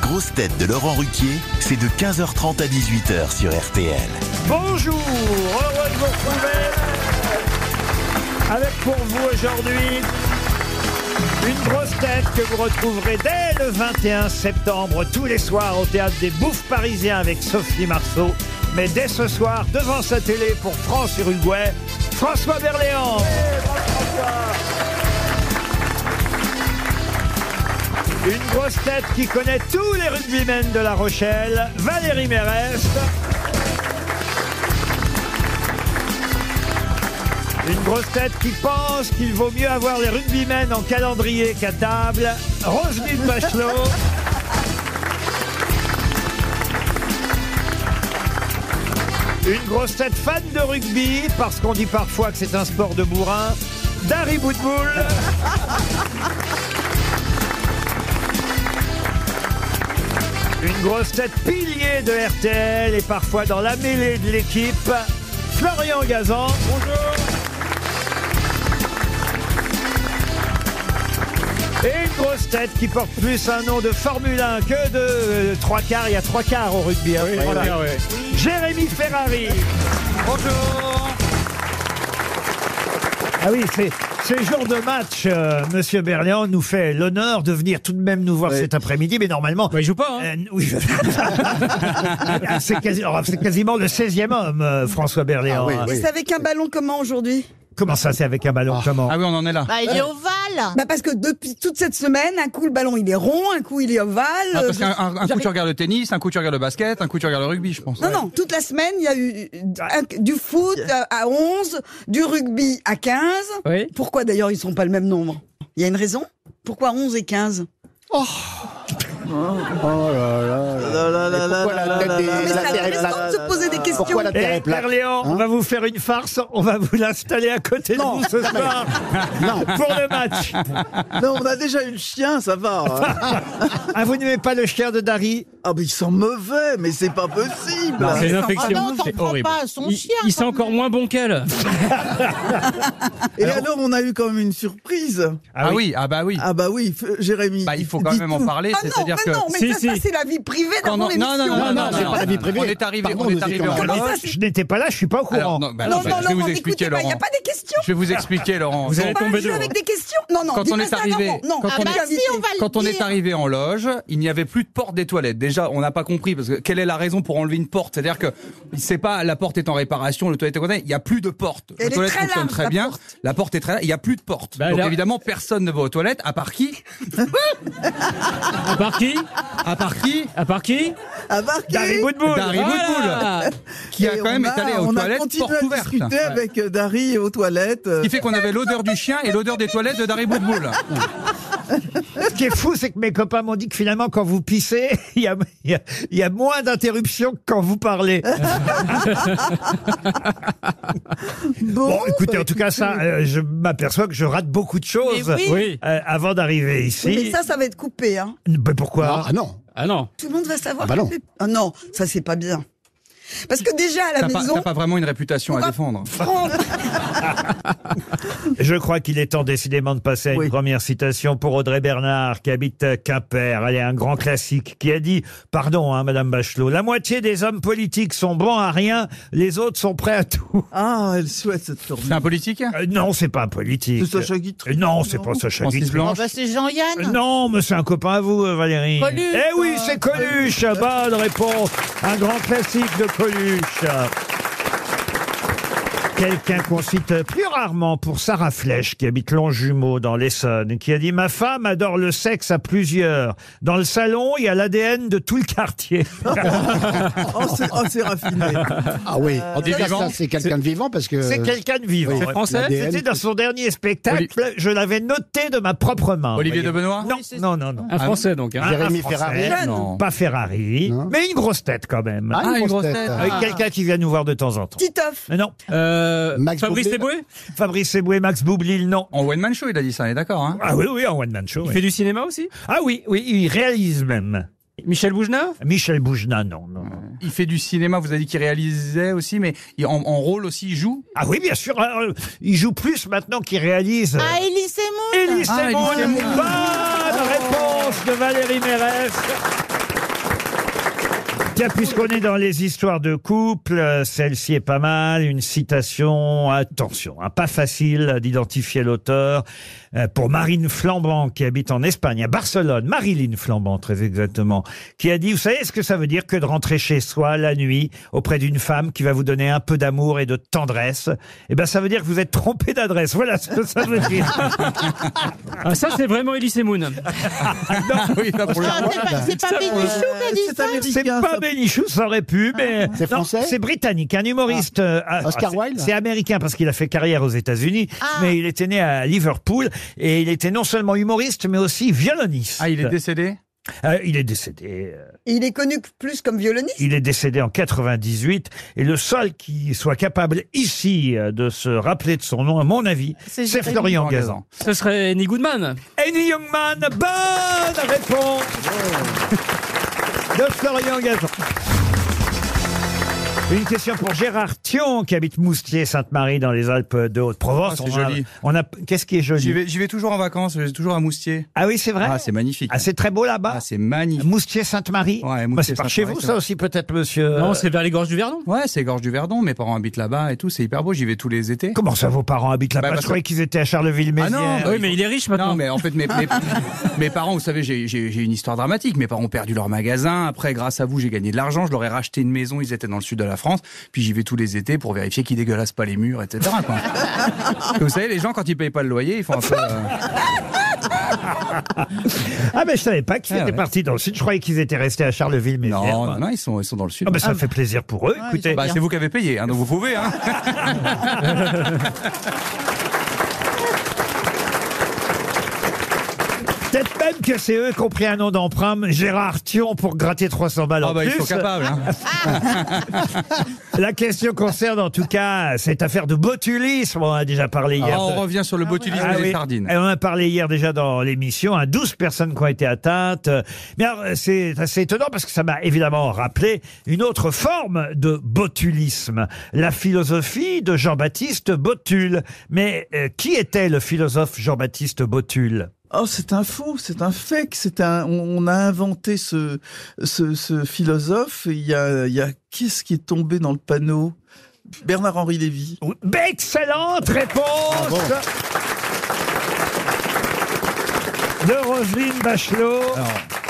grosses têtes de Laurent Ruquier, c'est de 15h30 à 18h sur RTL. Bonjour, heureux de vous retrouver avec pour vous aujourd'hui une grosse tête que vous retrouverez dès le 21 septembre tous les soirs au théâtre des Bouffes Parisiens avec Sophie Marceau, mais dès ce soir devant sa télé pour France-Uruguay, François Berléand. Une grosse tête qui connaît tous les rugbymen de La Rochelle, Valérie Mérès. Une grosse tête qui pense qu'il vaut mieux avoir les rugbymen en calendrier qu'à table, Roselyne Bachelot. Une grosse tête fan de rugby, parce qu'on dit parfois que c'est un sport de bourrin, Dari Boudboul. Une grosse tête pilier de RTL et parfois dans la mêlée de l'équipe, Florian Gazan. Bonjour. Et une grosse tête qui porte plus un nom de Formule 1 que de euh, trois quarts. Il y a trois quarts au rugby. hein, trois voilà. quarts, ouais. Jérémy Ferrari. Bonjour. Ah oui, c'est. Ces jours de match, euh, Monsieur Berlian nous fait l'honneur de venir tout de même nous voir cet après-midi, mais normalement. Bah, euh, il joue pas. hein. Ah, c'est quasi- alors, c'est quasiment le 16e homme, euh, François Ah Berléand. Ah, C'est avec un ballon comment aujourd'hui Comment ça, c'est avec un ballon Comment Ah oui, on en est là. bah, Il est ovale bah Parce que depuis toute cette semaine, un coup le ballon il est rond, un coup il est ovale. Ah, parce euh, qu'un un- un coup tu regardes le tennis, un coup tu regardes le basket, un coup tu regardes le rugby, je pense. Non, non, toute la semaine, il y a eu un- du foot euh, à 11, du rugby à 15. Pourquoi d'ailleurs ils sont pas le même nombre Il y a une raison Pourquoi 11 et 15 Oh Oh là là là là là là là là Mais là c'est là intéressant là là de se poser des là. questions. Pourquoi la terre est Eh, plate Hein Berléand, on va vous faire une farce, on va vous l'installer à côté de nous ce soir pour le match. Non, on a déjà eu le chien, ça va. hein. ah, vous n'aimez pas le chien de Dari Ah, mais ils sont mauvais, mais c'est pas possible. Bah, Ah Non, Bah, Ah, c'est une infection, c'est horrible. il il sent encore moins bon qu'elle. Et alors, on a eu quand même une surprise. Ah oui. ah bah oui. Ah bah oui, f- Jérémy. Bah, il faut quand même en parler, Ah non, c'est-à-dire bah que. non, mais ça, ça, c'est la vie privée Quand d'avant non- non, l'émission. non, non, non, c'est non, pas la vie non, privée. On est arrivé, Pardon, on est nous arrivé étions en là. Cologne. Je n'étais pas là, je suis pas au courant. Alors, non, bah, Non, alors, bah, non, je vais Laurent, vous mais expliquer, écoutez pas, Il n'y Laurent. a pas des questions. Je vais vous expliquer, Laurent. Vous allez Quand- tomber Je joue dedans. avec des questions. Non, Oh non, Quand dis on pas est ça, arrivé- Laurent. Non, Ah bah quand je on suis est- invitée. Quand on est arrivé en loge, il n'y avait plus de porte des toilettes. Déjà, on n'a pas compris parce que quelle est la raison pour enlever une porte C'est-à-dire que c'est pas la porte est en réparation, le toilette est condamné, il n'y a plus de porte. Elle le est toilette très fonctionne large, très la bien, porte. la porte est très large, il n'y a plus de porte. Bah, Donc là- évidemment, personne ne va aux toilettes à part qui À part qui À part qui À part qui À part que- Dari Boudboul. Dari Voilà. Boudboul, qui a Et quand même on été allé on aux a toilettes continué porte à ouverte. discuter avec euh, Dari aux toilettes. euh, Ce qui fait qu'on avait l'odeur du chien et l'odeur des toilettes de Dari Boudboul. Ce qui est fou, c'est que mes copains m'ont dit que finalement, quand vous pissez, il y a, il y a- il y a moins d'interruptions que quand vous parlez. Bon, écoutez, en tout cas, ça, euh, je m'aperçois que je rate beaucoup de choses Mais Oui. euh, avant d'arriver Oui, ici. mais ça, ça va être coupé. Hein. Mais pourquoi Ah non. Ah non. Tout le monde va savoir. Ah bah non. que- Ah non, ça, c'est pas bien. Parce que déjà, à la T'as pas, maison, t'as pas vraiment une réputation à Pourquoi défendre. Franck, Je crois qu'il est temps décidément de passer à une Oui. première citation pour Audrey Bernard, qui habite à Quimper. Elle est un grand classique, qui a dit, pardon, hein, Madame Bachelot, la moitié des hommes politiques sont bons à rien, les autres sont prêts à tout. Ah, elle souhaite cette tournée. C'est un politique hein Euh, non, c'est pas un politique. C'est Sacha Guitry. Euh, Non, c'est pas Sacha Francis Guitry. Blanche. Ah, bah, c'est Jean-Yann. Euh, Non, mais c'est un copain à vous, euh, Valérie. Coluche, eh oui, euh, c'est Coluche. Bonne réponse. Un grand classique de Coluche. Quelqu'un qu'on cite plus rarement pour Sarah Flèche, qui habite Longjumeau dans l'Essonne, qui a dit Ma femme adore le sexe à plusieurs. Dans le salon, il y a l'ADN de tout le quartier. Oh, c'est oh, c'est raffiné. Ah oui. En disant- ça, c'est quelqu'un de vivant parce que. C'est quelqu'un de vivant. C'est français C'était dans son dernier spectacle. Je l'avais noté de ma propre main. Olivier de Benoît Non, non, non, non. Un français donc. hein. Un- un Jérémy Français, Ferrari. Non. Pas Ferrari, Non. mais une grosse tête quand même. Ah, une une grosse grosse tête. tête. Avec quelqu'un qui vient nous voir de temps en temps. Titoff. Mais non, Euh, Max Fabrice Boublil. Eboué Fabrice Eboué, Max Boublil, non. En one man show, il a dit ça, on est d'accord. Hein Ah oui, oui, en one-man show. Il oui. fait du cinéma aussi Ah oui, oui, il réalise même. Michel Bougenat Michel Boujna, non, non. non. il fait du cinéma, vous avez dit qu'il réalisait aussi, mais il- en, en rôle aussi, il joue. Ah oui, bien sûr, euh, il joue plus maintenant qu'il réalise. Ah, Ah, Élie Semoun. Élie Ah, Semoun. Élie Semoun. Bonne réponse de Valérie Mérès. Tiens, puisqu'on est dans les histoires de couple, euh, celle-ci est pas mal. Une citation, attention, hein, pas facile d'identifier l'auteur. Euh, Pour Marine Flambant, qui habite en Espagne, à Barcelone, Marilyn Flambant très exactement, qui a dit, vous savez ce que ça veut dire que de rentrer chez soi la nuit auprès d'une femme qui va vous donner un peu d'amour et de tendresse Eh ben, ça veut dire que vous êtes trompé d'adresse. Voilà ce que ça veut dire. Ah, ça, c'est vraiment Elise Moon. oui, Ah, c'est pas- c'est pas Bénichou qui a dit ça C'est pas Bénichou, ça aurait pu, mais. Ah, C'est Non, français C'est britannique, un humoriste. euh, ah, Oscar c'est- Wilde Ah. C'est américain parce qu'il a fait carrière aux États-Unis, mais il était né à Liverpool et il était non seulement humoriste, mais aussi violoniste. Ah, il est décédé Euh, il est décédé. euh, Il est connu plus comme violoniste. Il est décédé en 98 et le seul qui soit capable ici euh, de se rappeler de son nom, à mon avis, C'est c'est Florian Florian Gazan. Ce serait Annie Goodman. Any Young Man, bonne réponse Oh. de Florian Gazan. Une question pour Gérard Thion, qui habite Moustier-Sainte-Marie dans les Alpes de Haute-Provence. Ah, c'est on a- joli. on a, qu'est-ce qui est J'y joli vais, j'y vais toujours en vacances, j'ai toujours un moustier. Ah oui, c'est vrai. Ah, c'est magnifique. Ah, c'est très beau là-bas. Ah, c'est magnifique. Moustier-Sainte-Marie. Ouais, Bah, c'est par Moustier-Sainte-Marie, chez vous, c'est ça vrai. aussi, peut-être, monsieur. Non, c'est vers les gorges du Verdon. Ouais, c'est Gorge du Verdon, mes parents habitent là-bas et tout, c'est hyper beau, j'y vais tous les étés. Comment ça, vos parents habitent là-bas Bah, parce Je croyais qu'ils étaient à Charleville-Mézières. Ah non, bah oui, mais il est riche maintenant. Non, mais en fait, mes, mes, mes parents, vous savez, j'ai- j'ai j'ai une histoire dramatique. Mes parents ont perdu leur magasin. Après, grâce à vous, j'ai gagné de l'argent. Je leur ai racheté une maison. Ils étaient dans le sud de la France. Puis j'y vais tous les étés pour vérifier qu'ils dégueulassent pas les murs, etc. quoi. Parce que vous savez, les gens, quand ils payent pas le loyer, ils font un peu. euh, Ah, mais je savais pas qu'ils Ah, étaient ouais. partis dans le sud. Je croyais qu'ils étaient restés à Charleville-Mézières. Non, moi. non, non, ils sont, ils sont dans le sud. Ah, bah, ça fait plaisir pour eux. Écoutez, Bah, c'est vous qui avez payé, hein, donc vous pouvez. Hein. Peut-être même que c'est eux qui ont pris un nom d'emprunt, mais Gérard Thion, pour gratter 300 balles Ah en bah, ils plus. sont capables. Hein. La question concerne en tout cas cette affaire de botulisme. On en a déjà parlé hier. Ah, de- on revient sur le botulisme Ah et oui. les sardines. Et on en a parlé hier déjà dans l'émission, à 12 personnes qui ont été atteintes. Euh, Mais alors, euh, c'est assez étonnant parce que ça m'a évidemment rappelé une autre forme de botulisme, la philosophie de Jean-Baptiste Botul. Mais euh, qui était le philosophe Jean-Baptiste Botul Oh, c'est un faux, c'est un fake, c'est un. On on a inventé ce ce, ce philosophe. Il y a, il y a qu'est-ce qui est tombé dans le panneau Bernard Henri Lévy. Oui. Excellente réponse de Roselyne Bachelot.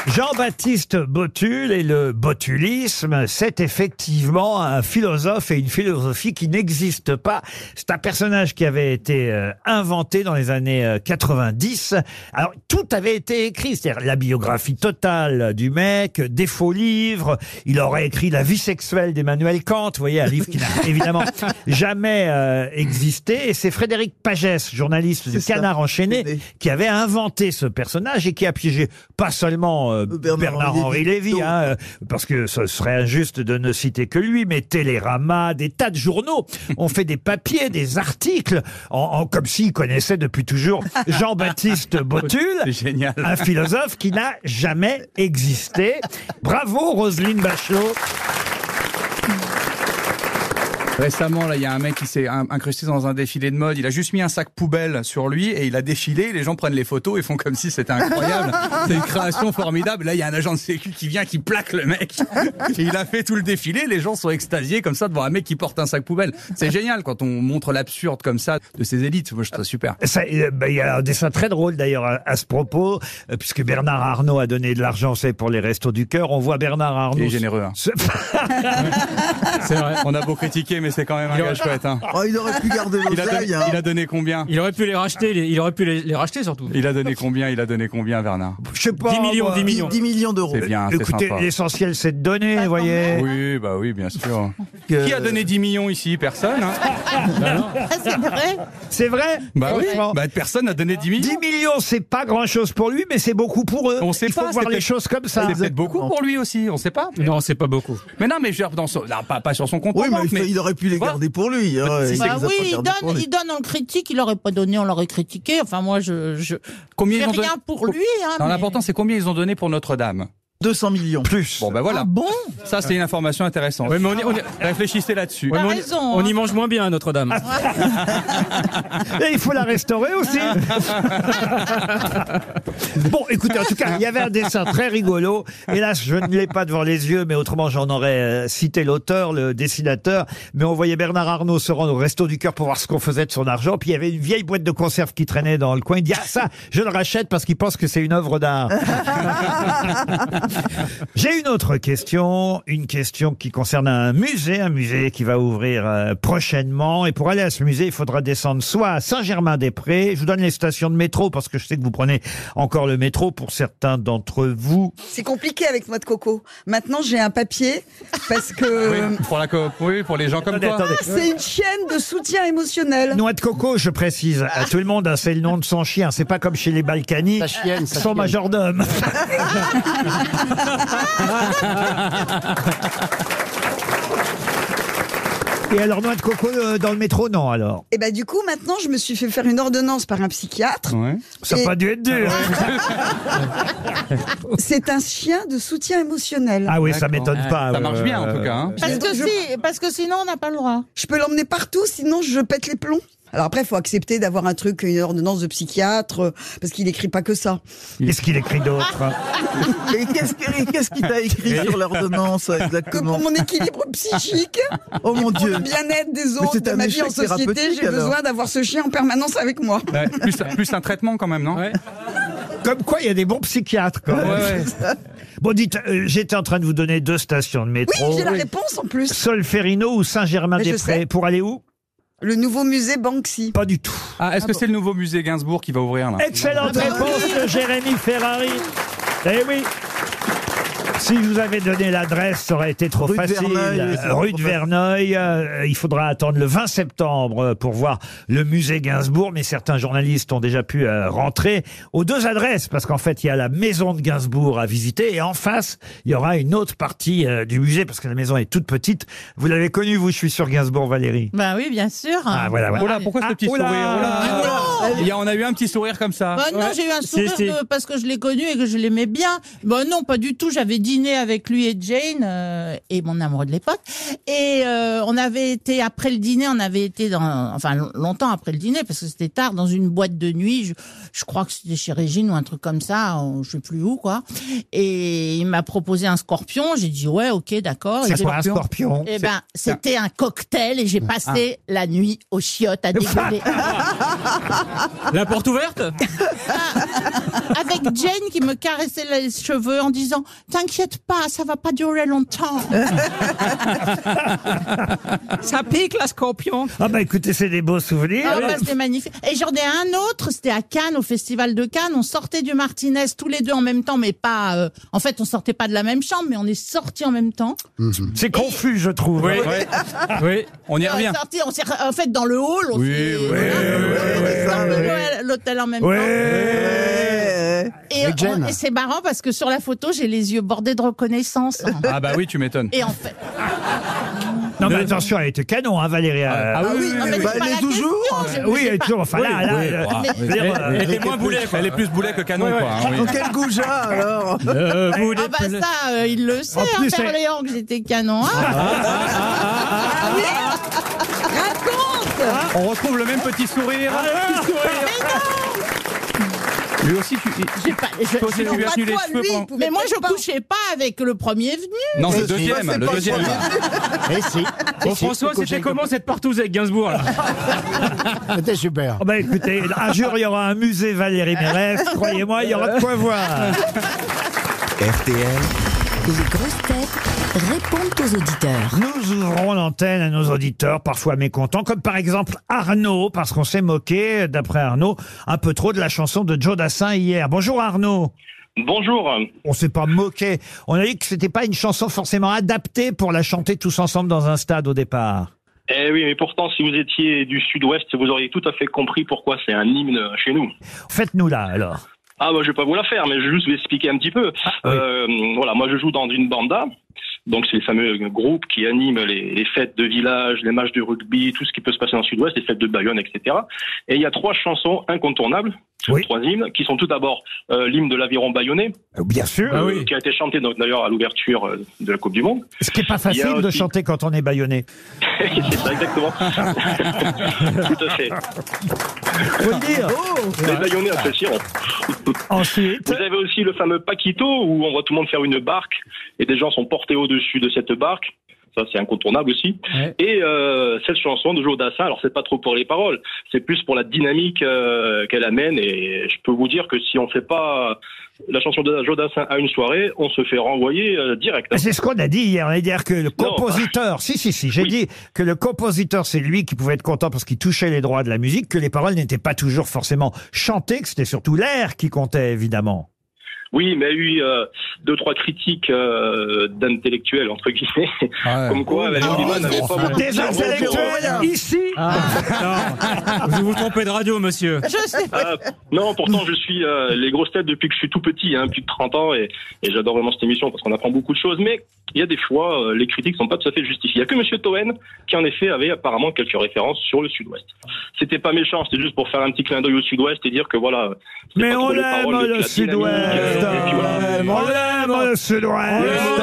Jean-Baptiste Botul et le botulisme, c'est effectivement un philosophe et une philosophie qui n'existe pas. C'est un personnage qui avait été euh, inventé dans les années euh, 90. Alors, tout avait été écrit, c'est-à-dire la biographie totale du mec, des faux livres. Il aurait écrit La vie sexuelle d'Emmanuel Kant, vous voyez, un livre qui n'a évidemment jamais euh, existé. Et c'est Frédéric Pagès, journaliste du C'est ça. Canard Enchaîné, Enchaîné. qui avait inventé ce personnage et qui a piégé pas seulement euh, Bernard Bernard-Henri Henri Lévy, Lévy, donc. hein, euh, parce que ce serait injuste de ne citer que lui, mais Télérama, des tas de journaux ont fait des papiers, des articles, en, en- comme s'ils connaissaient depuis toujours Jean-Baptiste Botul, C'est génial. un philosophe qui n'a jamais existé. Bravo Roselyne Bachelot. Récemment, là, il y a un mec qui s'est in- incrusté dans un défilé de mode. Il a juste mis un sac poubelle sur lui et il a défilé. Les gens prennent les photos et font comme si c'était incroyable. C'est une création formidable. Là, il y a un agent de sécu qui vient, qui plaque le mec. Et il a fait tout le défilé. Les gens sont extasiés comme ça devant un mec qui porte un sac poubelle. C'est génial quand on montre l'absurde comme ça de ces élites. Moi, je trouve ça super. Ça, euh, bah, Il y a un dessin très drôle d'ailleurs à, à ce propos, euh, puisque Bernard Arnault a donné de l'argent, c'est pour les restos du cœur. On voit Bernard Il Arnault est généreux. hein. se- C'est vrai. On a beau critiquer, mais c'est quand même un gars chouette. hein. Ah, Oh, il aurait pu garder Il, a donné, l'oseille. hein. il a donné combien Il aurait pu les racheter, les- il aurait pu les, les racheter surtout. Il a donné combien Il a donné combien, Bernard je sais pas, 10 millions, moi. 10 millions. 10 millions d'euros. C'est bien, c'est Écoutez, sympa. l'essentiel c'est de donner, vous voyez. Oui, bah oui, bien sûr. Qui a donné 10 millions ici Personne. Hein Ah, c'est vrai C'est vrai bah oui. franchement. Bah, personne n'a donné 10 millions. 10 millions, c'est pas grand chose pour lui, mais c'est beaucoup pour eux. On sait Il faut pas, voir c'est les peut-être- choses comme ça. C'est peut-être beaucoup pour lui aussi, on sait pas. Non, c'est pas beaucoup. Mais non, mais je veux dire, dans son- non, pas, pas sur son compte. Oui, en mais, banque, il- il aurait pu les Voilà. garder pour lui. hein. Il les Bah a pas oui, il gardés pour donne, lui. il donne, on le critique, il l'aurait pas donné, on l'aurait critiqué. Enfin, moi, je, je, combien j'ai ils ont rien donné pour lui, hein. Non, mais- L'important, c'est combien ils ont donné pour Notre-Dame. 200 millions. Plus. Bon, ben voilà. Ah bon Ça, c'est une information intéressante. Ah. mais on y, on y- Réfléchissez là-dessus. Ah, T'as on y- raison, on y hein. mange moins bien à Notre-Dame. Et il faut la restaurer aussi. bon, écoutez, en tout cas, il y avait un dessin très rigolo. Hélas, je ne l'ai pas devant les yeux, mais autrement, j'en aurais euh, cité l'auteur, le dessinateur. Mais on voyait Bernard Arnault se rendre au Resto du Cœur pour voir ce qu'on faisait de son argent. Puis il y avait une vieille boîte de conserve qui traînait dans le coin. Il dit, ah, ça, je le rachète parce qu'il pense que c'est une œuvre d'art. J'ai une autre question, une question qui concerne un musée, un musée qui va ouvrir euh, prochainement. Et pour aller à ce musée, il faudra descendre soit à Saint-Germain-des-Prés. Je vous donne les stations de métro parce que je sais que vous prenez encore le métro pour certains d'entre vous. C'est compliqué avec noix de coco. Maintenant, j'ai un papier parce Oui, que pour la coop, oui, pour les gens comme Attendez, toi. attendez. Ah, c'est une chienne de soutien émotionnel. Noix de coco, je précise à tout le monde, hein, c'est le nom de son chien. C'est pas comme chez les Balkany, Sa chienne, sa son chienne. majordome. Et alors, noix de coco euh, dans le métro, non alors Et ben du coup, maintenant, je me suis fait faire une ordonnance par un psychiatre. Ouais. Ça n'a Et Ah, pas dû être dur. C'est un chien de soutien émotionnel. Ah oui, ça D'accord. m'étonne pas. Ça ouais, marche bien, en ouais, tout cas. hein. Parce que, Je- si- parce que sinon, on n'a pas le droit. Je peux l'emmener partout, sinon je pète les plombs. Alors après, il faut accepter d'avoir un truc, une ordonnance de psychiatre, euh, parce qu'il écrit pas que ça. Qu'est-ce qu'il écrit d'autre Ah. Et qu'est-ce que- et qu'est-ce qu'il t'a écrit sur l'ordonnance Que pour exactement mon équilibre psychique, Oh mon pour Dieu le bien-être des Mais autres, c'est de un ma vie échec en société, thérapeutique, j'ai alors. besoin d'avoir ce chien en permanence avec moi. Ouais, plus, plus un traitement quand même, non Ouais. Comme quoi, il y a des bons psychiatres. Quand même. ouais. Bon, dites, euh, j'étais en train de vous donner deux stations de Oui, métro. j'ai la réponse en plus. Solferino ou Mais je Saint-Germain-des-Prés. sais. Pour aller où Le nouveau musée Banksy. Pas du tout. Ah, est-ce que c'est le nouveau musée Gainsbourg qui va ouvrir là Excellente Ah bah réponse de Jérémy Ferrari. Eh oui. Si je vous avais donné l'adresse, ça aurait été trop Rue de facile. Verneuil, oui, Euh, c'est trop Rue de facile. Verneuil, euh, il faudra attendre le 20 septembre euh, pour voir le musée Gainsbourg, mais certains journalistes ont déjà pu euh, rentrer aux deux adresses, parce qu'en fait, il y a la maison de Gainsbourg à visiter, et en face, il y aura une autre partie euh, du musée, parce que la maison est toute petite. Vous l'avez connue, vous, je suis sur Gainsbourg, Valérie. Bah oui, bien sûr. Ah, voilà, voilà. Oh là, pourquoi Ah, ce petit oh là, sourire Oh là, ah, Il y a- On a eu un petit sourire comme ça. Bah non, j'ai eu un C'est- sourire c'est- de- parce que je l'ai connu et que je l'aimais bien. Bah non, pas du tout. J'avais dîné avec lui et Jane euh, et mon amoureux de l'époque. Et euh, on avait été après le dîner, on avait été dans, enfin long- longtemps après le dîner parce que c'était tard dans une boîte de nuit. Je, je crois que c'était chez Régine ou un truc comme ça, on- je sais plus où quoi. Et il m'a proposé un scorpion. J'ai dit ouais, ok, d'accord. Il C'est était- quoi un scorpion eh ben, c'était un cocktail et j'ai passé la nuit aux chiottes à dégueuler. La porte ouverte avec Jane qui me caressait les cheveux en disant T'inquiète pas, ça va pas durer longtemps. Ah, Ça pique la scorpion. Ah bah écoutez, c'est des beaux souvenirs. Ah bah, c'était magnifique. Et j'en ai un autre, c'était à Cannes, au Festival de Cannes. On sortait du Martinez tous les deux en même temps, mais pas. euh, en fait, on sortait pas de la même chambre, mais on est sortis en même temps. C'est confus, je trouve. Oui, ouais. oui, on y On revient. est sortis, on s'est re- en fait, dans le hall, on s'est Oui, oui. on est sortis de l'hôtel- l'hôtel en même temps. Et, Avec Jane. on- et c'est marrant parce que sur la photo, j'ai les yeux bordés de reconnaissance. Ah bah oui, tu m'étonnes. Et en fait, Non, mais attention, elle était canon, hein, Valérie. euh, Ah oui, non, mais bah, c'est pas elle est la toujours. question, je- oui, je sais elle est pas. toujours. Enfin, là, là, là, je veux dire, euh, Elle est moins boulet, quoi. Ah, Elle est plus boulet que canon, quoi. hein, oui. Dans quel goujat alors Vous Ah bah ça, euh, il le sait, En hein, plus, elle- Berléand, que j'étais canon. Ah, Ah oui Raconte On retrouve le même petit sourire. Lui aussi, tu. j'ai pas, je- Toi aussi, je- tu lui as pas tenu les toi, cheveux lui. pendant- mais moi, je couchais pas avec le premier venu. Non, c'est le Mais c'est deuxième. pas- c'est Le pas deuxième. Eh si. Bon, Si, si, François, Coco, c'était j'ai- comment cette partouze avec Gainsbourg là C'était super. oh, bah, écoutez, un jour, il y aura un musée Valérie Mérès. Croyez-moi, il y aura de quoi voir. RTL, Les grosses têtes répondent aux auditeurs. Nous ouvrons l'antenne à nos auditeurs, parfois mécontents, comme par exemple Arnaud, parce qu'on s'est moqué, d'après Arnaud, un peu trop de la chanson de Joe Dassin hier. Bonjour Arnaud. Bonjour. On s'est pas moqué. On a dit que c'était pas une chanson forcément adaptée pour la chanter tous ensemble dans un stade au départ. Eh oui, mais pourtant, si vous étiez du sud-ouest, vous auriez tout à fait compris pourquoi c'est un hymne chez nous. Faites-nous là, alors. Ah, bah, je vais pas vous la faire, mais je vais juste vous expliquer un petit peu. Ah, Euh, voilà, moi, je joue dans une banda. Donc, c'est les fameux groupes qui animent les, les fêtes de village, les matchs de rugby, tout ce qui peut se passer dans le sud-ouest, les fêtes de Bayonne, etc. Et il y a trois chansons incontournables sur trois hymnes, qui sont tout d'abord euh, l'hymne de l'aviron bayonnais, euh, bien sûr. Ah oui. qui a été chanté donc, d'ailleurs à l'ouverture euh, de la Coupe du Monde. Ce qui n'est pas Il y a facile de aussi- chanter quand on est baïonné. C'est ça, exactement. tout à fait. Faut le dire. Les Bayonnais apprécieront. Ensuite. Vous avez aussi le fameux Paquito où on voit tout le monde faire une barque et des gens sont portés au-dessus de cette barque. Ça, c'est incontournable aussi. Et euh, cette chanson de Joe Dassin, alors c'est pas trop pour les paroles, c'est plus pour la dynamique euh, qu'elle amène. Et je peux vous dire que si on fait pas la chanson de Joe Dassin à une soirée, on se fait renvoyer euh, direct. hein. C'est ce qu'on a dit hier. On a dit hier que le compositeur, si, si, si, j'ai dit que le compositeur, c'est lui qui pouvait être content parce qu'il touchait les droits de la musique, que les paroles n'étaient pas toujours forcément chantées, que c'était surtout l'air qui comptait, évidemment. Oui, mais il y a eu euh, deux trois critiques euh, d'intellectuels entre guillemets, comme quoi la Liban n'avait pas beaucoup de Des cerveau. intellectuels ici Ah. Ah. Non, vous vous trompez de radio, monsieur. Ah, non, pourtant je suis euh, les grosses têtes depuis que je suis tout petit, hein, plus de 30 ans, et, et j'adore vraiment cette émission parce qu'on apprend beaucoup de choses. Mais il y a des fois, euh, les critiques sont pas tout à fait justifiées. Il y a que Monsieur Toen qui en effet avait apparemment quelques références sur le Sud-Ouest. C'était pas méchant, c'était juste pour faire un petit clin d'œil au Sud-Ouest et dire que voilà. c'était Mais pas on trop les l'aime, paroles, mais la le dynamique, Sud-Ouest, euh, et puis voilà. On l'aime, le Sud-Ouest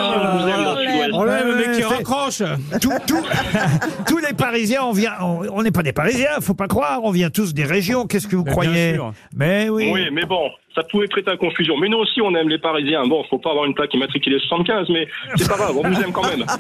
On l'aime, mais qui C'est- raccroche. Tout- tout- tous les Parisiens, on vient, on on n'est pas des Parisiens, faut pas croire, on vient tous des régions. Qu'est-ce que vous croyez sûr. Eh Mais oui. Oui, mais bon, ça pouvait prêter à confusion. Mais nous aussi, on aime les Parisiens. Bon, faut pas avoir une plaque immatriculée 75, mais c'est pas grave, on vous aime quand même. Ah,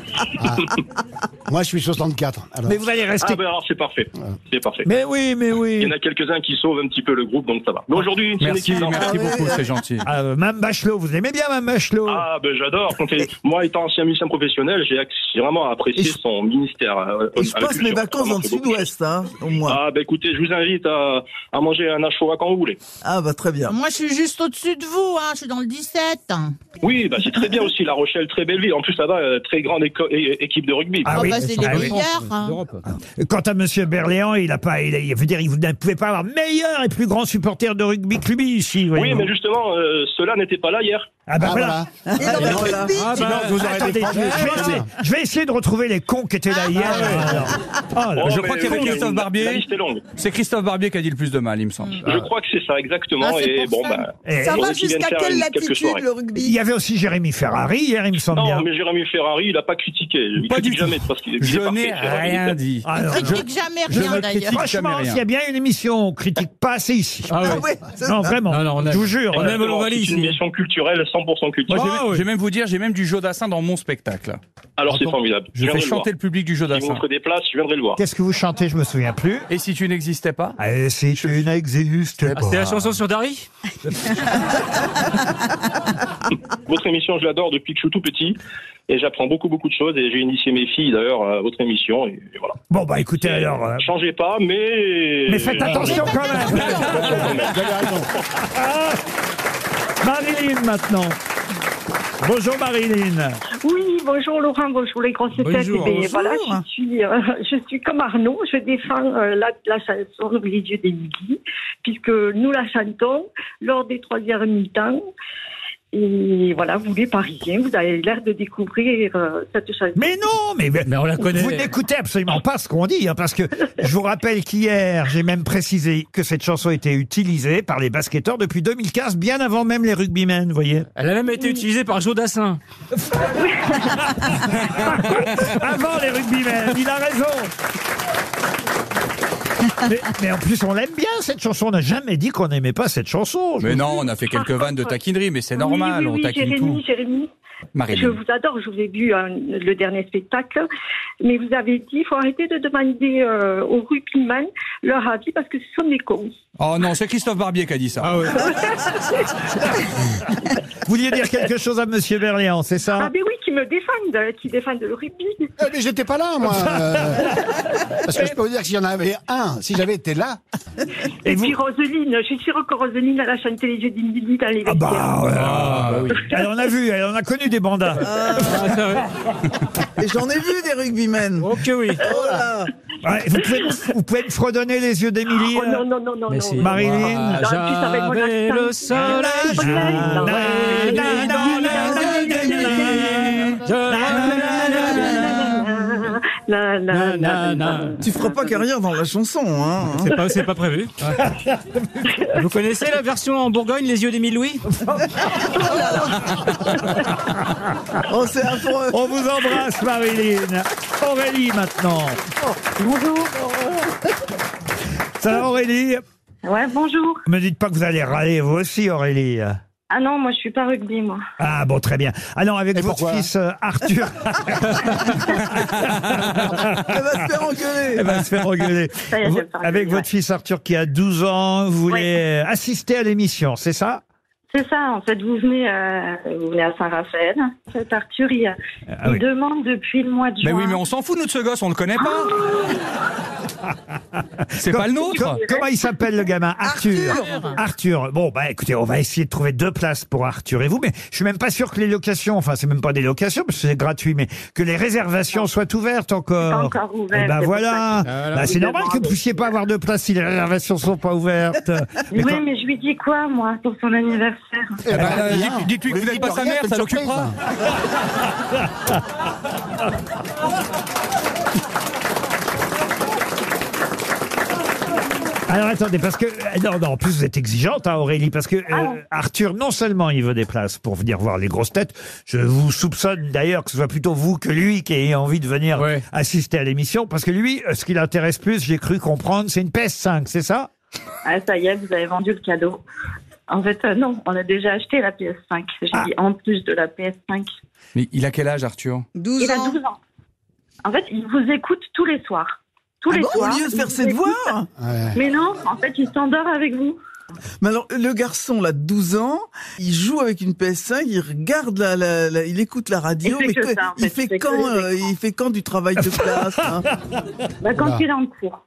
Moi, je suis 64. alors. Mais vous allez rester. Ah ben alors c'est parfait, c'est parfait. Mais oui, mais oui. Il y en a quelques-uns qui sauvent un petit peu le groupe, donc ça va. Mais aujourd'hui, c'est une Merci, équipe d'enfants. merci beaucoup, c'est gentil. Ah, euh, Mme Bachelot, vous aimez bien Mme Bachelot Ah ben j'adore. Quand t'es- Moi, étant ancien musicien professionnel, j'ai acc- j'ai vraiment apprécié Et je- son ministère. euh, Et je à la passe culture. mes vacances dans le Vraiment, c'est beau. sud-ouest, hein, au moins. Ah ben écoutez, je vous invite à, à manger un achoa quand vous voulez. Ah, bah, très bien. Moi, je suis juste au-dessus de vous, hein, je suis dans le 17. hein. Oui, bah c'est très bien aussi La Rochelle, très belle ville. En plus là-bas, euh, très grande éco- é- équipe de rugby. Ah. Ah Oh, oui, bah, c'est les ah oui. meilleurs. hein. Quant à Monsieur Berléand, il a pas, il, a- il veut dire, il vous- ne pouvait pas avoir meilleur et plus grand supporter de rugby que lui ici. oui, voyez-vous. mais justement, euh, ceux-là n'étaient pas là hier. Ah bah Ah, voilà. voilà. Et dans le rugby, Ah bah, vous aurez Attendez, des je, vais- je vais essayer, je vais essayer de retrouver les cons qui étaient là hier. alors. Oh là. Oh, Je mais crois qu'il y avait oui, Christophe la- Barbier. La liste est longue. C'est Christophe Barbier qui a dit le plus de mal, il me semble. Ah. Je crois que c'est ça exactement. Ah, c'est et pour bon, ça. bah, Et ça pour va ceux qui viennent jusqu'à faire quelle une- quelques latitude soirées. Il le y rugby avait aussi Jérémy Ferrari hier, il me semble Non, bien. mais Jérémy Ferrari, il a pas critiqué. Il Pas critique du tout. jamais parce qu'il est Je parfait, n'ai Ferrari. rien dit. Ah, non, non. Critique jamais je rien me d'ailleurs. critique. Franchement, jamais rien. s'il y a bien une émission, on critique pas assez ici. Ah ouais. Ah ouais, c'est non, ça. vraiment. Non, non, on aime. Je vous jure. On aime l'Ovalie C'est une ici. émission culturelle, 100% Moi, culturelle. je, vais, Ah oui. je vais même vous dire, j'ai même du Jodassin dans mon spectacle. Alors c'est Attends, formidable. Je fais viendrai chanter le le public du voir. Si vous Jodassin. offrez des places, je viendrai le voir. Qu'est-ce que vous chantez Je me souviens plus. Ah, Et si tu n'existais pas Et si tu n'existes Ah, pas. C'est la chanson sur Dari Votre émission, je l'adore depuis que je suis tout petit. Et j'apprends beaucoup, beaucoup de choses. Et j'ai initié mes filles, d'ailleurs, à votre émission. Et et voilà. Bon, bah écoutez alors. euh, Changez pas, mais... Mais faites attention quand même. Ah Marilyn maintenant. Bonjour Marilyn. Oui, bonjour Laurent, bonjour les grosses têtes. Bonjour. Eh bien, Bonjour. Voilà, je suis, euh, je suis comme Arnaud, je défends euh, la, la chanson Les yeux des Midi, puisque nous la chantons lors des troisièmes mi-temps. Et voilà, vous les Parisiens, vous avez l'air de découvrir euh, cette chanson. Mais non, mais, Mais on la connaît. vous n'écoutez absolument pas ce qu'on dit, hein, parce que je vous rappelle qu'hier, j'ai même précisé que cette chanson était utilisée par les basketteurs depuis 2015, bien avant même les rugbymen, vous voyez. Elle a même été utilisée par Joe Dassin. Avant les rugbymen, il a raison. Mais, mais en plus, on l'aime bien cette chanson. On n'a jamais dit qu'on n'aimait pas cette chanson. Mais non, on a fait quelques vannes de taquinerie, mais c'est normal, Oui, oui, oui, on taquine Jérémy, tout. Jérémy, Marilyn. Je vous adore, je vous ai vu hein, le dernier spectacle, mais vous avez dit, il faut arrêter de demander euh, aux rugbyman leur avis parce que ce sont des cons. Oh non, c'est Christophe Barbier qui a dit ça. Ah Vous vouliez dire quelque chose à Monsieur Berléand, c'est ça Ah ben oui, qui me défendent, euh, qui défendent le rugby. Eh, mais j'étais pas là, moi. euh, Parce que je peux vous dire que s'il y en avait un, si j'avais été là, Et, vous- puis Roseline, je suis sûre que Roseline, elle a chanté les yeux d'Indy dans les Ah vestiaires. bah, ouais. Elle en a vu, elle en a connu des bandas. Ah, ça, ouais. Et j'en ai vu des rugbymen. Ok, oui. Oh là Ouais, vous, pouvez, vous pouvez me fredonner les yeux d'Émilie Oh non, euh, non, non, non, Mais non. c'est- Marilyn Ah, j'avais mon J'avais accent. le soleil. Na, na, Ouais. Ah. na, na, na, na, na, na. Je- na, na, na, na. Tu feras pas carrière dans la chanson, hein C'est pas- c'est pas prévu. Vous connaissez la version en Bourgogne, les yeux d'Émile Louis Oh, c'est affreux. On vous embrasse, Marilyn. Aurélie, maintenant. Bonjour. Ah. Ça va, Aurélie Ouais, bonjour. Me dites pas que vous allez râler, vous aussi, Aurélie. Ah non, moi je suis pas rugby, moi. Ah bon, très bien. Alors, avec votre fils euh, Arthur. Elle va se Ah. faire engueuler. Eh ben, Elle va se faire engueuler. Ça y est, je vais Vous- faire Avec engueuler, votre fils Arthur qui a 12 ans, vous voulez assister à l'émission, c'est ça C'est ça, en fait, vous venez, euh, vous venez à Saint-Raphaël. Cet Arthur, il, il Ah, oui. demande depuis le mois de Mais juin. oui, mais on s'en fout, nous, de ce gosse, on le connaît pas. C'est pas le nôtre. Com- Comment il s'appelle le gamin Arthur. Arthur. Bon, bah écoutez, on va essayer de trouver deux places pour Arthur et vous, mais je suis même pas sûr que les locations, enfin c'est même pas des locations parce que c'est gratuit, mais que les réservations soient ouvertes encore. C'est pas encore ouvert, Eh ben c'est pour voilà. ça que- Ah, voilà. Bah, c'est Il normal que demande. vous puissiez pas avoir de place si les réservations sont pas ouvertes. Oui, quand- mais je lui dis quoi, moi, pour son anniversaire euh, Eh ben, euh, dites- Dites-lui que vous n'êtes pas sa mère, ça l'occupera. Alors attendez, parce que euh, non, non, en plus vous êtes exigeante, hein, Aurélie, parce que euh, Arthur, non seulement il veut des places pour venir voir les grosses têtes, je vous soupçonne d'ailleurs que ce soit plutôt vous que lui qui ayez envie de venir assister à l'émission, parce que lui, euh, ce qui l'intéresse plus, j'ai cru comprendre, c'est une PS5, c'est ça euh, Ah, ça y est, vous avez vendu le cadeau. En fait, euh, non, on a déjà acheté la PS5. J'ai Ah. dit en plus de la PS5. Mais il a quel âge, Arthur il a 12 ans. En fait, il vous écoute tous les soirs. Tous Ah les bon, soirs. au lieu de il faire vous ses écoute. devoirs Mais non, en fait, il s'endort avec vous. Mais alors, le garçon, là, de 12 ans, il joue avec une PS5, il regarde la, la- la- il écoute la radio, Il fait mais que que- ça, en il fait, fait il fait que quand, les euh, il fait quand du travail de classe, hein Bah, quand Oula. il est en cours.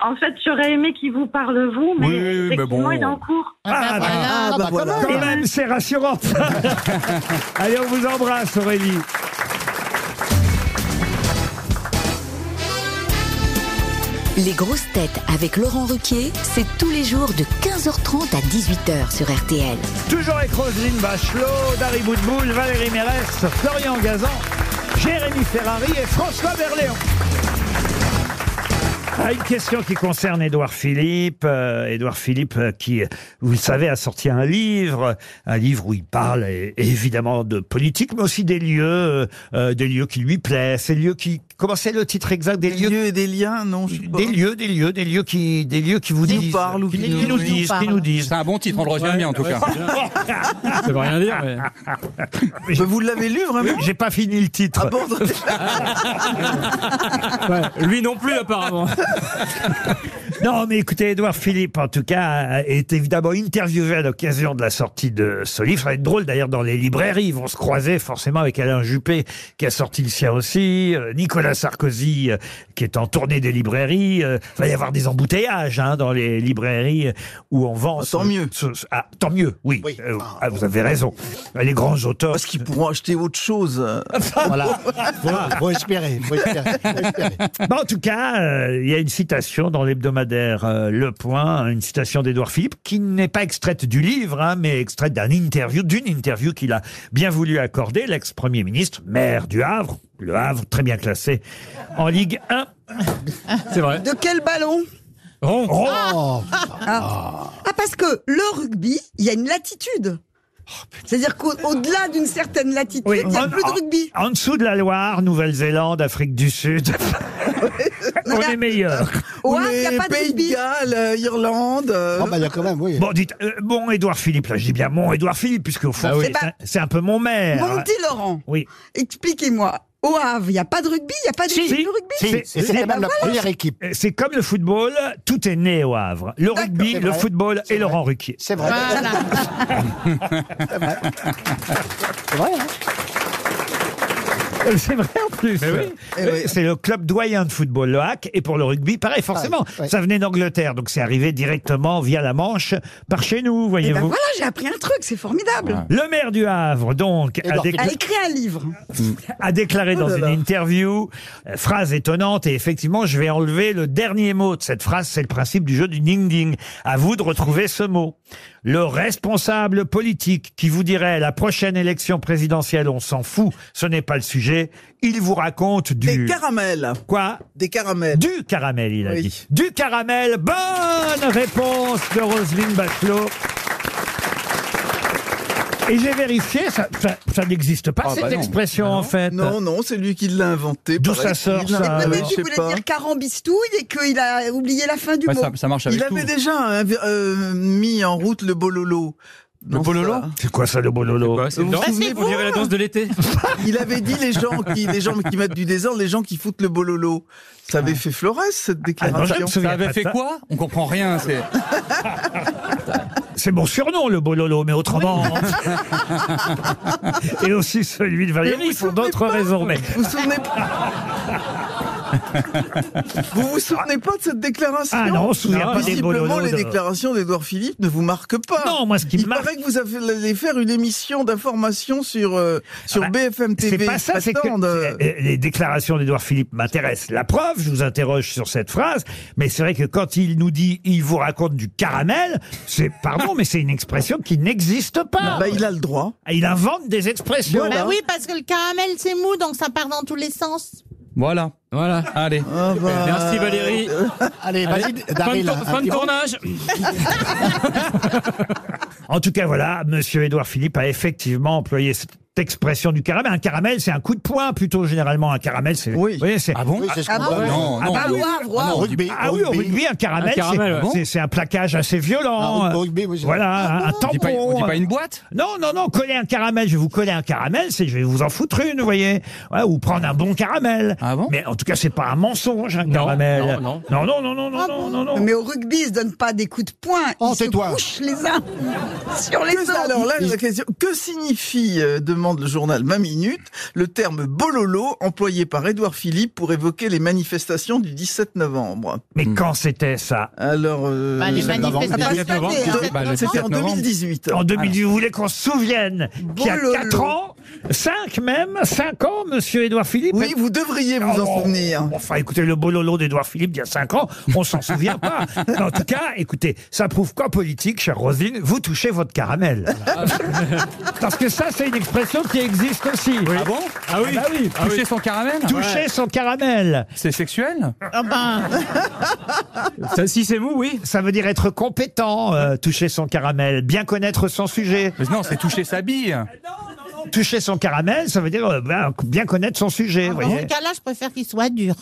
En fait, j'aurais aimé qu'il vous parle, vous, mais, Oui, oui, mais effectivement, bon. il est en cours. Ah, bah, Ah, bah, voilà. quand même, c'est rassurant. Allez, on vous embrasse, Aurélie. Les grosses têtes avec Laurent Ruquier, c'est tous les jours de 15h30 à 18h sur RTL. Toujours avec Roselyne Bachelot, Dari Boudboul, Valérie Mérès, Florian Gazan, Jérémy Ferrari et François Berléand. Ah, une question qui concerne Édouard Philippe. Euh, Édouard Philippe, euh, qui, euh, vous le savez, a sorti un livre, euh, un livre où il parle euh, évidemment de politique, mais aussi des lieux, euh, euh, des lieux qui lui plaisent, ces lieux qui. Comment c'est le titre exact des, lieux, et des liens Non, je sais pas. Des lieux, des lieux, des lieux qui, des lieux qui vous Qui nous disent, parlent ou qui, qui qui nous- nous qui nous disent, qui parlent. nous disent. C'est un bon titre, on le retient bien en tout cas. Ah. Ça veut rien dire, mais. Bah, vous l'avez lu, vraiment J'ai pas fini le titre. Ah bon Lui non plus, apparemment. Non, mais écoutez, Édouard Philippe, en tout cas, est évidemment interviewé à l'occasion de la sortie de ce livre. Ça va être drôle, d'ailleurs, dans les librairies. Ils vont se croiser forcément avec Alain Juppé, qui a sorti le sien aussi, euh, Nicolas Sarkozy, euh, qui est en tournée des librairies. Euh, Il va y avoir des embouteillages hein, dans les librairies euh, où on vend... tant ce- mieux. ce- ce- ah, tant mieux, oui. Euh, ah, vous avez raison. Les grands auteurs... Parce qu'ils pourront acheter autre chose. Voilà. Faut, faut espérer. Faut espérer. Bah, en tout cas, euh, il y a une citation dans l'hebdomadaire euh, Le Point, une citation d'Édouard Philippe, qui n'est pas extraite du livre, hein, mais extraite d'un interview, d'une interview qu'il a bien voulu accorder, l'ex-premier ministre, maire du Havre, le Havre très bien classé, en Ligue 1. C'est vrai. De quel ballon Rond. Oh Ah. Ah, parce que le rugby, il y a une latitude. C'est-à-dire qu'au-delà d'une certaine latitude, Oui, il n'y a en- plus de rugby. En dessous de la Loire, Nouvelle-Zélande, Afrique du Sud, on est meilleur. Au Ou Havre, il n'y les a pas de Pays de rugby. Galles, euh, Irlande. euh, Bon, bah, il y a quand même, oui. Bon, dites, euh, bon Édouard Philippe, là, je dis bien mon Édouard Philippe, puisque au Ah fond, oui. c'est un- c'est un, peu mon maire. Mon petit Laurent, Oui. expliquez-moi. Au Havre, il n'y a pas de rugby, il n'y a pas de Si. rugby. Eh ben Si, et c'était même la première équipe. Euh, C'est comme le football, tout est né au Havre. Le rugby, C'est le vrai. football et Laurent Ruquier. C'est vrai. C'est vrai. hein. Euh, C'est vrai en plus. Eh Euh, oui. C'est le club doyen de football, le HAC. Et pour le rugby, pareil, forcément. Ah, ouais. Ça venait d'Angleterre, donc c'est arrivé directement via la Manche par chez Eh nous, Et ben voyez-vous. voilà, j'ai appris un truc, c'est formidable. Le maire du Havre, donc, a, Édouard décla- Elle écrit un livre. a déclaré dans Oh là une là. interview, euh, phrase étonnante, et effectivement, je vais enlever le dernier mot de cette phrase, c'est le principe du jeu du ding-ding. À vous de retrouver ce mot. le responsable politique qui vous dirait la prochaine élection présidentielle, on s'en fout, ce n'est pas le sujet, il vous raconte du... Des caramels. Quoi Des caramels. Du caramel, il a Oui. dit. Du caramel. Bonne réponse de Roselyne Bachelot. Et j'ai vérifié, ça, ça- ça n'existe pas, Ah, cette bah non. expression, Ah non. en fait. Non, non, c'est lui qui l'a inventé. D'où paraît-il. ça sort, ça, Non, alors mais Qui je sais voulait pas. dire carambistouille et qu'il a oublié la fin du mot. Il avait déjà euh, euh, mis en route le bololo. Le bololo C'est quoi ça, le bololo Bah, c'est une Vous vous danse souvenez On dirait la danse de l'été. Il avait dit les gens qui les gens qui mettent du désordre, les gens qui foutent le bololo. Ça avait fait Flores cette Ah Ça déclaration. avait fait quoi On comprend rien. C'est C'est mon surnom, le Bololo, mais autrement. Et aussi celui de Mais vous Valérie, pour d'autres raisons. Mais... Vous vous souvenez Vous vous souvenez pas de cette déclaration Ah non, on se souvient pas des Visiblement, bololos les de- déclarations d'Edouard Philippe ne vous marquent pas. Non, moi, ce qui Il me marque- paraît que vous avez- allez faire une émission d'information sur euh, sur Ah bah, BFM TV. C'est pas ça, c'est que Attends, euh, c'est- les déclarations d'Edouard Philippe m'intéressent. La preuve, je vous interroge sur cette phrase, mais c'est vrai que quand il nous dit il vous raconte du caramel, c'est pardon, mais c'est une expression qui n'existe pas. Bah, il a le droit. Il invente des expressions. Bah ben. oui, parce que le caramel, c'est mou, donc ça part dans tous les sens. Voilà. Voilà. Allez. Merci Valérie. Allez, Allez, vas-y, fin de, Daryl. tour- fin de tournage. En tout cas, voilà, Monsieur Édouard Philippe a effectivement employé cette expression du caramel. Un caramel, c'est un coup de poing plutôt généralement. Un caramel, c'est. Oui. Vous voyez, c'est. Ah bon Oui, c'est ce Ah qu'on bon donne. Non, Ah non. bah, au Havre, au Ah Havre. non. Rugby. Ah oui, au rugby, un caramel, Un c'est- caramel, ouais. c'est c'est un plaquage assez violent. Ah, au rugby, oui, c'est voilà, un, un On dit pas- tampon. on dit pas une boîte Non, non, non, coller un caramel, je vais vous coller un caramel, c'est je vais vous en foutre une, vous voyez. Ouais, ou prendre un bon caramel. Ah bon Mais en tout cas, c'est pas un mensonge, un caramel. non, non, non, non, non, non, non, non, non. Ah Mais au rugby, ils se donnent pas des coups de poing. Oh, ils se tais-toi. couchent les uns sur les que- autres. alors là, la question, que signifie, euh, demande le journal Ma Minute, le terme bololo employé par Édouard Philippe pour évoquer les manifestations du 17 novembre Mais quand c'était ça Hmm. Alors, euh, Bah, les euh, manifestations. novembre, passées, dix-sept hein, novembre. Bah, le septembre. c'était en 17 novembre. 2018. En 2010, vous voulez qu'on se souvienne qu'il y a Bololo. 4 ans, 5 même, 5 ans, monsieur Édouard Philippe Oui, vous devriez vous en Oh, souvenir. Enfin, écoutez, le bololo d'Edouard Philippe d'il y a 5 ans, on s'en souvient pas. Mais en tout cas, écoutez, ça prouve qu'en politique, chère Roselyne, vous touchez votre caramel. Ah, bah. Parce que ça, c'est une expression qui existe aussi. Ah bon Ah oui. bah oui. Ah oui. Toucher son caramel Ah Toucher son caramel, C'est sexuel Ah ben, Ça, si c'est mou, oui. ça veut dire être compétent, euh, toucher son caramel, bien connaître son sujet. Ah, Mais non, c'est toucher sa bille. Toucher son caramel, ça veut dire euh, ben, bien connaître son sujet, Ah, vous dans voyez. ce cas-là, je préfère qu'il soit dur.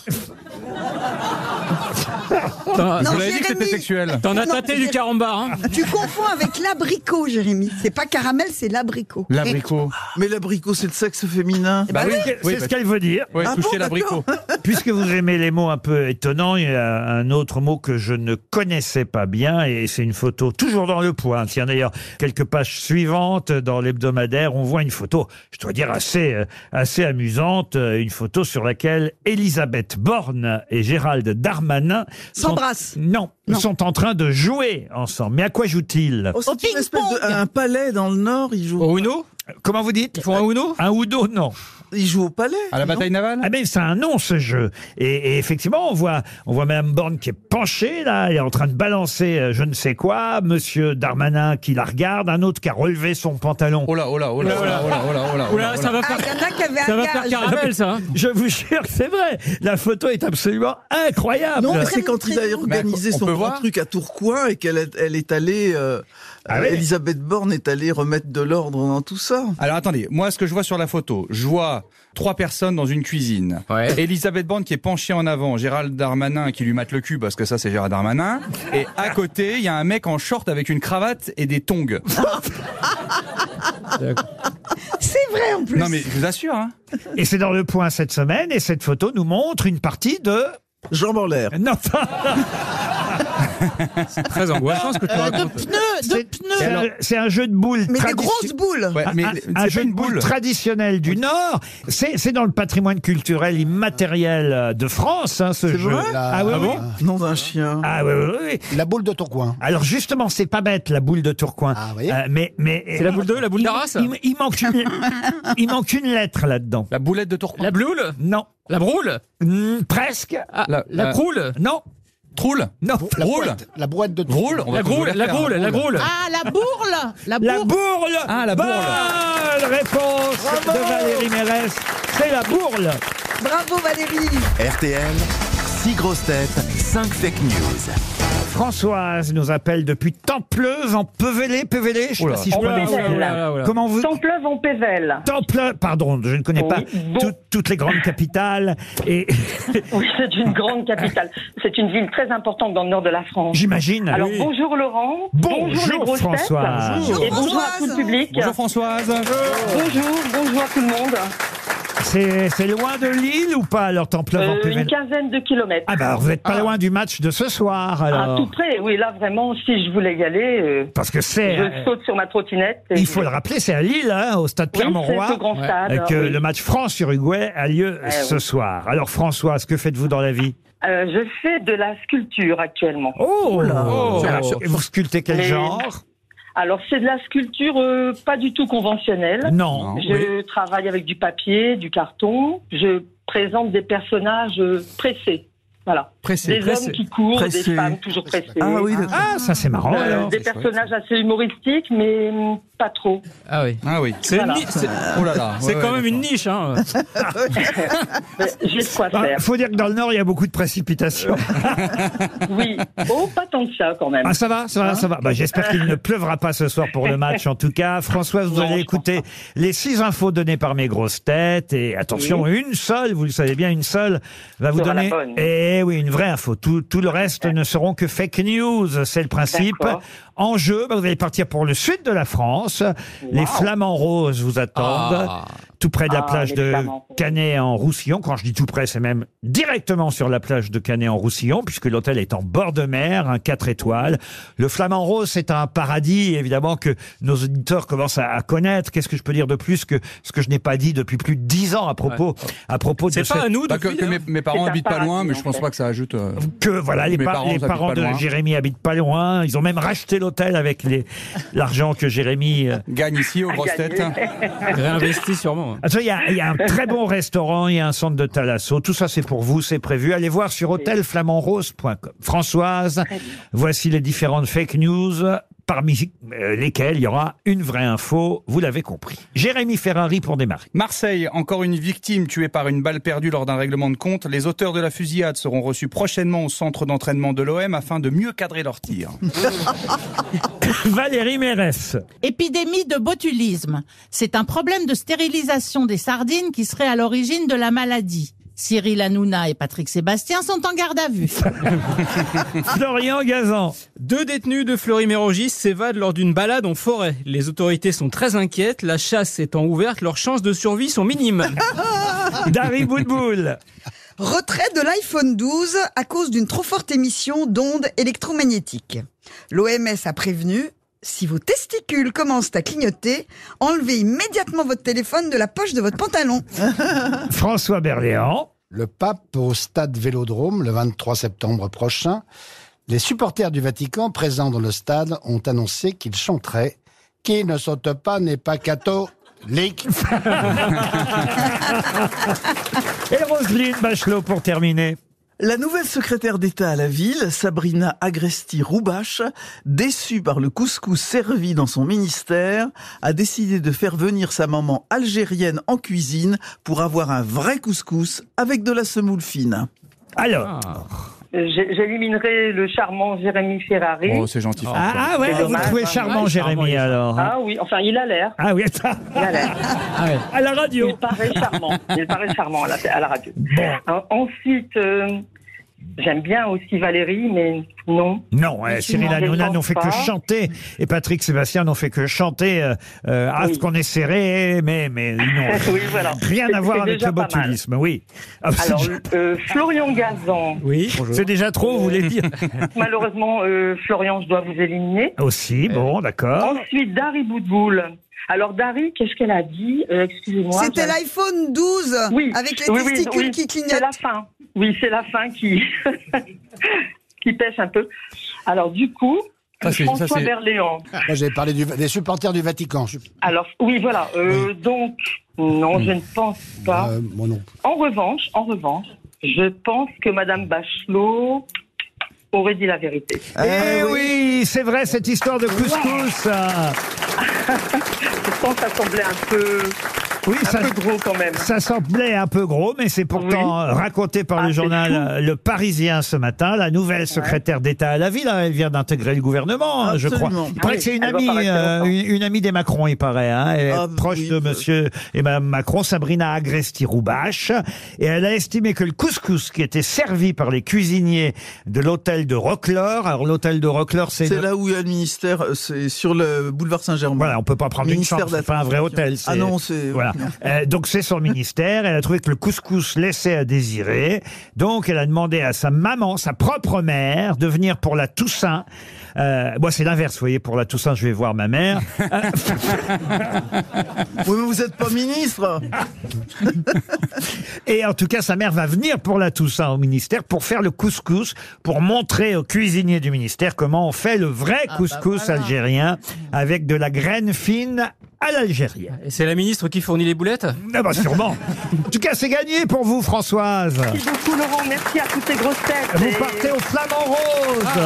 Putain, Non, vous l'avez dit que Jérémy. c'était sexuel. T'en as Non, tâté c'est- du carambar. Hein. Tu confonds avec l'abricot, Jérémy. C'est pas caramel, c'est l'abricot. L'abricot. Mais l'abricot, c'est le sexe féminin. Bah oui, c'est oui, ce bah- qu'elle veut dire. Ouais, Ah bon, toucher l'abricot. Puisque vous aimez les mots un peu étonnants, il y a un autre mot que je ne connaissais pas bien, et c'est une photo toujours dans le point. Tiens, d'ailleurs, quelques pages suivantes dans l'hebdomadaire, on voit une photo, je dois dire, assez, euh, assez amusante, euh, une photo sur laquelle Elisabeth Borne et Gérald Darmanin sont- S'embrassent. Non, Non. sont en train de jouer ensemble. Mais à quoi jouent-ils Oh, Au c'est une espèce ping-pong. de, un palais dans le Nord, il joue, Au Uno Comment vous dites Ils font un Uno Un Udo, non. il joue au palais. À la non bataille navale Ah mais c'est un nom ce jeu. Et, et effectivement, on voit, on voit Madame Borne qui est penchée là, elle est en train de balancer euh, je ne sais quoi, Monsieur Darmanin qui la regarde, un autre qui a relevé son pantalon. Oh là, oh là, oh là, oh là, oh là, oh là, oh là, oh là, Oula, ça va Ah, faire, il y en a qui avaient ça un va faire gage. caramel, ça. hein. Ah, Je vous jure, que c'est vrai. La photo est absolument incroyable. Non, mais Très c'est quand il a mignon. organisé Bah, on son peut grand voir truc à Tourcoing et qu'elle est- elle est allée. euh, Ah ouais Elisabeth Borne est allée remettre de l'ordre dans tout ça. Alors attendez, moi ce que je vois sur la photo, je vois trois personnes dans une cuisine. Ouais. Elisabeth Borne qui est penchée en avant, Gérald Darmanin qui lui mate le cul parce que ça c'est Gérald Darmanin. Et à côté, il y a un mec en short avec une cravate et des tongs. C'est vrai en plus. Non mais je vous assure. Hein. Et c'est dans le point cette semaine et cette photo nous montre une partie de Jambes en l'air. non. Très angoissant ce que tu Euh, de racontes. pneus, de C'est pneus. un, c'est un jeu de boules. Mais des tradition- grosses boules. Ouais, mais un, c'est un pas jeu de une boules boule. traditionnel du Nord, c'est c'est dans le patrimoine culturel immatériel euh, de France, hein, ce jeu. vrai ah oui, oui. Nom d'un chien. Ah oui, oui, oui. La boule de Tourcoing. Alors justement, c'est pas bête la boule de Tourcoing. Euh, Ah, oui. mais mais C'est la boule 2, la boule de race il, il manque une, il manque une lettre là-dedans. La boulette de Tourcoing. La bloule Non, La broule Hmm, presque. Ah, La croule Non, Troule Non. La Roule boîte, la boîte de Roule on va La pas vous groule, la faire, groule, la groule. Ah, la bourle La bourle, La bourle Ah, la bourle. Bonne réponse Bravo de Valérie Mérès. C'est la bourle. Bravo Valérie RTL, 6 grosses têtes, 5 fake news. Françoise nous appelle depuis Templeuse en Pevelé. Pevelé, je sais Oula. pas si je En prononce. Pévèle. Oula, oula. Comment vous... Templeuve en Pével. Temple, pardon, je ne connais Oui, pas bon. tout- toutes les grandes capitales. Et Oui, c'est une grande capitale. C'est une ville très importante dans le nord de la France. j'imagine. Alors Oui. bonjour Laurent, Bonjour, les grosses têtes. Françoise. et bonjour à Françoise. tout le public. Bonjour Françoise. bonjour, bonjour à tout le monde. C'est c'est loin de Lille ou pas, alors Templeuve en Euh, une Pevelé quinzaine de kilomètres. Ah bah, alors, vous n'êtes pas loin du match de ce soir, à Ah, tout alors. près, oui, là vraiment, si je voulais y aller, euh, Parce que c'est... je saute sur ma trottinette. et- Il faut le rappeler, c'est à Lille, hein, au stade Oui, Pierre-Mauroy. c'est au grand stade. Et que oui. le match France-Uruguay a lieu Eh ce oui. soir. Alors Françoise, que faites-vous dans la vie Euh, je fais de la sculpture actuellement. Oh, Oh. Et Vous sculptez quel Mais- genre Alors c'est de la sculpture euh, pas du tout conventionnelle. Non. Je travaille avec du papier, du carton. Je présente des personnages euh, pressés. Voilà. Pressé, des pressé. hommes qui courent, Pressés. des femmes toujours pressées. Ah oui, d'accord. Ah, ça c'est marrant Euh, alors. des C'est chouette, personnages assez humoristiques, mais hum, pas trop. Ah oui. Ah oui. C'est une Ah Voilà. ni- c'est- Oh là là. c'est ouais, quand ouais, même une niche, hein. Mais J'ai de quoi faire. Il Bah, faut dire que dans le Nord, il y a beaucoup de précipitations. Oui. Oh, pas tant que ça quand même. Hein Ah, ça va, ça va, ça va. Bah, J'espère qu'il ne pleuvra pas ce soir pour le match, en tout cas. Françoise, vous Non, allez je pense écouter les six infos données par mes grosses têtes. Et attention, une seule, vous le savez bien, une seule va vous Sera la donner. bonne. Eh oui, une vraie info. Tout, tout le reste ne seront que fake news. C'est le principe. D'accord. En jeu, bah, vous allez partir pour le sud de la France. Les flamants roses vous attendent. Ah. Tout près de la Ah, plage les de Flamands. Canet en Roussillon. Quand je dis tout près, c'est même directement sur la plage de Canet en Roussillon, puisque l'hôtel est en bord de mer, un 4 étoiles. Le Flamand Rose, c'est un paradis, évidemment, que nos auditeurs commencent à, à connaître. Qu'est-ce que je peux dire de plus que ce que je n'ai pas dit depuis plus de 10 ans à propos, à propos de C'est pas cette- à nous Bah, de que, que mes, mes hein. C'est parents un habitent pas paradis, loin, mais en je pense fait. pas que ça ajoute. euh, que voilà les, Mes pa- parents les habitent parents pas de loin. Jérémy habitent pas loin ils ont même racheté l'hôtel avec les l'argent que Jérémy euh, Gagne ici aux grosses têtes. Réinvesti sûrement. Attends, Ah, il y, a- il y a un très bon restaurant, il y a un centre de thalasso. Tout ça, c'est pour vous, c'est prévu. Allez voir sur hôtelflamandrose.com. Françoise, voici les différentes fake news, parmi euh, lesquelles il y aura une vraie info, vous l'avez compris. Jérémy Ferrari pour démarrer. Marseille, encore une victime tuée par une balle perdue lors d'un règlement de compte. Les auteurs de la fusillade seront reçus prochainement au centre d'entraînement de l'OM afin de mieux cadrer leurs tirs. Valérie Mérès. Épidémie de botulisme. C'est un problème de stérilisation des sardines qui serait à l'origine de la maladie. Cyril Hanouna et Patrick Sébastien sont en garde à vue. Florian Gazan. Deux détenus de Fleury-Mérogis s'évadent lors d'une balade en forêt. Les autorités sont très inquiètes, la chasse étant ouverte, leurs chances de survie sont minimes. Dari Boudboul. Retrait de l'iPhone 12 à cause d'une trop forte émission d'ondes électromagnétiques. L'OMS a prévenu, si vos testicules commencent à clignoter, enlevez immédiatement votre téléphone de la poche de votre pantalon. François Berléand. Le pape au stade Vélodrome le 23 septembre prochain. Les supporters du Vatican présents dans le stade ont annoncé qu'ils chanteraient Qui ne saute pas n'est pas catholique. Et Roselyne Bachelot pour terminer. La nouvelle secrétaire d'État à la ville, Sabrina Agresti-Roubache, déçue par le couscous servi dans son ministère, a décidé de faire venir sa maman algérienne en cuisine pour avoir un vrai couscous avec de la semoule fine. Alors. Euh, j'ai- J'éliminerai le charmant Jérémy Ferrari. Oh, c'est gentil. Ah, François. ah ouais, C'est vous le dommage, trouvez hein. charmant, Ouais, charmant, Jérémy, il est alors. hein. Ah oui, enfin il a l'air. Ah oui, Il a l'air. Ah ouais. à la radio. Il paraît charmant. Il paraît charmant à la, à la radio. Bon. Euh, Ensuite, euh, j'aime bien aussi Valérie, mais non. Non, eh, Je Cyril m'en Hanouna défends n'ont fait que pas. chanter et Patrick Sébastien n'ont fait que chanter euh, euh, Ah, ce Oui. qu'on est serré, mais, mais ils n'ont Oui, voilà. rien C'est- à voir c'est avec déjà le pas mal. botulisme, oui. Ah, c'est Alors, déjà- euh, Florian Gazan, Oui. c'est déjà trop, vous voulez dire malheureusement, euh, Florian, je dois vous éliminer. Eh. Aussi, bon, d'accord. Ensuite, Dari Boudboul. Alors, Dari, qu'est-ce qu'elle a dit Euh, Excusez-moi. C'était j'ai- l'iPhone 12 Oui. avec les Oui, oui, testicules oui. qui C'est la clignotent. fin. Oui, c'est la fin qui, qui pêche un peu. Alors, du coup, Ça, c'est- ça, François c'est- Berléand. Moi, j'avais parlé du- des supporters du Vatican. Je- Alors, oui, voilà. Euh, Donc, non, Hmm. je ne pense pas. Euh, moi non plus. En revanche, en revanche, je pense que Madame Bachelot aurait dit la vérité. Eh oui, c'est vrai cette histoire de couscous. euh, Je pense que ça semblait un peu, Oui, un ça- peu gros quand même. Ça semblait un peu gros, mais c'est pourtant Oui. euh, raconté par Ah, le c'est journal fou. euh, Le Parisien ce matin. La nouvelle secrétaire d'État à la ville, hein, elle vient d'intégrer le gouvernement, hein, je crois. Absolument. Il paraît Ah que oui, c'est une elle va amie, pas rester euh, longtemps. une, une amie des Macron, il paraît. hein. Elle est Ah, proche oui, de euh, Monsieur et Madame Macron, Sabrina Agresti-Roubache, et elle a estimé que le couscous qui était servi par les cuisiniers de l'hôtel de Roquelaure, alors l'hôtel de Roquelaure, c'est C'est le- là où il y a le ministère, euh, c'est sur le boulevard Saint-Germain. Voilà, on peut pas prendre Ministère une chambre, de la c'est pas un vrai Transition. hôtel. Ah non, c'est- Voilà. non. Euh, donc c'est son ministère. Elle a trouvé que le couscous laissait à désirer. Donc elle a demandé à sa maman, sa propre mère, de venir pour la Toussaint. Euh, moi, c'est l'inverse, vous voyez. Pour la Toussaint, je vais voir ma mère. Oui, mais vous n'êtes pas ministre Et en tout cas, sa mère va venir pour la Toussaint au ministère pour faire le couscous, pour montrer aux cuisiniers du ministère comment on fait le vrai bah couscous voilà. algérien avec de la graine fine à l'Algérie. Et c'est la ministre qui fournit les boulettes Ah bah sûrement. en tout cas, c'est gagné pour vous, Françoise. Merci beaucoup Laurent, merci à toutes ces grosses têtes. Vous Et- partez au flamand rose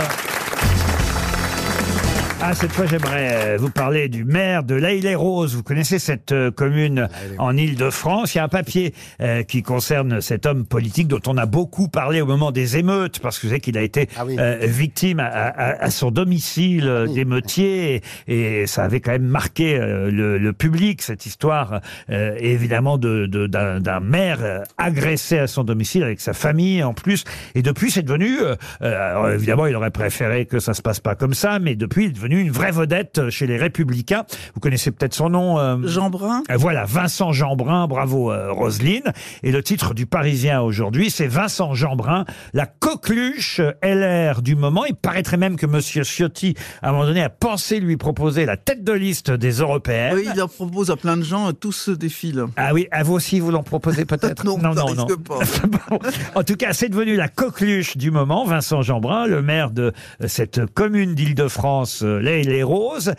Ah, cette fois, j'aimerais euh, vous parler du maire de les rose Vous connaissez cette euh, commune en Île-de-France. Il y a un papier euh, qui concerne cet homme politique dont on a beaucoup parlé au moment des émeutes, parce que vous savez qu'il a été Ah oui. euh, victime à, à- à son domicile euh, d'émeutiers, et, et ça avait quand même marqué euh, le, le public, cette histoire, euh, évidemment, de- de- d'un d'un maire euh, agressé à son domicile avec sa famille en plus. Et depuis, c'est devenu, euh, euh, alors, évidemment, il aurait préféré que ça se passe pas comme ça, mais depuis, il est devenu une vraie vedette chez les Républicains. Vous connaissez peut-être son nom euh, Jean Brun euh, Voilà, Vincent Jeanbrun, bravo euh, Roselyne. Et le titre du Parisien aujourd'hui, c'est Vincent Jeanbrun, la coqueluche LR du moment. Il paraîtrait même que Monsieur Ciotti, à un moment donné, a pensé lui proposer la tête de liste des Européennes. Oui, il en propose à plein de gens, euh, tous se défilent. Ah oui, à vous aussi, vous l'en proposez peut-être Non, ça risque pas. Bon, en tout cas, c'est devenu la coqueluche du moment, Vincent Jeanbrun, le maire de euh, cette commune d'Île-de-France, euh, les Roses.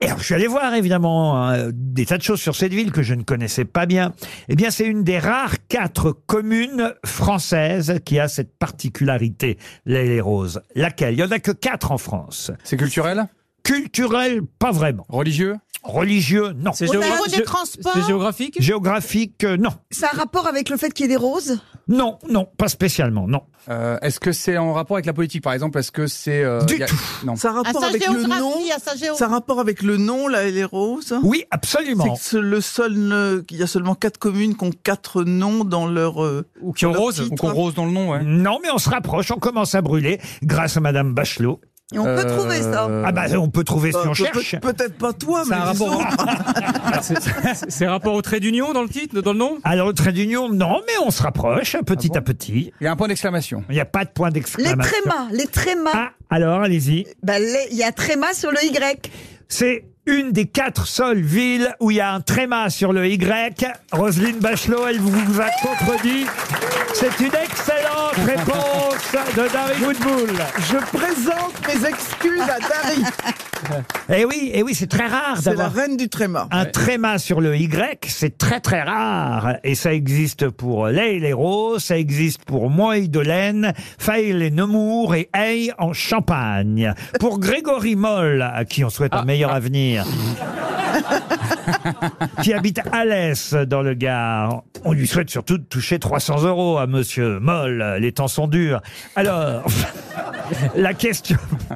Et alors, je suis allé voir, évidemment, hein, des tas de choses sur cette ville que je ne connaissais pas bien. Eh bien, c'est une des rares quatre communes françaises qui a cette particularité, les Roses. Laquelle Il n'y en a que quatre en France. C'est culturel Culturel, pas vraiment. Religieux Religieux, non. C'est Au géogra- niveau des gé- transports C'est géographique Géographique, euh, non. Ça a rapport avec le fait qu'il y ait des roses Non, non, pas spécialement, non. Euh, Est-ce que c'est en rapport avec la politique, par exemple Est-ce que c'est... euh, Du y a- tout. Non. Ah, Ça a À rapport sa avec le nom géographie, à sa géo- Ça a rapport avec le nom, là, et les roses Oui, absolument. C'est que le seul, euh, qu'il y a seulement quatre communes qui ont quatre noms dans leur. euh, Ou qui ont leur rose Ou titre. qu'on rose dans le nom, ouais. Non, mais on se rapproche, on commence à brûler grâce à Madame Bachelot. Et on peut trouver ça. Euh, Ah bah on peut trouver si Euh, on peut- cherche. Peut-être pas toi, C'est mais. un les rapport. autres. C'est- c'est- C'est rapport au trait d'union dans le titre, dans le nom Ah, Ah Alors le trait d'union, non, mais on se rapproche hein, petit bon à petit. Il y a un point d'exclamation. Il n'y a pas de point Les d'exclamation. trémas, les trémas. bah, Ah, alors allez-y. Bah, les- Il y a tréma sur le Y. C'est une des quatre seules villes où il y a un tréma sur le Y. Roselyne Bachelot, elle vous a contredit. C'est une excellente réponse de Darry Woodbull. Je présente mes excuses à Dari. Eh oui, eh oui, c'est très rare C'est la d'avoir reine du tréma. Un tréma sur le Y, c'est très très rare. Et ça existe pour les les Roses, ça existe pour Moy de Laine, Faille et Nemours et Aye en Champagne. Pour Grégory Moll, à qui on souhaite un meilleur avenir, qui habite Alès dans le Gard, on lui souhaite surtout de toucher 300 euros à monsieur Moll. Les temps sont durs. Alors, la question.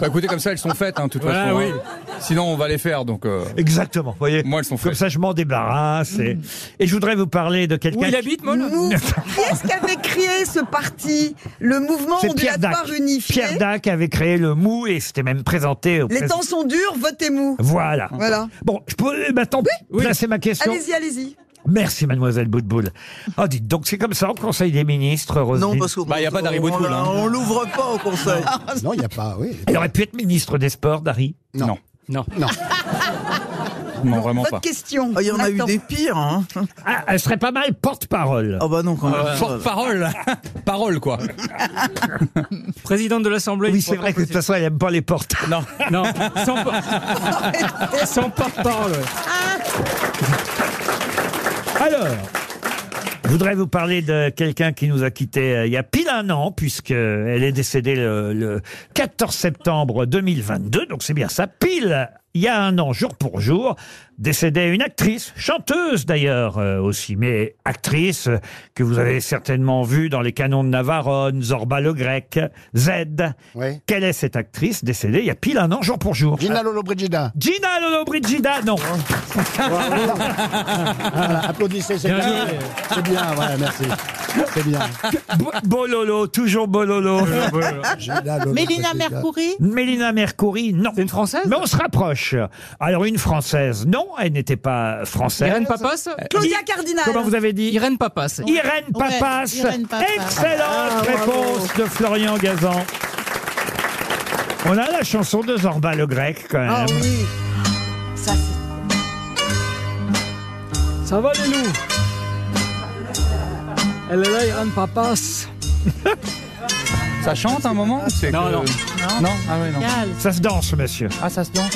Bah, écoutez, comme ça, elles sont faites, hein, de toute Voilà, façon. oui. hein. Sinon, on va les faire, donc... euh, Exactement, vous voyez. Moi, elles sont faites. Comme ça, je m'en débarrasse. Et, Mm. et je voudrais vous parler de quelqu'un. Où il qui- habite, Moll Nous, qui est-ce qui avait créé ce parti Le mouvement C'est Pierre Dac. ondulatoire unifié. Pierre Dac avait créé le mou et c'était même présenté au Les prés- temps sont durs, votez-nous. Voilà. Voilà. Bon, je peux eh ben, maintenant placer ma question. Allez-y, allez-y. Merci, mademoiselle Boutboul. Oh, dites donc, c'est comme ça au Conseil des ministres, Roselyne Non, parce qu'on Bah, y a pas Dari on- Woodbull, hein. On l'ouvre pas au conseil. Ah. Non, il n'y a pas, oui. Elle aurait pu être ministre des Sports, Dari. Non. Non. Non. Non, vraiment Votre pas. question. Ah, Il y en a eu Nathan. des pires, hein. Ah, elle serait pas mal porte-parole. Ah bah non, quand même. Forte parole Parole, quoi. Présidente de l'Assemblée. oui, c'est vrai que de toute façon, elle aime pas les portes. Non, non, sans, por- sans porte-parole. ouais. Alors, Je voudrais vous parler de quelqu'un qui nous a quittés euh, il y a pile un an, puisqu'elle est décédée le, le 14 septembre 2022, donc c'est bien ça, pile il y a un an, jour pour jour, décédée une actrice, chanteuse d'ailleurs euh, aussi, mais actrice euh, que vous avez certainement vue dans les canons de Navarone, Zorba le Grec, Z. Quelle est cette actrice décédée il y a pile un an, jour pour jour Gina Lollobrigida. Gina Lollobrigida, non. Voilà, applaudissez, c'est Bien bien. joué. C'est bien, ouais, merci. C'est bien. Bo- Bololo, toujours Bololo. Mélina Mercouri Mélina Mercouri, non. C'est une Française Mais on se rapproche. Alors, une Française, non, elle n'était pas française. Irène Papas Euh, Claudia Cardinal. Comment vous avez dit Irène Papas. Irène Ouais, Papas. Irène Papas. Excellente Ah, réponse de Florian Gazan. On a la chanson de Zorba le grec, quand même. Ah oui. Ça, c'est- Ça va les loups Elle est là, Irène Papas. Ça chante un moment ou Ah, c'est Non, que- non. Non Ah ouais, non. Cal. Ça se danse, monsieur. Ah, ça se danse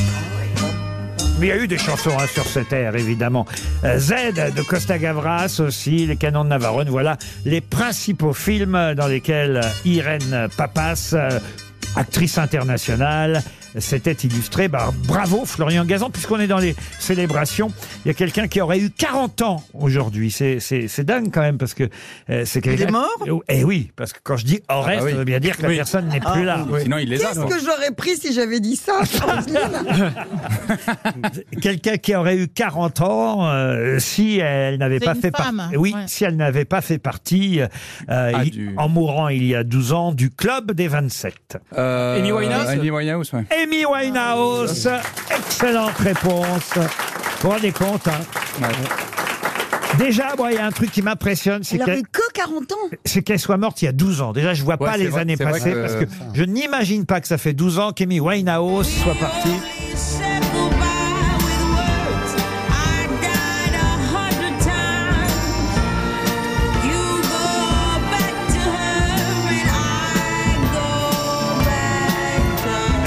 Mais il y a eu des chansons hein, sur cette air, évidemment. Euh, Z de Costa Gavras aussi, Les Canons de Navarone. Voilà les principaux films dans lesquels Irène Papas, euh, actrice internationale, s'était illustrée. Bah, bravo Florian Gazan, puisqu'on est dans les célébrations. Il y a quelqu'un qui aurait eu 40 ans aujourd'hui. C'est- C'est c'est dingue quand même, parce que euh, c'est quelqu'un. est mort Eh oui, parce que quand je dis aurait, Ah bah oui. ça veut bien dire que la Oui. personne n'est plus là. Sinon, il les a. Qu'est-ce que j'aurais pris si j'avais dit ça quelqu'un qui aurait eu 40 ans euh, si elle n'avait C'est pas une fait par- femme, oui ouais. si elle n'avait pas fait partie euh, il- Ah, du- en mourant il y a 12 ans du club des 27. Euh, Amy Winehouse Amy Winehouse, ouais. Amy Winehouse, excellente réponse. Vous vous rendez compte hein Déjà, moi, il y a un truc qui m'impressionne, c'est Elle qu'elle aurait que 40 ans. c'est qu'elle soit morte il y a 12 ans. Déjà, je vois Ouais, pas c'est les vrai- années c'est vrai passées que- hein. parce que je n'imagine pas que ça fait 12 ans qu'Amy Winehouse soit partie.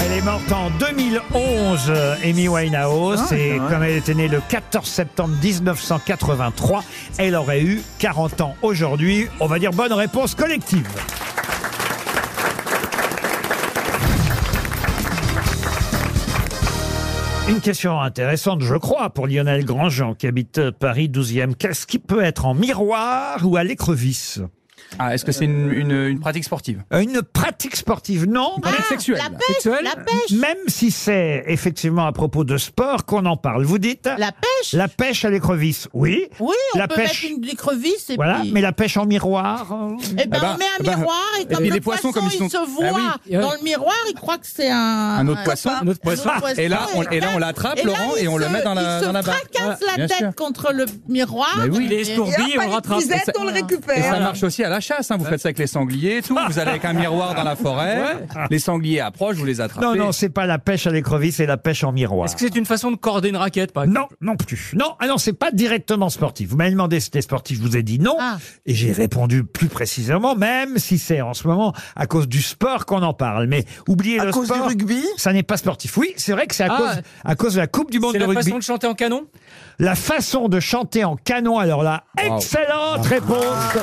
Elle est morte en 2011, euh, Amy Winehouse, et comme elle était née le 14 septembre 1983, elle aurait eu 40 ans aujourd'hui. On va dire bonne réponse collective. Une question intéressante, je crois, pour Lionel Grandjean, qui habite Paris 12e. Qu'est-ce qui peut être en miroir ou à l'écrevisse Euh, Ah, est-ce que c'est une, une, une pratique sportive Une pratique sportive, non Ah, Une pratique sexuelle La pêche, Sexuelle la pêche, Même si c'est effectivement à propos de sport qu'on en parle. Vous dites la pêche. La pêche à l'écrevisse, oui. Oui, on la peut pêche. mettre une crevisse et Voilà, puis. mais la pêche en miroir. euh, Eh ben, Eh ben, on met un eh ben, miroir et comme et le les poissons, poisson, comme ils il sont- se Ah oui. voit dans le miroir, il croit que c'est un, Un autre poisson copain. Un autre poisson. Et là, on- et là, on l'attrape, Et là, Laurent, il et on le se- met dans la- Il se dans la barre. fracasse Voilà, la bien tête sûr. contre le miroir. Bah oui, il est estourdi. Et- Oui, on Et on rattrape. rattrape. Et on le Et ça récupère. marche aussi à la chasse, hein. vous faites ça avec les sangliers et tout, vous allez avec un miroir dans la forêt, les sangliers approchent, vous les attrapez. Non, non, c'est pas la pêche à l'écrevisse, c'est la pêche en miroir. Est-ce que c'est une façon de corder une raquette, par exemple Non, non plus. Non, ah non, c'est pas directement sportif. Vous m'avez demandé si c'était sportif, je vous ai dit non. Ah. Et j'ai répondu plus précisément, même si c'est en ce moment à cause du sport qu'on en parle. Mais oubliez À le cause du sport. rugby Ça n'est pas sportif. Oui, c'est vrai que c'est à, Ah. cause, à cause de la Coupe du Monde C'est de la rugby. façon de chanter en canon La façon de chanter en canon, alors là, Wow. Ah. excellente réponse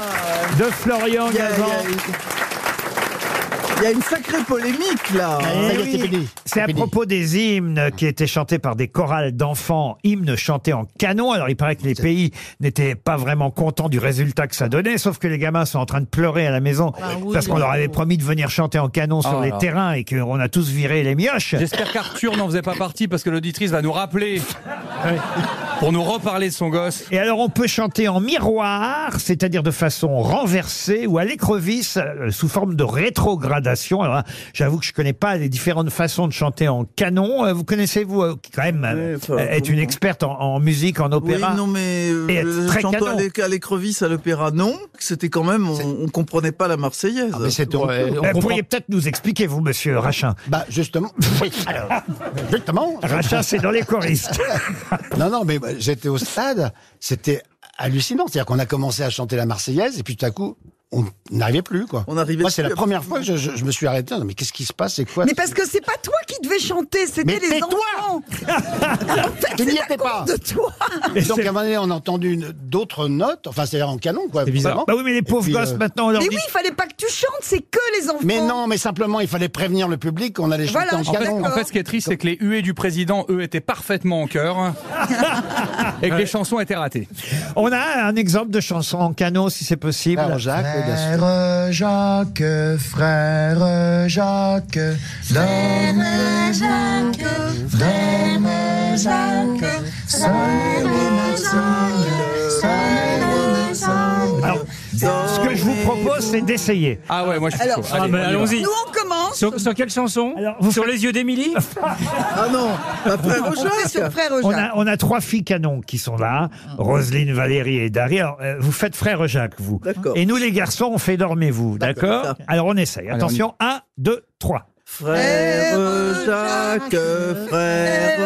de Florian Il y, a, il y Gazan. a- il y a une sacrée polémique là. Eh Ah, Ça y est, oui. c'est fini. C'est à fini. propos des hymnes qui étaient chantés par des chorales d'enfants, hymnes chantés en canon. Alors il paraît que les pays n'étaient pas vraiment contents du résultat que ça donnait, sauf que les gamins sont en train de pleurer à la maison oui, parce qu'on oui. leur avait promis de venir chanter en canon sur Oh les là. terrains et qu'on a tous viré les mioches. J'espère qu'Arthur n'en faisait pas partie parce que l'auditrice va nous rappeler pour nous reparler de son gosse. Et alors on peut chanter en miroir, c'est-à-dire de façon renversée ou à l'écrevisse euh, sous forme de rétrogradation. Alors là, j'avoue que je connais pas les différentes façons de chanter en canon. Euh, Vous connaissez vous euh, qui quand même euh, Ouais, ça, euh, est une experte en, en musique, en Oui, opéra. non, mais euh, Et être le très chanteur canon. à l'é- à l'écrevisse à l'opéra, non. C'était quand même, on, on comprenait pas la Marseillaise. Ah, mais c'est Ouais, honteux. on Euh, vous comprend. pourriez peut-être nous expliquer vous monsieur Rachin. Bah, justement. Oui, alors. Justement. Rachin c'est dans les choristes. Non, non, mais bah, j'étais au stade. C'était hallucinant. C'est-à-dire qu'on a commencé à chanter la Marseillaise et puis tout à coup, on n'arrivait plus, quoi. On n'arrivait Moi, c'est plus la à- première fois que je, je- je me suis arrêté. Non, mais qu'est-ce qui se passe C'est quoi Mais parce que c'est pas toi qui devais chanter, c'était Mais les tais-toi enfants. non Tu n'y étais pas. Et donc, à un moment donné, on a entendu une- d'autres notes, enfin, c'est-à-dire en canon, quoi. vraiment. Bah oui, mais les Et pauvres puis, gosses, euh, maintenant, on leur Mais dit. oui, il fallait pas que tu chantes, c'est que les enfants. Mais non, mais simplement, il fallait prévenir le public qu'on allait chanter Voilà, en je suis En fait, canon. en fait, ce qui est triste, c'est que les huées du président, eux, étaient parfaitement en cœur hein. et que les chansons étaient ratées. On a un exemple de chanson en canon, si c'est possible. Alors, Jacques, Ah, oui, bien sûr. Frère Jacques, frère Jacques, frère Jacques, frère Jacques, Alors, ce que je vous propose, c'est d'essayer. Ah ouais, moi je suis Alors, chaud. Ah, mais on y va. allons-y. Nous, on commence. Sur, sur quelle chanson Alors, vous Sur faites- les yeux d'Émilie Ah non, pas frère On fait sur Jacques. Frère On Jacques. a, on a trois filles canons qui sont là, Roselyne, Valérie et Dari. Alors, euh, vous faites frère Jacques, vous. D'accord. Et nous, les garçons, on fait dormez-vous, D'accord, d'accord Alors, on essaye. on y Attention, 1, 2, 3. Frère Jacques, frère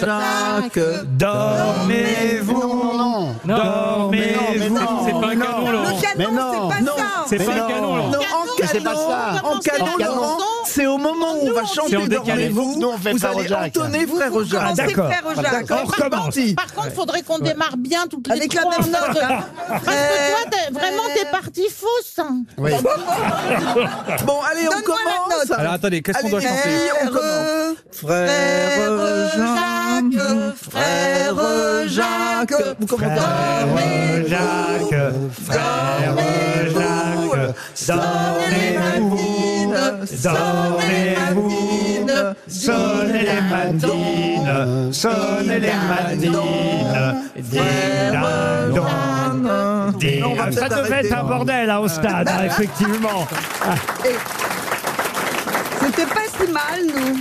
Jacques. Dormez-vous, Non, non. Non, mais dormez-vous. non. c'est pas un Non. canon, Le Laurent. Mais canon, non, c'est pas non. ça. C'est Mais pas non. un canon, Laurent. Non, Mais c'est pas ça. en canon, En canon. Laurent, c'est au moment où on va C'est chanter en décalé. Dormez-vous, Nous, on fait vous Frère allez Jacques. entonner Frère Ah, Jacques. d'accord. Frère Jacques. On C'est recommence. parti. Par contre, faudrait qu'on démarre bien toutes les Avec la trois même en note, ordre. hein. Parce que toi, t'es- vraiment, t'es parti fausse. hein. Oui. Bon, allez, on Donne-moi la commence. Alors attendez, qu'est-ce qu'on Allez, doit les chanter filles, on commence. Frère Frère Jacques, frère Jacques. Vous commencez Frère Jacques, frère Jacques, dormez-vous, dormez-vous, sonnez les matines, sonnez les matines, ding dong, ding. Non, on va Ça peut-être devait être arrêter. un bordel hein, au stade, hein, effectivement. Ah, C'était pas si mal, nous.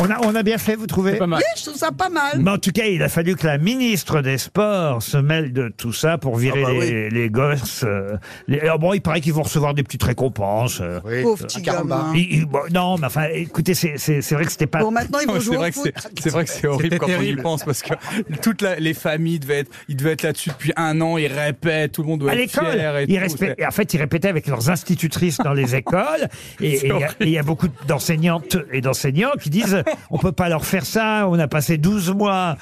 On a, on a bien fait, vous trouvez Pas mal. Eh, je trouve ça pas mal. Mais en tout cas, il a fallu que la ministre des Sports se mêle de tout ça pour virer Ah bah les, les gosses. euh, les- alors bon, il paraît qu'ils vont recevoir des petites récompenses. euh. Oui. Pauvre petit Un caramba. gamin. Il- il- bon, non, mais enfin, écoutez, c'est c'est- c'est vrai que c'était pas... Bon, maintenant, ils vont Ouais, jouer C'est au vrai que foot. c'est c'est vrai que c'est horrible C'était quand on y terrible. pense parce que toutes la- les familles devaient être ils devaient être là-dessus depuis un an ils répètent tout le monde doit à être l'école, fier et ils tout, respect- c'est- en fait, ils répétaient avec leurs institutrices dans les écoles. Et et il y a- et il y, a beaucoup d'enseignantes et d'enseignants qui disent on peut pas leur faire ça, on a passé 12 mois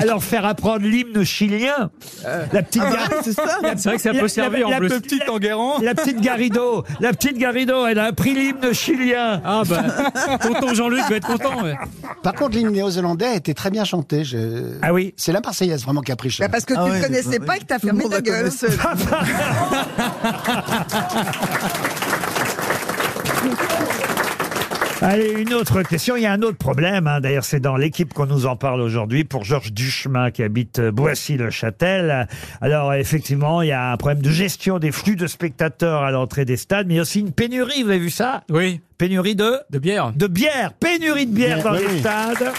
à leur faire apprendre l'hymne chilien. Euh. La petite gar- Ah bah C'est ça C'est vrai que ça La- la- peut servir la en plus. petite- Petit Tangueran La petite Garrido, la petite Garrido, elle a appris l'hymne chilien. Ah bah, tonton Jean-Luc va être content. ouais. Par contre, l'hymne néo-zélandais était très bien chanté. Je- Ah oui. C'est la Marseillaise vraiment qui a pris cher. Bah, parce que Ah tu ouais, le connaissais bah, pas et que t'as tout le fermé monde ta la gueule. connaissait. Allez, une autre question. Il y a un autre problème. hein. D'ailleurs, c'est dans l'équipe qu'on nous en parle aujourd'hui pour Georges Duchemin qui habite euh, Boissy-le-Châtel. Alors, effectivement, il y a un problème de gestion des flux de spectateurs à l'entrée des stades, mais il y a aussi une pénurie. Vous avez vu ça Oui, Pénurie de de bière. de bière, pénurie de bière Mais dans oui, les oui. stades.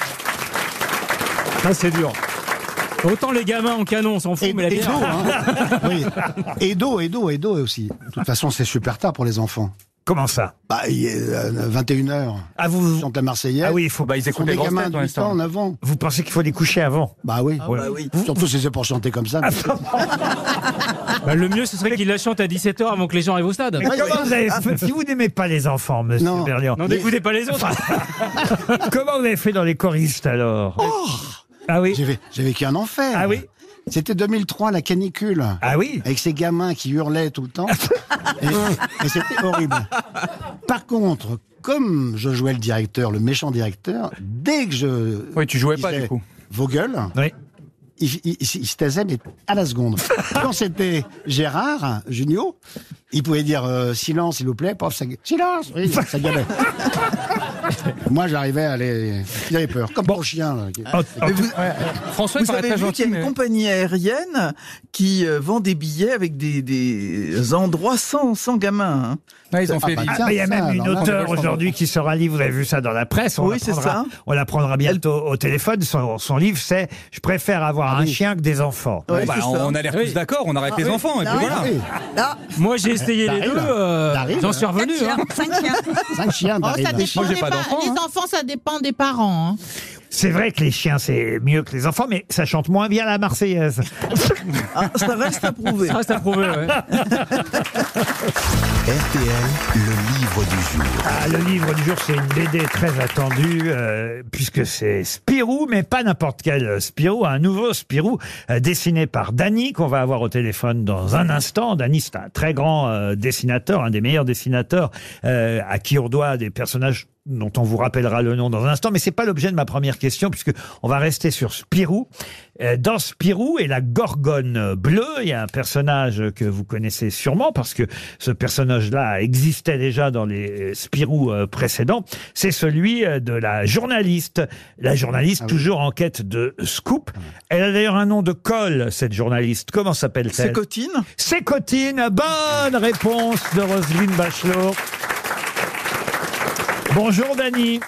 Ah, c'est dur. Autant les gamins en canon, on s'en fout, Et, mais la et bière. d'eau, hein. Oui. Et d'eau, et d'eau, et d'eau aussi. De toute façon, c'est super tard pour les enfants. Comment ça Bah, il est 21h. Ah vous Ils chantent la Marseillaise. ah oui, il faut. bah ils Ils sont écoutent des les grosses gamins têtes de en 8 instant. ans en avant. Vous pensez qu'il faut les coucher avant Bah Ah oui. bah oui. Hein Surtout si c'est pour chanter comme ça. Bah, le mieux, ce serait qu'il la chante à 17h avant que les gens arrivent au stade. Mais Comment Ah, vous avez fait Si vous n'aimez pas les enfants, Monsieur Non. Berlian, Non, n'écoutez pas les autres. comment vous avez fait dans les choristes alors Ah oui. Oh J'ai vé- j'ai vécu un enfer. Ah oui. C'était 2003, la canicule. Ah oui. Avec ces gamins qui hurlaient tout le temps. et et c'était horrible. Par contre, comme je jouais le directeur, le méchant directeur, dès que je. Oui, tu jouais pas disais du coup. Vos gueules. Oui. il, il- il- il se taisait, mais à la seconde. Quand c'était Gérard Junio, il pouvait dire euh, silence, s'il vous plaît. Prof, ça, gue- silence, oui, ça gueulait. Moi, j'arrivais à les. Ils avaient peur, comme pour le chien. là. En- en- Ah, Mais vous- Ah, François il Vous paraît avez très vu gentil qu'il y a une mais compagnie aérienne qui euh, vend des billets avec des, des endroits sans, sans gamins. hein. Ouais, ils ont Ah, fait bah, des- Ah, mais il y a ça, même une alors là, on est auteure vachement aujourd'hui qui sera livre, vous avez vu ça dans la presse, on Oui, la c'est prendra- ça. on la prendra bientôt au téléphone, son, son livre c'est « Je préfère avoir un chien que des enfants Ah Ouais, Bon, bah, c'est ça. Ah Bah on a l'air tous d'accord, on Ah arrête les enfants et Bah puis voilà. Oui, Là, Moi, j'ai essayé les T'arrives, hein. deux. euh, t'arrives, J'en suis cinq revenu. chiens, hein. cinq chiens. cinq chiens Oh, ça d'arrivée. dépend Moi, j'ai des pas pa- d'enfants, Les enfants, ça dépend des parents. hein. C'est vrai que les chiens, c'est mieux que les enfants, mais ça chante moins bien la Marseillaise. Ah, ça reste à prouver. Ça reste à prouver, ouais. RTL, le livre du jour. Ah, le livre du jour, c'est une BD très attendue, euh, puisque c'est Spirou, mais pas n'importe quel Spirou, un nouveau Spirou euh, dessiné par Dany, qu'on va avoir au téléphone dans un instant. Dany, c'est un très grand euh, dessinateur, un des meilleurs dessinateurs, euh, à qui on doit des personnages dont on vous rappellera le nom dans un instant, mais c'est pas l'objet de ma première question puisque on va rester sur Spirou. Euh, Dans Spirou et la Gorgone bleue, il y a un personnage que vous connaissez sûrement parce que ce personnage-là existait déjà dans les euh, Spirou euh, précédents. C'est celui euh, de la journaliste, la journaliste toujours en quête de scoop. Elle a d'ailleurs un nom de colle cette journaliste. Comment s'appelle-t-elle C'est Cotine. C'est Cotine. Bonne réponse de Roselyne Bachelot. Bonjour Dany.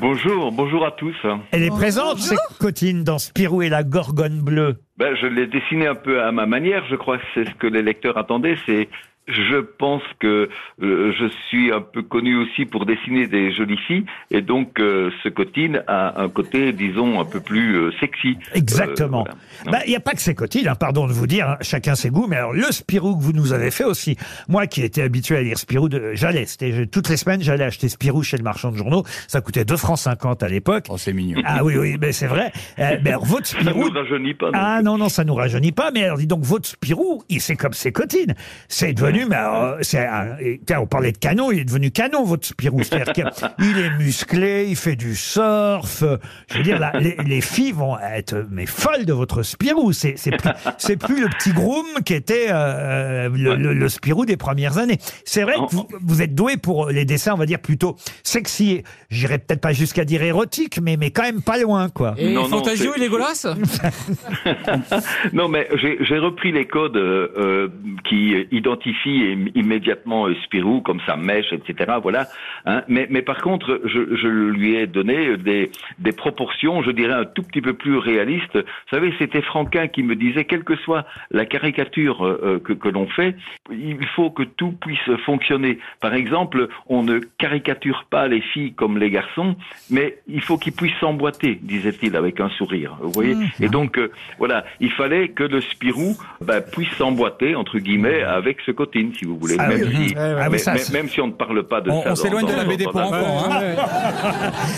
Bonjour, bonjour à tous. Elle est présente, c'est Cotine, dans Spirou et la Gorgone Bleue. Ben, je l'ai dessiné un peu à ma manière, je crois que c'est ce que les lecteurs attendaient, c'est je pense que euh, je suis un peu connu aussi pour dessiner des jolies filles et donc euh, ce cotine a un côté disons un peu plus euh, sexy. Exactement. Euh, Il n'y a pas que c'est Cotine, hein, pardon de vous dire, hein, chacun ses goûts, mais alors le Spirou que vous nous avez fait aussi, moi qui étais habitué à lire Spirou, de, j'allais, c'était je- toutes les semaines, j'allais acheter Spirou chez le marchand de journaux, ça coûtait 2 francs 50 à l'époque. Oh, c'est mignon. Ah oui, oui, mais c'est vrai. Euh, mais alors, votre Ça Spirou... nous rajeunit pas. non. Ah non, non, ça nous rajeunit pas, mais alors dis donc, votre Spirou, il c'est comme ses cotines. C'est devenu, mais alors, c'est un- et, tiens, on parlait de canon, il est devenu canon, votre Spirou. C'est-à-dire qu'il est musclé, il fait du surf. Je veux dire, là, les, les filles vont être, mais folles de votre Spirou. C'est c'est plus, c'est plus le petit groom qui était euh, le, le- le Spirou des premières années. C'est vrai que vous, vous êtes doué pour les dessins, on va dire, plutôt sexy. J'irai peut-être pas jusqu'à dire érotique, mais, mais quand même pas loin, quoi. Et Non, non, Fantasio, c'est- il est dégueulasse non, mais j'ai j'ai repris les codes euh, euh, qui identifient im- immédiatement euh, Spirou comme sa mèche, etc. Voilà. hein. Mais, mais par contre, je, je lui ai donné euh, des, des proportions, je dirais un tout petit peu plus réalistes. Vous savez, c'était Franquin qui me disait, quelle que soit la caricature euh, que, que l'on fait, il faut que tout puisse fonctionner. Par exemple, on ne caricature pas les filles comme les garçons, mais il faut qu'ils puissent s'emboîter, disait-il avec un sourire. Vous voyez Mmh. Et donc, euh, voilà, il fallait que le Spirou ben, puisse s'emboîter, entre guillemets, avec ce Cotine, si vous voulez. Ah même, oui. si, Ouais, ouais, mais- mais ça, mais- c'est- même si on ne parle pas de On- ça. on dans- s'édouane de dans- la BD dans pour enfants, hein.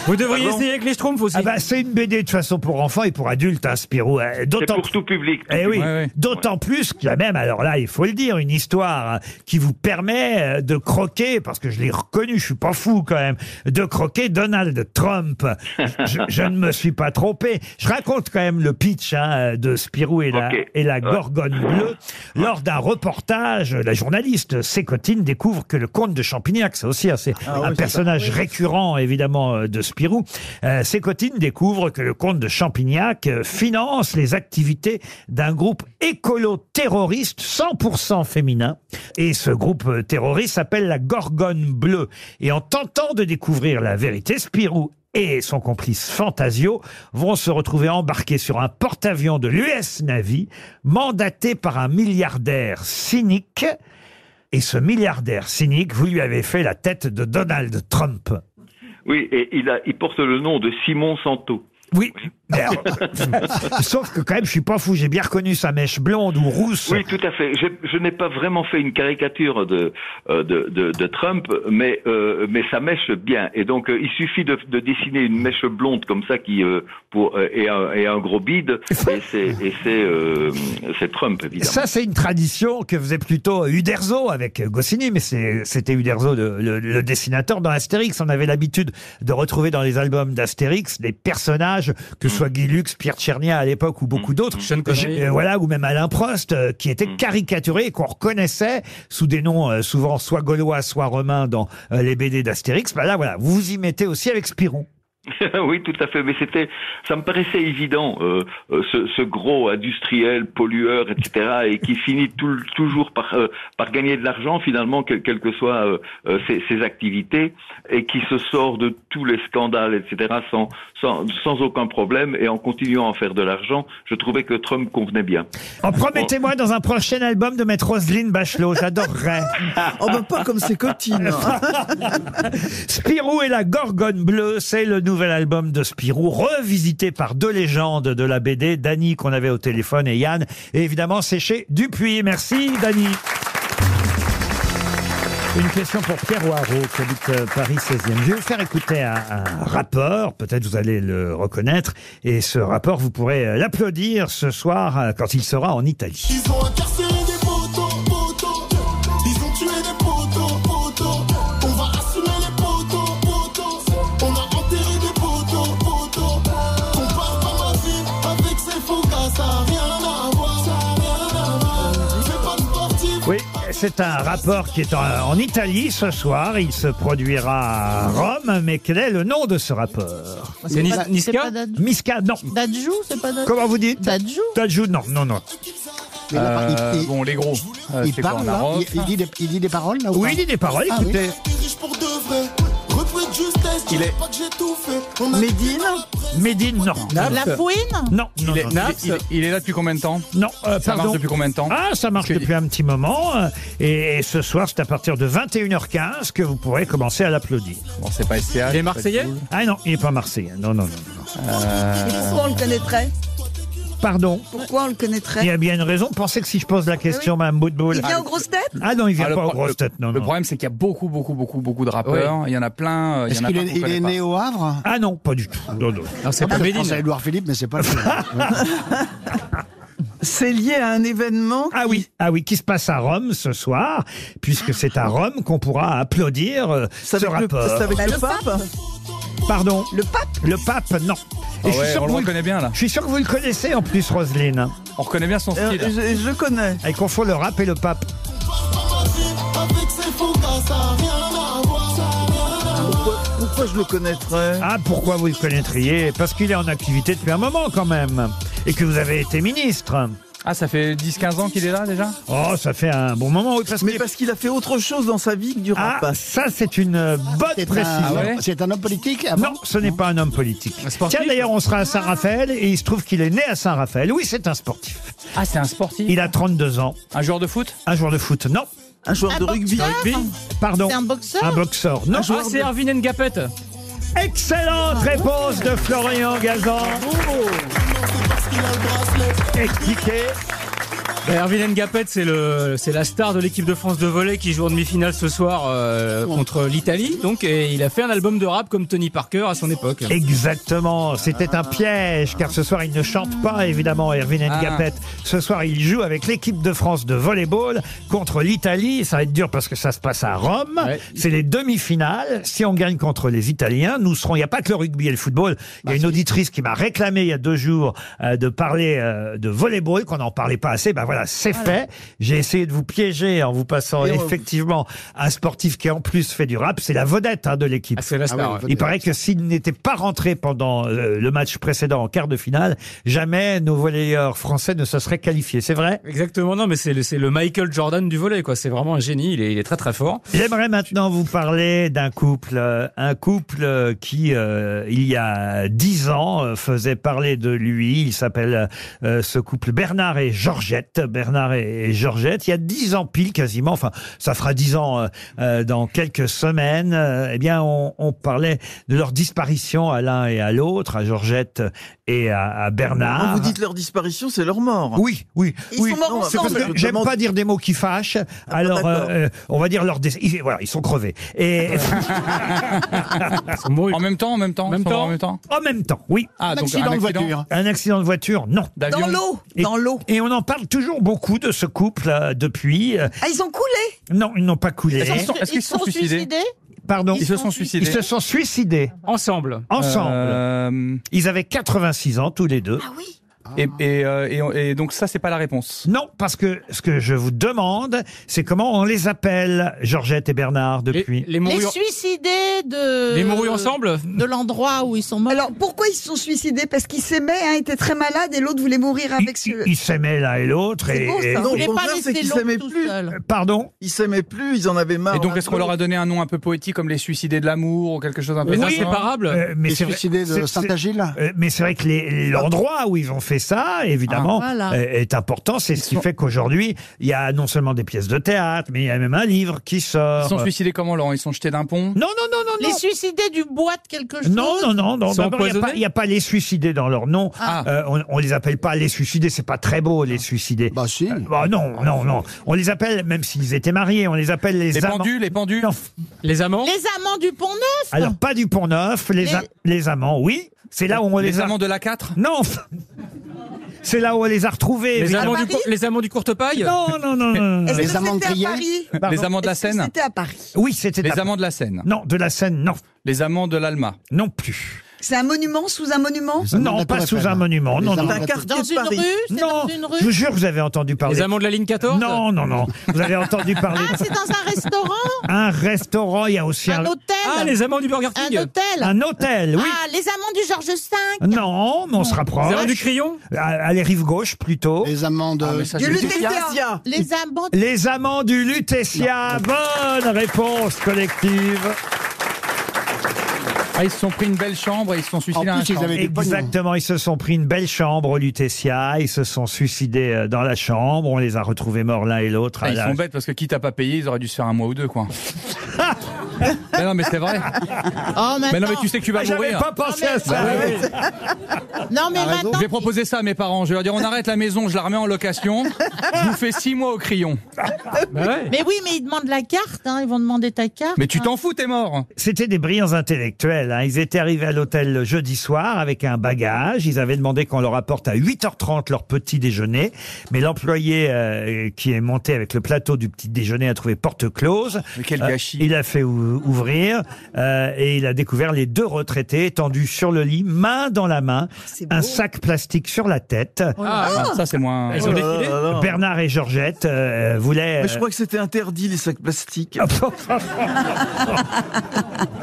Vous devriez Pardon essayer avec les Schtroumpfs aussi. Ah bah, c'est une BD de toute façon pour enfants et pour adultes, hein, Spirou. euh, D'autant pour tout public. Eh oui, Ouais, ouais. d'autant plus qu'il y a même, alors là, il faut le dire, une histoire hein, qui vous permet euh, de croquer, parce que je l'ai reconnu, je suis pas fou quand même, de croquer Donald Trump. Je, je ne me suis pas trompé. Je raconte quand même le pitch hein, de Spirou et la, Ok. et la Ouais. Gorgone bleue. Lors d'un reportage, la journaliste Sécotine découvre que le comte de Champignac, c'est aussi assez Ah oui, un c'est ça. personnage Oui. récurrent évidemment euh, de Spirou, euh, Sécotine découvre que le comte de Champignac euh, finance les activités d'un groupe écolo-terroriste 100% féminin. Et ce groupe euh, terroriste s'appelle la Gorgone Bleue. Et en tentant de découvrir la vérité, Spirou et son complice Fantasio vont se retrouver embarqués sur un porte-avions de l'US Navy, mandaté par un milliardaire cynique. Et ce milliardaire cynique, vous lui avez fait la tête de Donald Trump. Oui, et il, a, il porte le nom de Simon Santo. Oui. Sauf que quand même, je suis pas fou, j'ai bien reconnu sa mèche blonde ou rousse. Oui, tout à fait. J'ai- Je, n'ai pas vraiment fait une caricature de euh, de, de- de Trump, mais euh, mais ça mèche bien. Et donc euh, il suffit de, de dessiner une mèche blonde comme ça qui euh, pour euh, et, un, et un gros bide et c'est et c'est euh, c'est Trump évidemment. Ça, c'est une tradition que faisait plutôt Uderzo avec Goscinny, mais c'est- c'était Uderzo, le, le- le dessinateur dans Astérix. On avait l'habitude de retrouver dans les albums d'Astérix des personnages, que ce soit Guy Lux, Pierre Tchernia à l'époque ou beaucoup d'autres, Connery. euh, voilà, ou même Alain Prost, euh, qui étaient caricaturés et qu'on reconnaissait sous des noms euh, souvent soit gaulois, soit romains dans euh, les BD d'Astérix. Bah là, voilà, vous vous y mettez aussi avec Spirou. oui, tout à fait. Mais c'était, ça me paraissait évident, euh, euh, ce, ce gros industriel pollueur, etc., et qui finit tout- toujours par, euh, par gagner de l'argent finalement, quelles quel que soient euh, euh, ses, ses activités, et qui se sort de tous les scandales, etc., sans, sans, sans aucun problème, et en continuant à faire de l'argent, je trouvais que Trump convenait bien. En promettez-moi dans un prochain album de mettre Roselyne Bachelot, j'adorerais. Oh bah pas comme ses cotines. Spirou et la Gorgone Bleue, c'est le nouveau. nouvel album de Spirou, revisité par deux légendes de la BD, Dany qu'on avait au téléphone et Yann. Et évidemment, c'est chez Dupuis. Merci, Dany. Une question pour Pierre Waro, qui habite euh, Paris 16e. Je vais vous faire écouter un, un rapport, peut-être vous allez le reconnaître, et ce rapport, vous pourrez euh, l'applaudir ce soir euh, quand il sera en Italie. Ils ont incarcéré des potos, potos. Ils ont tué des potos, potos. On va assumer les potos, potos. On a enterré des potos, potos. Compare pas ma vie avec ces faux gars, ça a rien à voir, ça a rien à voir. Fais pas de sportif. Oui, c'est un rapport qui est en, en Italie ce soir. Il se produira à Rome, mais quel est le nom de ce rappeur C'est C'est Nis- pas- Niska c'est pas Dadju Miska, non. Dadju, c'est pas Dadju. Comment vous dites Dadju. Dadju, non, non, non. Mais là, par- il- il- bon, les gros. Euh, il c'est parle, quoi, là Maroc il, il dit des, il dit des paroles, là ou Oui, pas Ah, il dit des paroles, Ah écoutez. T'es riche pour de vrai. Repris de justesse, tu Il sais est- pas que j'ai tout fait. On a- Médine Médine, non. Naps La fouine Non, non, Il est, non, il, non. est- il est- il est là depuis combien de temps Non, euh, Ça pardon. marche depuis combien de temps Ah, ça marche depuis un petit moment. euh, Et ce soir, c'est à partir de 21h15 que vous pourrez commencer à l'applaudir. Bon, c'est pas SCH. Les Marseillais Ah non, il n'est pas marseillais. Non, non, non. non. Et pourquoi on le connaîtrait Pardon Pourquoi on le Il y connaîtrait a bien une raison. Pensez que si je pose la question, Mme Boutboul. Ah Il vient aux grosses têtes Ah non, il vient Ah, le pas aux pro- grosses têtes, non, Le non. problème, c'est qu'il y a beaucoup, beaucoup, beaucoup, beaucoup de rappeurs. Il y en a plein. euh, Il y Est-ce en a qu'il plein est, qu'on il connaît est pas. né au Havre Ah non, pas du tout. Non, non. Non, c'est pas Je Médine. pense à Édouard Philippe, mais Ah, c'est pas le C'est lié à un événement Ah oui, ah oui, qui se passe à Rome ce soir, puisque c'est à Rome qu'on pourra applaudir euh, C'est ce avec, le, rapport. c'est avec Bah, le le pape, Pardon Le pape Le pape, non. Ah Et je, suis ouais, sûr on que le vous, reconnaît bien, là. je suis sûr que vous le connaissez en plus, Roselyne. On reconnaît bien son Euh, style. je, je connais. Elle confond le rap et le pape. Avec ces faux gars, ça a rien à voir, ça a rien à voir. Pourquoi, pourquoi je le connaîtrais Ah, pourquoi vous le connaîtriez Parce qu'il est en activité depuis un moment quand même. Et que vous avez été ministre. Ah, ça fait 10-15 ans qu'il est là, déjà Oh, ça fait un bon moment. Oui, parce Mais que- parce qu'il a fait autre chose dans sa vie que du Ah, rap. ça, c'est une euh, bonne C'est un, précision. Ah ouais c'est un homme politique avant Non, ce n'est pas un homme politique. Un sportif Tiens, d'ailleurs, on sera à Saint-Raphaël et il se trouve qu'il est né à Saint-Raphaël. Oui, c'est un sportif. Ah, c'est un sportif Il a 32 ans. Un joueur de foot Un joueur de foot, non. Un joueur Un de rugby. boxeur Pardon. C'est un boxeur Un boxeur, non. Ah, c'est Erwin Ngapet. Excellente réponse de Florian Gazan. Oh. Expliqué. Bah, Erwin Ngapet, c'est le, c'est la star de l'équipe de France de volley qui joue en demi-finale ce soir euh, contre l'Italie. Donc, et il a fait un album de rap comme Tony Parker à son époque. Exactement, c'était un piège, car ce soir il ne chante pas, évidemment, Erwin Ah. Ngapet. Ce soir il joue avec l'équipe de France de volleyball contre l'Italie. Ça va être dur parce que ça se passe à Rome. Ouais. C'est les demi-finales. Si on gagne contre les Italiens, nous serons. Il n'y a pas que le rugby et le football. Il y a une auditrice qui m'a réclamé il y a deux jours euh, de parler euh, de volleyball, qu'on n'en parlait pas assez. Ben voilà, c'est fait. J'ai essayé de vous piéger en vous passant Et on- effectivement un sportif qui en plus fait du rap. C'est la vedette hein, de l'équipe. Ah, c'est la Ah star. oui, ouais. Il paraît que s'il n'était pas rentré pendant euh, le match précédent en quart de finale, jamais nos volleyeurs français ne se seraient qualifiés. C'est vrai Exactement, non, mais c'est le, c'est le Michael Jordan du volet, quoi. C'est vraiment un génie, il est, il est très très fort. J'aimerais maintenant vous parler d'un couple, euh, un couple euh, qui, euh, il y a dix ans, euh, faisait parler de lui. Il s'appelle euh, ce couple Bernard et Georgette. Bernard et, et Georgette, il y a dix ans pile quasiment, enfin ça fera dix ans euh, euh, dans quelques semaines, euh, eh bien on, on parlait de leur disparition à l'un et à l'autre, à Georgette et à, à Quand Bernard. vous dites leur disparition, c'est leur mort. Ah. Oui, oui, Ils oui. sont morts non, c'est ensemble. parce que- J'aime demande- pas dire des mots qui fâchent. Ah, Alors, d'accord. euh, euh, on va dire leur décès. Ils- Voilà, ils sont crevés. Et C'est mort, il- En même temps, en même temps Même ils sont morts temps en même temps en même temps, oui. Ah, donc accident un de accident voiture. Un accident de voiture, non. d'avion. Dans l'eau Et- Dans l'eau Et on en parle toujours beaucoup de ce couple euh, depuis. Euh, Ah, ils ont coulé non, ils n'ont pas coulé. Ils sont- est-ce qu'ils se sont suicidés Pardon. Ils se sont suicidés. Ils se sont suicidés Ensemble. ensemble. Euh, Ils avaient 86 ans tous les deux. Ah oui et, et, euh, et on- et donc ça, c'est pas la réponse. Non, parce que ce que je vous demande, c'est comment on les appelle, Georgette et Bernard, Les, depuis. les Les mourus, suicidés de. les mourus ensemble Euh, De l'endroit où ils sont morts. Alors, pourquoi ils se sont suicidés Parce qu'ils s'aimaient, un était très malade et l'autre voulait mourir avec Ils- ce... ils ils s'aimaient l'un et l'autre. C'est Et, beau, ça. et- Non, on au n'est pas contraire, c'est laissé qu'ils l'autre s'aimaient tout plus. seul. Pardon Ils s'aimaient plus, ils en avaient marre. Et donc, un est-ce qu'on peu. leur a donné un nom un peu poétique, comme les suicidés de l'amour ou quelque chose un peu Les comme Ah, ça inséparables Euh, mais Il est c'est vrai- suicidé c'est- de c'est- Saint-Agile Euh, mais c'est vrai que les- l'endroit où ils ont fait et ça, évidemment, euh, Ah, voilà. est est important. C'est ce qui fait qu'aujourd'hui, il y a non seulement des pièces de théâtre, mais il y a même un livre qui sort. Ils sont suicidés comment, Laurent Ils sont jetés d'un pont Non, non, non, non. Les suicidés du bois de quelque chose. Non, non, non, non. Ils sont d'abord, Il n'y a pas- empoisonnés il n'y a, pas les suicidés dans leur nom. Ah. Euh, on, on les appelle pas les suicidés. C'est pas très beau les suicidés. Bah si. non, non, non. On les appelle, même s'ils étaient mariés, on les appelle les, Les amants. pendus, les pendus. Les amants. Les amants du Pont Neuf. Alors pas du Pont Neuf, les, a- les amants, oui. C'est là où on les, Les a- amants de la 4 Non. C'est là où on les a retrouvés. Les amants évidemment. du, cour- les amants du courte paille Non, non, non, non, non. Les Est-ce que amants de c'était à Crié Paris Les Pardon. amants de la Est-ce que Seine c'était à Paris Oui, c'était Les à- amants de la Seine Non, de la Seine, non. Les amants de l'Alma Non plus. C'est un monument sous un monument Non, pas sous un monument. Non, non. Dans une rue C'est dans une Je vous rue jure que vous avez entendu parler. Les amants de la ligne 14 Non, non, non. Vous avez entendu parler. Ah, c'est dans un restaurant Un restaurant, il y a aussi un, Un hôtel Ah, les amants du Burger King Un hôtel Un hôtel, oui. Ah, les amants du Georges V Non, mais on se rapproche. Les amants du Ah, Crayon à, à les rives gauches, plutôt. Les amants Du Lutetia Les amants Les amants du Lutetia. Bonne réponse collective. Ah, ils se sont pris une belle chambre et ils se sont suicidés à un champ. Exactement, ils se sont pris une belle chambre au Lutetia, ils se sont suicidés euh, dans la chambre, on les a retrouvés morts l'un et l'autre. Ah, à ils la- sont bêtes parce que quitte à pas payer, ils auraient dû se faire un mois ou deux, quoi. mais non, mais c'est vrai. Oh, mais mais non, non. mais tu sais que tu vas Ah, j'avais mourir. pas pensé à ça. Bah ouais. Non, mais Je maintenant, vais proposer ça à mes parents. Je vais leur dire on arrête la maison, je la remets en location. Je vous fais six mois au crayon. Bah Mais oui, mais ils demandent la carte, hein, ils vont demander ta carte. hein. Mais tu t'en fous, t'es mort. C'était des brillants intellectuels. hein. Ils étaient arrivés à l'hôtel le jeudi soir avec un bagage. Ils avaient demandé qu'on leur apporte à 8h30 leur petit déjeuner. Mais l'employé euh, qui est monté avec le plateau du petit déjeuner a trouvé porte close. Mais quel Euh, gâchis. il a fait ou- ouvrir euh, et il a découvert les deux retraités étendus sur le lit, main dans la main, un sac plastique sur la tête. Euh, Ah, ça c'est moins. Ils ont défilé Bernard et Georgette euh, voulaient... Oh, Mais je crois que c'était interdit, les sacs plastiques.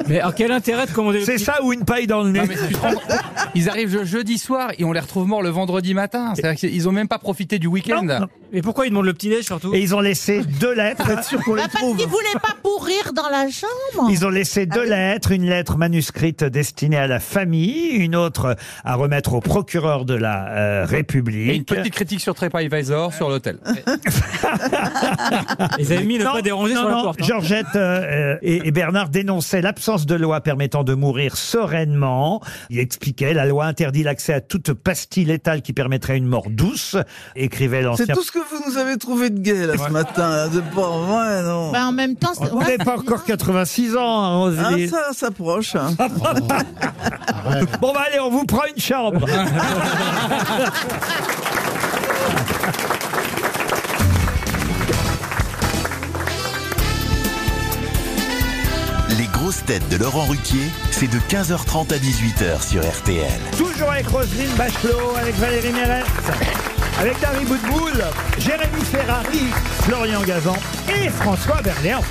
Mais alors, quel intérêt de commander le C'est ça ou une paille dans le nez Non, mais tu te rends- Ils arrivent le jeudi soir et on les retrouve morts le vendredi matin. C'est-à-dire qu'ils ont même pas profité du Non, week-end. non. Et pourquoi ils demandent le petit déj surtout Et ils ont laissé deux lettres. sûr qu'on les Bah, parce trouve. qu'ils voulaient pas pourrir dans la chambre. Ah Ils ont laissé deux lettres, une lettre manuscrite destinée à la famille, une autre à remettre au procureur de la Et euh, une République. petite critique sur TripAdvisor sur l'hôtel. Ils avaient mis ne pas déranger non, sur la non, porte. hein. Georgette euh, euh, et, et Bernard dénonçaient l'absence de loi permettant de mourir sereinement. Ils expliquaient la loi interdit l'accès à toute pastille létale qui permettrait une mort douce, écrivait C'est l'ancien. tout ce que vous nous avez trouvé de gay, là, ce matin. là, De pas, ouais, non. Bah, en même temps, c'est- Vous n'avez pas encore 86 ans, hein, Hein, Roselyne. ça s'approche. hein. Bon, bah allez, on vous prend une chambre. Les grosses têtes de Laurent Ruquier, c'est de 15h30 à 18h sur RTL. Toujours avec Roselyne Bachelot, avec Valérie Mérès, avec Darry Boudboul, Jérémy Ferrari, Florian Gazan et François Berléand.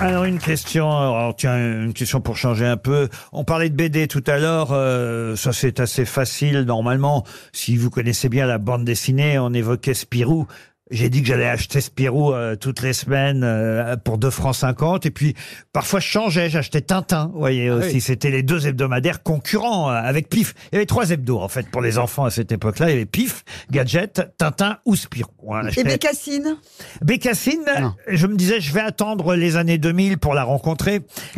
Alors une question, alors tiens une question pour changer un peu. On parlait de BD tout à l'heure, euh, ça c'est assez facile normalement. Si vous connaissez bien la bande dessinée, on évoquait Spirou. J'ai dit que j'allais acheter Spirou euh, toutes les semaines euh, pour 2 francs 50 et puis parfois je changeais, j'achetais Tintin, vous voyez aussi, c'était les deux hebdomadaires concurrents euh, avec Pif. Il y avait trois hebdos en fait pour les enfants à cette époque-là, il y avait Pif, Gadget, Tintin ou Spirou. hein. On Et achetait- Bécassine Bécassine, je me disais, je vais attendre les années 2000 pour la rencontrer.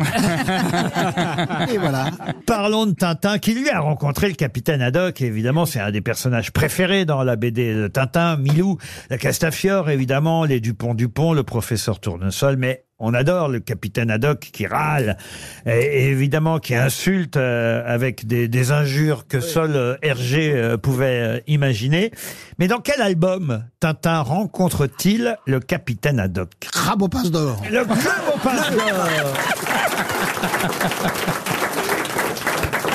Et voilà. Parlons de Tintin, qui lui a rencontré le capitaine Haddock. Et évidemment, c'est un des personnages préférés dans la BD de Tintin. Milou, la Castafiore, évidemment, les Dupont-Dupont, le professeur Tournesol, mais... On adore le capitaine Haddock qui râle, et et évidemment qui insulte euh, avec des, des injures que seul euh, Hergé euh, pouvait euh, imaginer. Mais dans quel album Tintin rencontre-t-il le capitaine Haddock Crabe au passe d'or. le club au passe d'or.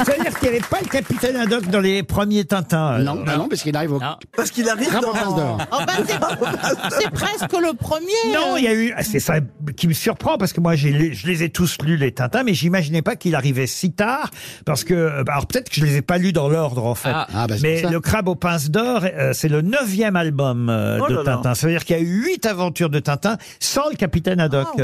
C'est-à-dire qu'il n'y avait pas le capitaine Haddock dans les premiers Tintins. alors. Non, non, non, parce qu'il arrive au crabe Parce Ah, qu'il arrive au passe dans... d'or. Oh, bah, c'est- c'est presque le premier. Non, euh. il y a eu. ah, C'est ça qui me surprend parce que moi j'ai les- je les ai tous lus les Tintins, mais j'imaginais pas qu'il arrivait si tard parce que bah, alors peut-être que je les ai pas lus dans l'ordre en fait. Ah. Ah, bah, c'est mais pour ça. le Crabe aux pinces d'or, euh, c'est le neuvième album euh, Oh de là là. Tintin. Ça veut dire qu'il y a eu huit aventures de Tintin sans le Capitaine Haddock. Ah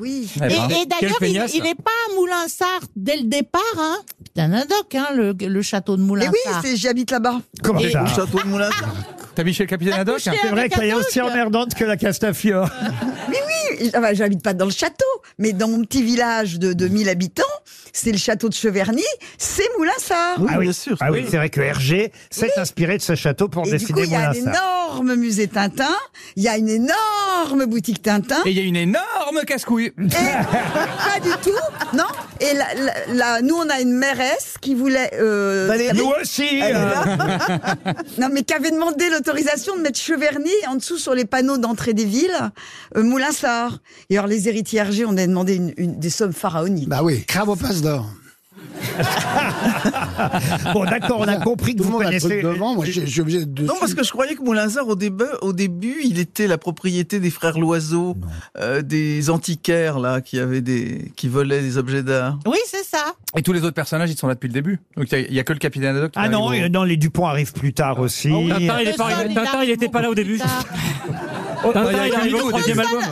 oui. Eh ben, Et, et quel d'ailleurs, il feignasse. n'est pas à Moulins-Sarthe dès le départ, hein. Putain, Nadoc, hein, le, le château de Mais Moulins-Sarthe. oui, c'est- j'habite là-bas. Comment Et- ça Le château de Moulins T'as mis chez le Capitaine Haddock Accouché C'est vrai avec qu'elle est Haddock. aussi emmerdante que la Castafiore. Mais oui, ah bah, j'habite pas dans le château, mais dans mon petit village de, de 1000 habitants, c'est le château de Cheverny, c'est Moulinsart. ah oui, Ah oui, c'est vrai que Hergé s'est inspiré de ce château pour Et du coup, dessiner il y a un Moulinsart. énorme musée Tintin, il y a une énorme boutique Tintin. Et il y a une énorme casse-couille. Eh. Pas du tout, non. Et la, la- la- nous, on a une mairesse qui voulait. euh, Valérie. qui avait- Nous aussi, Elle est là. hein. Non, mais qui avait demandé l'autorisation de mettre Cheverny en dessous sur les panneaux d'entrée des villes, euh, Moulinsart. Et alors, les héritiers Hergé, on a demandé une- une- des sommes pharaoniques. Bah oui, crabe aux pinces d'or. Bon, d'accord, on a compris que Tout le vous monde a le connaissez- truc devant, moi j'ai- je suis obligé de... Non, parce que je croyais que Moulinsart, au début, au début, il était la propriété des frères Loiseau, euh, des antiquaires, là, qui avaient des, qui volaient des objets d'art. Oui, c'est ça. Et tous les autres personnages, ils sont là depuis le début. Donc il n'y a, que le Capitaine Haddock. qui Ah arrive non, au- euh, non, les Dupont arrivent plus tard aussi. Ah. Tintin, il est pas- Tintin, il était pas là au début. Oh, Oh, Tintin, il arrive au deuxième album.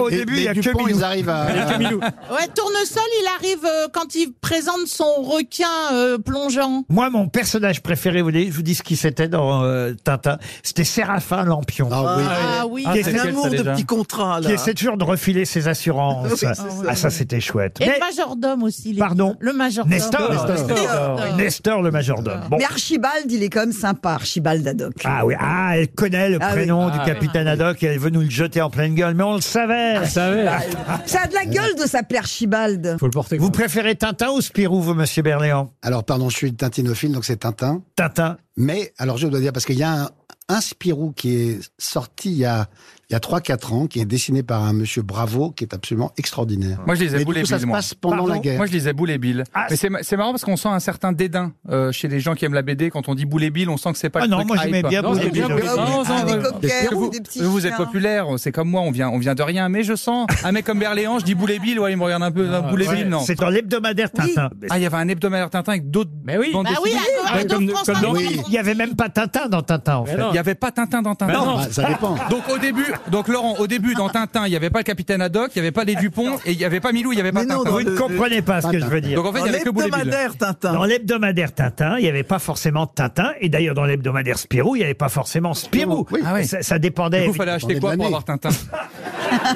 Au début, il y a que Dupont, Milou. ils arrivent à... Ouais, Tournesol, il arrive euh, quand il présente son requin euh, plongeant. Moi, mon personnage préféré, vous voulez, je vous dis ce qui c'était dans euh, Tintin, c'était Séraphin Lampion. oui. Ah oui. Ah, Qui c'est essaie- lequel, ça, déjà contrat, Qui essaie toujours de refiler ses assurances. Oui, c'est ça. ah, ça, c'était chouette. Et Mais le majordome aussi. il est- Pardon Le majordome. Nestor, Nestor, Nestor. Nestor, le majordome. Bon. Mais Archibald, il est quand même sympa, Archibald Haddock. Ah oui, ah, elle connaît le Ah oui. prénom Ah du capitaine Haddock et elle veut nous le jeter en pleine gueule, mais on le savait. Ça a de la gueule de s'appeler Archibald. Faut le porter. Vous préférez Tintin ou Spirou, vous, monsieur Berléand Alors, pardon, je suis tintinophile, donc c'est Tintin. Tintin. Mais, alors je dois dire, parce qu'il y a un, un Spirou qui est sorti il y a, il y a 3-4 ans, qui est dessiné par un monsieur Bravo, qui est absolument extraordinaire. Moi, je lisais Mais Boule du et coup, ça Bill. se moi. passe pendant la guerre. Moi, je lisais Boule et Bill. Ah, Mais c'est ma- c'est marrant parce qu'on sent un certain dédain euh, chez les gens qui aiment la BD. Quand on dit Boule et Bill, on sent que c'est pas. Ah le non, truc moi, j'aimais hype. bien Non, Boule et c'est Bill. bien, Ah oui, non, des non, non. coquins Parce que ou vous- des petits vous, vous êtes chiens. populaire. C'est comme moi. On vient, on vient de rien. Mais je sens un mec comme Berléand. Je dis Boule et Bill. Ouais, il me regarde un peu. Boule et Ah, Ouais, Bill, non. C'est dans l'hebdomadaire Tintin. Ah, il y avait un hebdomadaire Tintin avec d'autres. Mais Eh oui. Bah oui, à- à- de France Inter. Il n'y avait même pas Tintin dans Tintin, en fait. Il n'y avait pas Tintin dans Tintin. non. Bah, ça dépend. Ah. Donc au début, donc Laurent, au début dans Tintin, il n'y avait pas le capitaine Haddock, il n'y avait pas les Dupont, et il n'y avait pas Milou, il n'y avait pas Mais non, Tintin. dans Vous ne le- comprenez pas ce que je veux dire. Donc en fait, il Dans n'y avait que Boule et Bill. l'hebdomadaire Tintin. Dans l'hebdomadaire Tintin, il n'y avait pas forcément Tintin. Et d'ailleurs, dans l'hebdomadaire Spirou, il n'y avait pas forcément Spirou. Ah ouais. ça, ça dépendait. Du coup, fallait acheter quoi pour avoir Tintin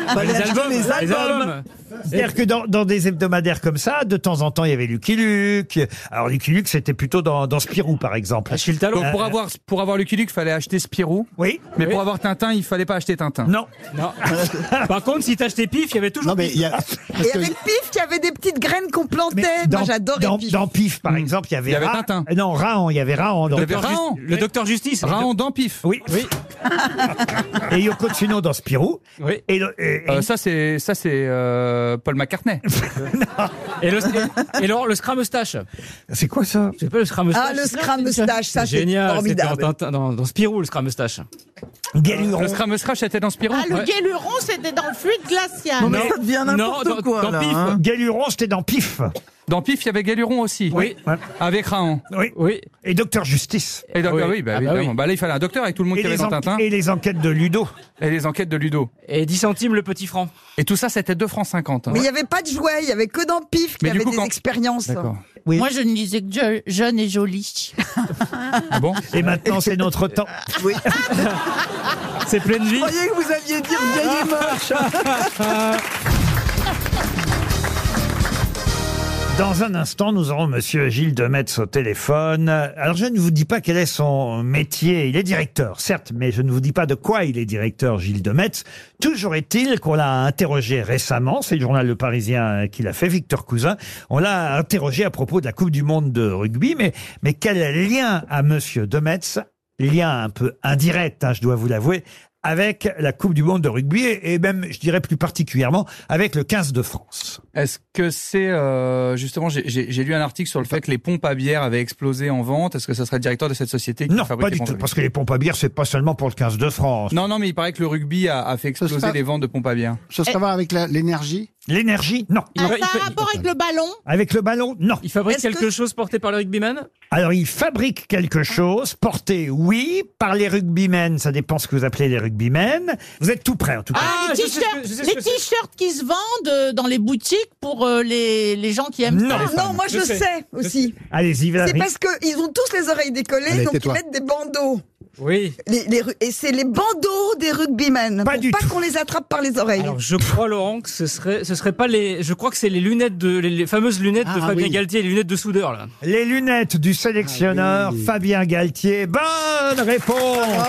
Fallait acheter les albums. C'est-à-dire que dans, dans des hebdomadaires comme ça, de temps en temps, il y avait Lucky Luke. Alors, Lucky Luke, c'était plutôt dans, dans Spirou, par Ah, exemple. Achille Talon. Donc pour avoir pour avoir Lucky Luke, fallait acheter Spirou. Euh, Oui Mais pour avoir Tintin, il fallait pas acheter Tintin. Non. Non. Par contre, si t'achetais pif, Ah. il y avait toujours. Non, mais il y a... parce Et que- avec Pif, qui avait des petites graines qu'on plantait. Moi, dans, j'adorais dans, Pif. dans Pif, par exemple, il y avait, Hmm. Il y avait Ra- Tintin. Non, Raon, il y avait Raon. dans Il y avait Pif. Raon, Le docteur Justice. Raon dans Pif. Oui. oui. et Yoko Tsuno dans Spirou. Oui. Et, le- et- et- Euh, ça c'est ça c'est euh, Paul McCartney. Et, le, et alors, le Scrum Moustache. c'est quoi ça C'est pas le Scrum Moustache Ah, le scram moustache, ça, c'est Génial. c'était formidable. Dans, Tintin- dans, dans Spirou, le Scrum Moustache. Galuron. Le Scrum Scratch était dans Spirou. Ah, le Ouais. guéluron, c'était dans le fluide glacial. Non, mais ça devient Non, dans- n'importe quoi, dans là, Pif. hein. Galuron, c'était dans Pif. Dans Pif, il y avait Galuron aussi. Oui. Ouais. Avec Raon. Oui. Oui. Et Docteur Justice. Et donc, Oui. ah oui, bah, Ah bah oui. évidemment. Bah, là, il fallait un docteur avec tout le monde Et qui avait les, dans enqu- Tintin. et les enquêtes de Ludo. Et les enquêtes de Ludo. Et 10 centimes le petit franc. Et tout ça, c'était 2 francs hein. 50. Mais il n'y avait pas de jouets, il n'y avait que dans Pif qu'il Mais y du avait coup, des quand- expériences. D'accord. Oui. Moi, je ne disais que je- jeune et jolie. Ah bon Et maintenant, c'est notre temps. C'est pleine vie. Vous croyez que vous aviez dire vieille et moche Dans un instant, nous aurons Monsieur Gilles Demetz au téléphone. Alors, je ne vous dis pas quel est son métier. Il est directeur, certes, mais je ne vous dis pas de quoi il est directeur, Gilles Demetz. Toujours est-il qu'on l'a interrogé récemment, c'est le journal Le Parisien qui l'a fait, Victor Cousin. On l'a interrogé à propos de la Coupe du Monde de rugby, mais, mais quel lien a Monsieur Demetz lien un peu indirect, hein, je dois vous l'avouer, avec la Coupe du Monde de rugby et et même, je dirais plus particulièrement, avec le 15 de France. Est-ce que c'est euh, justement j'ai- j'ai j'ai lu un article sur le fait que les pompes à bière avaient explosé en vente. Est-ce que ça serait le directeur de cette société qui Non, fabrique pas les du pompes à tout, bière parce que les pompes à bière, c'est pas seulement pour le 15 de France. Non, non, mais il paraît que le rugby a, a fait exploser sera- les ventes de pompes à bière. Ça Eh, Eh. se voir avec la- l'énergie L'énergie Non. Ah, ça a rapport avec le ballon Avec le ballon, non. Il fabrique quelque chose porté par le rugbyman Alors, il fabrique Ah. quelque chose, porté, oui, par les rugbymen. Ça dépend ce que vous appelez les rugbymen. Vous êtes tout prêt, en tout cas. Ah, les t-shirts, je sais ce les que c'est. t-shirts qui se vendent euh, dans les boutiques pour euh, les, les gens qui aiment Non. ça. Les femmes. Non, moi, je Je sais. sais aussi. Allez-y, C'est Valérie. parce qu'ils ont tous les oreilles décollées, Allez, donc ils tais-toi. mettent des bandeaux. Oui. Les- les ru- et c'est les bandeaux des rugbymen. Pas pour pas qu'on les attrape par les oreilles. Alors je crois Laurent que ce serait ce serait pas les je crois que c'est les lunettes de les, les fameuses lunettes de Ah, Fabien oui. Galtier, les lunettes de soudeur là. Les lunettes du sélectionneur Fabien Galtier. Bonne réponse Ah,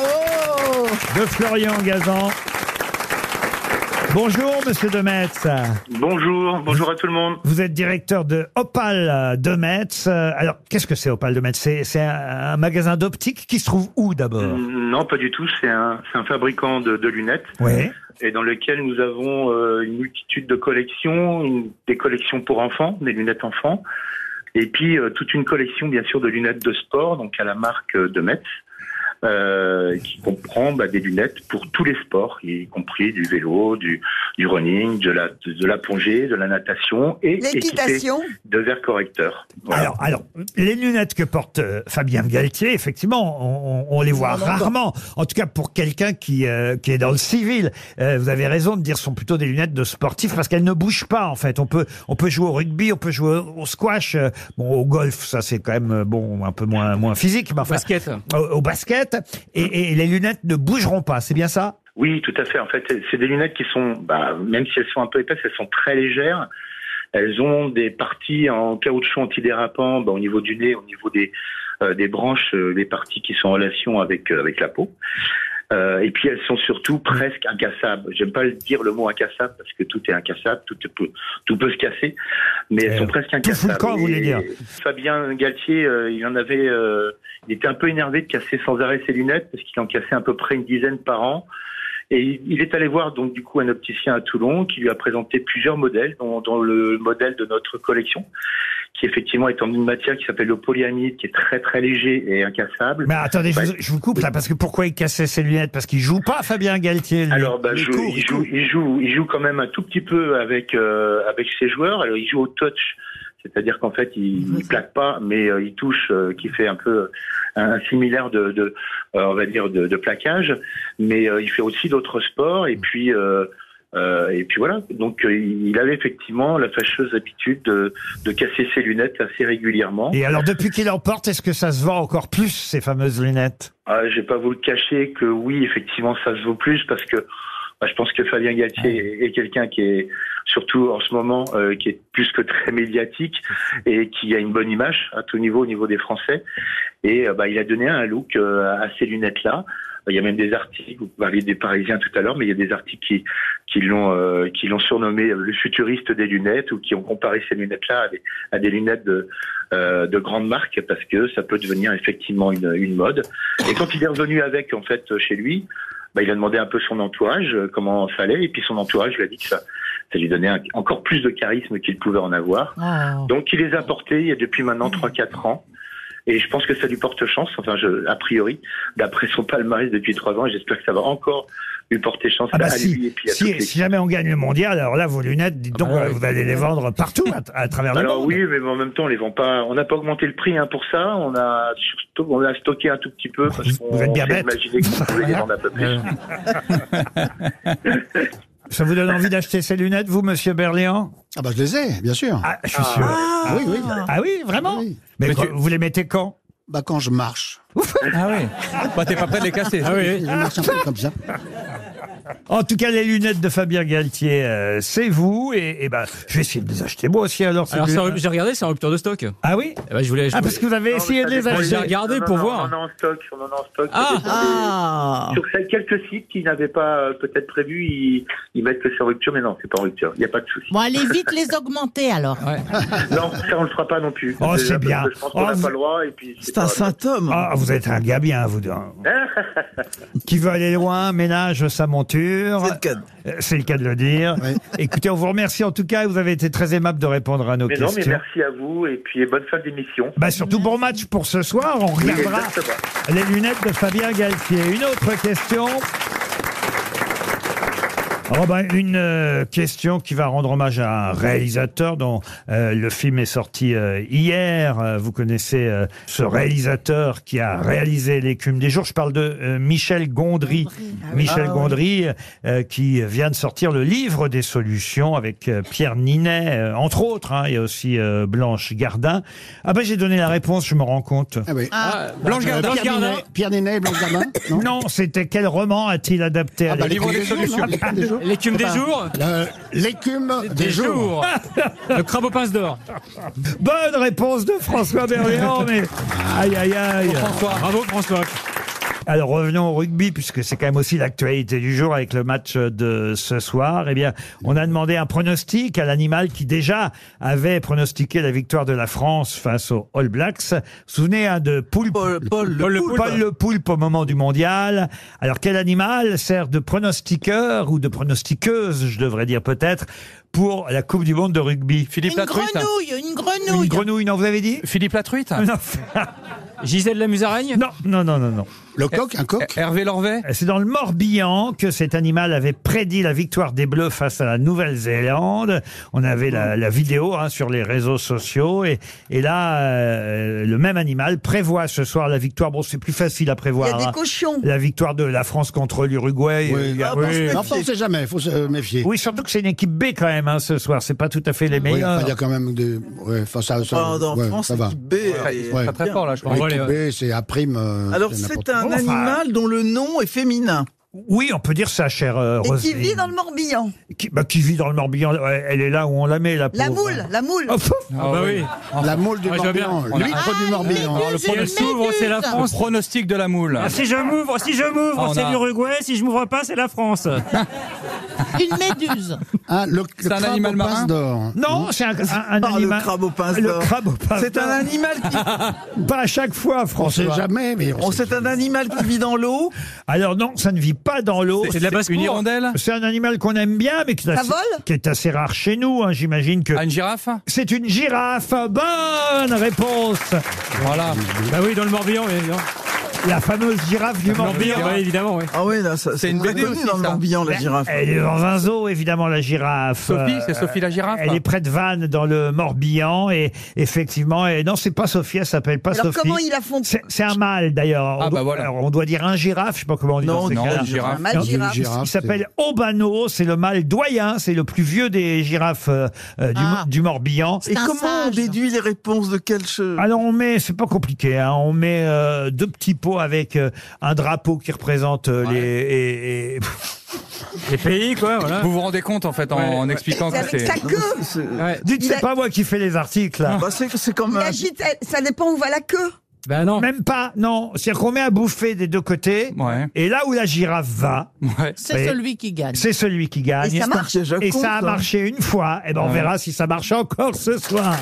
de Florian Gazan. Bonjour, monsieur Demetz. Bonjour, bonjour à tout le monde. Vous êtes directeur de Opal euh, Demetz. Euh, Alors, qu'est-ce que c'est Opal Demetz C'est c'est un, un magasin d'optique qui se trouve où Hmm. d'abord Non, pas du tout. C'est un, c'est un fabricant de, de lunettes. Ouais. Et dans lequel nous avons euh, une multitude de collections, une- des collections pour enfants, des lunettes enfants, et puis euh, toute une collection, bien sûr, de lunettes de sport, donc à la marque euh, de Metz, euh, qui comprend bah, des lunettes pour tous les sports, y compris du vélo, du, du running, de la, de la plongée, de la natation et équipées L'équitation. de verres correcteurs. Voilà. Alors, alors, les lunettes que porte euh, Fabien Galtier, effectivement, on, on- on les voit On en entend. rarement. En tout cas, pour quelqu'un qui, euh, qui est dans le civil, Euh, vous avez raison de dire ce sont plutôt des lunettes de sportif parce qu'elles ne bougent pas, en fait. On peut, on peut jouer au rugby, on peut jouer au squash, euh, bon, au golf, ça c'est quand même, euh, bon, un peu moins, moins physique, mais enfin. basket. Au, au basket. Et, et les lunettes ne bougeront pas, c'est bien ça? Oui, tout à fait. En fait, c'est des lunettes qui sont, bah, même si elles sont un peu épaisses, elles sont très légères. Elles ont des parties en caoutchouc antidérapant bah, au niveau du nez, au niveau des, euh, des branches, euh, des parties qui sont en relation avec, euh, avec la peau. Euh, et puis elles sont surtout presque incassables. J'aime pas le dire le mot incassable parce que tout est incassable, tout peut, tout peut se casser, mais elles sont presque Euh, tout fout incassables. le camp, vous voulez Et dire. Fabien Galtier, euh, il en avait, euh, il était un peu énervé de casser sans arrêt ses lunettes parce qu'il en cassait à peu près une dizaine par an. Et il- il est allé voir donc du coup un opticien à Toulon qui lui a présenté plusieurs modèles, dont, dont le modèle de notre collection, qui effectivement est en une matière qui s'appelle le polyamide, qui est très très léger et incassable. Mais attendez, je Bah, vous, je vous coupe là, parce que pourquoi il cassait ses lunettes? Parce qu'il joue pas, Fabien Galtier. lui. alors, bah, joue- il, joue, il, joue, il joue quand même un tout petit peu avec, euh, avec ses joueurs. Alors, il joue au touch, c'est-à-dire qu'en fait, il ne plaque pas, mais euh, il touche, euh, qui fait un peu un, un similaire de, de euh, on va dire, de, de plaquage. Mais euh, il fait aussi d'autres sports. Et puis, euh, euh, et puis voilà. Donc, euh, il avait effectivement la fâcheuse habitude de, de casser ses lunettes assez régulièrement. Et alors, depuis qu'il en porte, est-ce que ça se vend encore plus, ces fameuses lunettes Ah, je vais pas vous le cacher que oui, effectivement, ça se vaut plus parce que bah, je pense que Fabien Galtier est, est quelqu'un qui est surtout en ce moment euh, qui est plus que très médiatique et qui a une bonne image à tout niveau au niveau des Français. Et euh, bah, il a donné un look euh, à ces lunettes-là. Il y a même des articles, vous parliez des Parisiens tout à l'heure, mais il y a des articles qui, qui l'ont euh, qui l'ont surnommé le futuriste des lunettes ou qui ont comparé ces lunettes-là à des, à des lunettes de, euh, de grandes marques parce que ça peut devenir effectivement une, une mode. Et quand il est revenu avec, en fait, chez lui, bah, il a demandé un peu son entourage, euh, comment ça allait, et puis son entourage lui a dit que ça, ça lui donnait un- encore plus de charisme qu'il pouvait en avoir. Donc il les a portés il y a depuis maintenant Mm. 3-4 ans. Et je pense que ça lui porte chance, enfin je, a priori, d'après son palmarès depuis trois ans, et j'espère que ça va encore lui porter chance Ah bah à lui et si, puis à si- toutes les- si jamais on gagne le mondial, alors là, vos lunettes, dites donc, bah euh, oui. vous allez les vendre partout, à, à travers le Alors monde. oui, mais en même temps, on les vend pas. On n'a pas augmenté le prix hein, pour ça. On a sursto- on a stocké un tout petit peu parce qu'on êtes bien s'est bête. imaginé qu'on pouvait les vendre un peu plus. Ça vous donne envie d'acheter ces lunettes, vous, monsieur Berléand Ah bah je les ai, bien sûr. Ah, je suis sûr. Ah, oui, oui. Ah oui, vraiment Mais, quand- vous les mettez quand Bah quand je marche. Ah oui. Bah t'es pas prêt de les casser. Je marche un peu comme ça. En tout cas, les lunettes de Fabien Galtier, euh, c'est vous. Et, et ben, je vais essayer de les acheter moi aussi. Alors, ces Alors, c'est en lunettes. rup- j'ai regardé, c'est en rupture de stock. Ah oui je voulais, Ah, parce que vous avez essayé de les acheter. J'ai regardé pour voir. On en a en stock, on en Oh. a en Euh. stock. Ah. Peut-être sur des- Sur ces quelques sites qui n'avaient pas euh, peut-être prévu, ils, ils mettent que c'est en rupture, mais non, c'est pas en rupture. Il n'y a pas de souci. Bon, allez vite les augmenter alors. Non, ça on le fera pas non plus. Oh, Déjà, c'est parce bien. que Je pense qu'on Oh, n'a vous- pas le droit. Et puis, C'est un symptôme. Ah, vous êtes un gars bien, vous. hein. Qui veut aller loin, ménage sa monture. C'est le cas. C'est le cas de le dire. Écoutez, on vous remercie en tout cas. Vous avez été très aimable de répondre à nos mais non, mais questions. merci à vous et puis bonne fin d'émission. Bah surtout bon match pour ce soir. On Oui, regardera exactement. les lunettes de Fabien Galtier. Une autre question. Oh ben, une euh, question qui va rendre hommage à un réalisateur dont euh, le film est sorti euh, hier. Euh, vous connaissez euh, ce réalisateur qui a réalisé L'écume des jours. Je parle de euh, Michel Gondry. Michel Ah oui. Gondry euh, qui vient de sortir le livre des solutions avec euh, Pierre Ninet, euh, entre autres. hein. il y a aussi euh, Blanche Gardin. Ah ben j'ai donné la réponse, je me rends compte. Ah, Blanche Gardin. Pierre, Blanche Gardin. Ninet, Pierre Ninet et Blanche Gardin. Non, c'était quel roman a-t-il adapté à Ah bah, l'écume l'écume des jours, non L'écume des jours. L'écume des jours Le- L'écume des jours. Le crabe aux pinces d'or. Bonne réponse de François Berléand, mais aïe aïe aïe. François. Bravo François. Alors revenons au rugby puisque c'est quand même aussi l'actualité du jour avec le match de ce soir. Eh bien, on a demandé un pronostic à l'animal qui déjà avait pronostiqué la victoire de la France face aux All Blacks. Vous vous Souvenez hein, de Poulpe, Paul, le Poulpe. Paul le Poulpe au moment du mondial. Alors quel animal sert de pronostiqueur ou de pronostiqueuse, je devrais dire peut-être, pour la Coupe du monde de rugby Philippe hein. Une grenouille, une grenouille. une grenouille, non, vous avez dit Philippe Latruite Gisèle Lamusaraigne Non, non, non, non, non. Le coq, un coq Eh, Hervé Lorvet C'est dans le Morbihan que cet animal avait prédit la victoire des Bleus face à la Nouvelle-Zélande. On avait la, la vidéo hein, sur les réseaux sociaux. Et, et là, euh, le même animal prévoit ce soir la victoire. Bon, c'est plus facile à prévoir. Il y a des hein. cochons. La victoire de la France contre l'Uruguay. euh, Oui. Il y a- Ah, bon, c'est- enfin, on sait jamais, faut se euh, méfier. Oui, surtout que c'est une équipe B quand même hein, ce soir. C'est pas tout à fait les Oui, meilleurs. enfin, il y a quand même des. ouais, enfin, ça, ça, Ah, non, ouais, France, ça va. équipe B, elle est pas très fort, là, je crois. Oui, Ouais, équipe ouais. B, c'est à prime. euh, Alors n'importe c'est quoi. un Bon, enfin, animal dont le nom est féminin. Oui, on peut dire ça, chère euh, Et qui Roselyne. vit dans le Morbihan. Qui, bah, qui vit dans le Morbihan. ouais, Elle est là où on la met, la La pauvre. moule, la moule. Oh, pff. Ah bah oui. La moule du Ouais, je vois bien. Morbihan. On a- Ah, L'huître du Morbihan. Alors, le pronostic s'ouvre, c'est la France. Pronostic de la moule. Ah, si je m'ouvre, si je Ah, m'ouvre, on c'est a- l'Uruguay. Si je m'ouvre pas, c'est la France. Une méduse. Ah, le, le un crabe animal aux pinces marin d'or. Non, c'est un, un- un Ah, animal. le crabe aux pinces Le d'or. crabe aux pinces C'est un d'or. animal Ah, qui... Pas à chaque fois, François. sait jamais, mais on Oh, on C'est un animal qui vit dans l'eau. Alors non, ça ne vit pas dans l'eau. C'est de la basse-cour. Une hirondelle C'est un animal qu'on aime bien, mais qui est Ça assez, vole qui est assez rare chez nous. hein, J'imagine que Ah, une girafe c'est une girafe. Bonne réponse. Voilà. bah oui, dans le Morbihan, oui. La fameuse girafe du Morbihan. Morbihan, bah, évidemment, oui. Ah oui, là, ça- c'est une très BD connu aussi, dans le ça. Morbihan, la Ben, girafe. Elle est dans un zoo, évidemment, la girafe. Sophie, Euh, c'est Sophie la girafe Elle est près de Vannes, dans le Morbihan, et effectivement, et non, c'est pas Sophie, elle s'appelle pas Alors Sophie. comment ils la font C'est c'est un mâle d'ailleurs. On Ah, bah doit- voilà. alors, on doit dire un girafe, je sais pas comment on dit. Non, dans ces non, cas-là. une girafe. Un mâle Non, girafe. une girafe. Il s'appelle Obano, c'est le mâle doyen, c'est le plus vieux des girafes euh, euh, du, Ah. du Morbihan. Et C'est un comment on sage. déduit les réponses de quel che- Alors on met, c'est pas compliqué, hein, on met euh, deux petits pots avec euh, un drapeau qui représente euh, les. et- et- Les pays, quoi, voilà. Vous vous rendez compte, en fait, en, en expliquant C'est que avec sa c'est. queue. C'est- Ouais. Dites, Il c'est a- pas moi qui fais les articles. là. Bah, c'est c'est comme Il un- agite, elle- ça dépend où va la queue. Ben non. Même pas, non. C'est-à-dire qu'on met à bouffer des deux côtés. Ouais. Et là où la girafe va, Ouais. C'est Et- celui qui gagne. c'est celui qui gagne. Et ça c'est un marche. hein. piège à Et con, ça a marché une fois. Et ben on Ouais. verra si ça marche encore ce soir.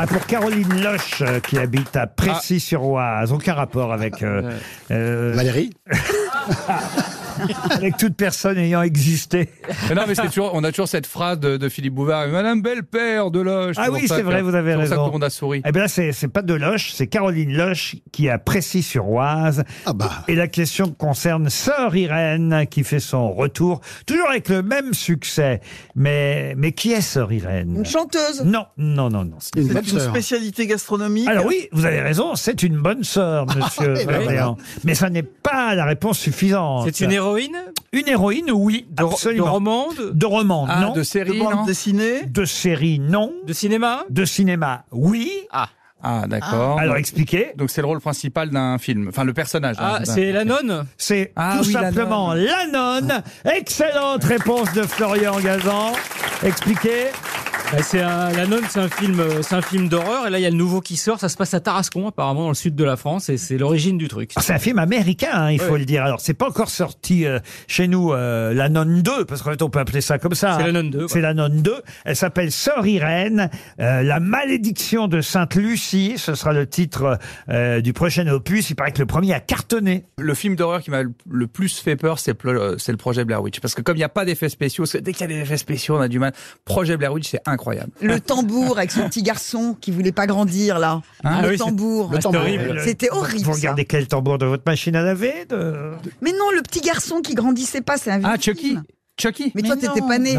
Ah, pour Caroline Loche, euh, qui habite à Précy-sur-Oise, aucun rapport avec, euh, euh, Valérie avec toute personne ayant existé. Mais non, mais c'est toujours, on a toujours cette phrase de, de Philippe Bouvard, Madame Belle-Père de Loche. Ah oui, pour ça c'est que- vrai, vous avez C'est pour ça raison. que tout le monde a souri. Eh bien là, c'est c'est pas de Loche, c'est Caroline Loche qui est à Précy-sur-Oise. Ah bah. Et la question concerne Sœur Irène qui fait son retour, toujours avec le même succès. Mais, mais qui est Sœur Irène Une chanteuse. Non, non, non, non. Une bonne C'est une sœur. spécialité gastronomique. Alors oui, vous avez raison, c'est une bonne sœur, monsieur Eh ben Valéan. Mais ça n'est pas la réponse suffisante. C'est une héroïne Une héroïne, oui, de, de absolument. roman, de, De roman, Ah, non. de De série, bande non de... dessinée. De série, non. cinéma De cinéma, oui. Ah. Ah, d'accord. Ah. Alors, expliquez. Donc, c'est le rôle principal d'un film. Enfin, le personnage. Ah, hein, d'un- c'est la nonne C'est Ah tout oui, la simplement nonne. la nonne. Excellente réponse de Florian Gazan. Expliquez. Bah, c'est un- la nonne, c'est un film, euh, c'est un film d'horreur. Et là, il y a le nouveau qui sort. Ça se passe à Tarascon, apparemment, dans le sud de la France, et c'est l'origine du truc. Alors, Ah, C'est un film américain, hein, il faut Oui. le dire. Alors, c'est pas encore sorti euh, chez nous, euh, La Nonne 2, parce qu'en fait, on peut appeler ça comme ça. C'est hein. La Nonne 2, C'est La Nonne 2. Elle s'appelle Sœur Irène, euh, La malédiction de Sainte Lucie. Ce sera le titre euh, du prochain opus. Il paraît que le premier a cartonné. Le film d'horreur qui m'a le- le plus fait peur, c'est plo- euh, c'est le projet Blair Witch. Parce que comme il n'y a pas d'effets spéciaux, parce que dès qu'il y a des effets spéciaux, on a du mal. Projet Blair Witch, c'est incroyable. Ah. Le tambour avec son petit garçon qui voulait pas grandir là. Hein Ah le oui, c'est- tambour. Le tambour. Le- C'était horrible. Vous ça. regardez quel tambour de votre machine à laver de- Mais non, le petit garçon qui grandissait pas, c'est un Ah, Chucky Chucky Mais, toi, t'étais pas né.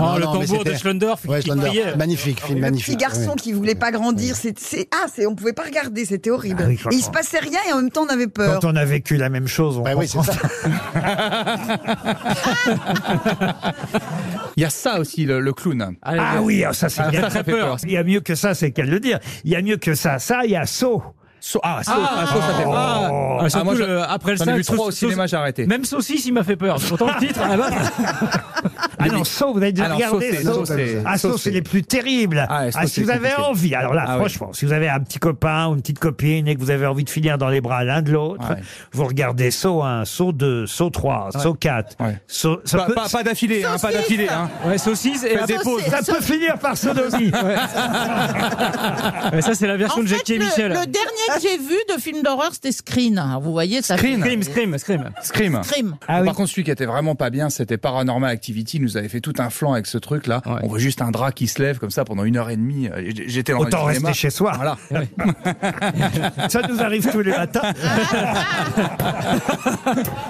Schlendorf. Ouais, Schlendorf. criait. Magnifique, film Le magnifique. petit ah garçon ouais. qui voulait pas grandir, c'est, c'est- ah, c'est, on pouvait pas regarder, c'était horrible. Ah oui, je et il se comprends. passait rien et en même temps on avait peur. Quand on a vécu la même chose, on comprend. Il y a ça aussi, le, le clown. Ah oui, ah, ça c'est bien. ça fait peur. Il y a mieux que ça, c'est qu'à le dire. Il y a mieux que ça. Ça, il y a saut. ah, Saw, ah, Saw, ça fait peur. Ah, surtout moi, je- le- après le j'en ai cinq, vu trois au sauce- cinéma, sauce- j'ai arrêté. Même Saucisse, il m'a fait peur. Pourtant, le titre, à la base. Ah non, Saw, vous avez déjà Ah non, regardé Saw, c'est- Saw, Saw c'est- Ah, Saw, Saw, c'est c'est- les plus terribles. Ah, Ah, Saw, si c'est vous avez compliqué. envie, alors là, Ah ouais. franchement, si vous avez un petit copain ou une petite copine et que vous avez envie de finir dans les bras l'un de l'autre, vous regardez Saw 1, Saw 2, Saw 3, Saw 4. Saw- ça Pas- peut- pas- pas d'affilée, hein, pas Saucisse. d'affilée, hein. Ouais, saucisse et Faites des pauses. Ça peut finir par sodomie. Mais ça, c'est la version de Jackie et Le, Michel. le dernier que j'ai vu de film d'horreur, c'était Screen. Alors, Vous voyez, ça Scream. fait- Scream, Scream. Scream. Scream. Ah Par contre, celui qui était vraiment pas bien, c'était Paranormal Activity. Il nous avait fait tout un flanc avec ce truc-là. On voit juste un drap qui se lève comme ça pendant une heure et demie. Euh, j- J'étais dans le Autant cinéma. rester chez soi. ça nous arrive tous les matins.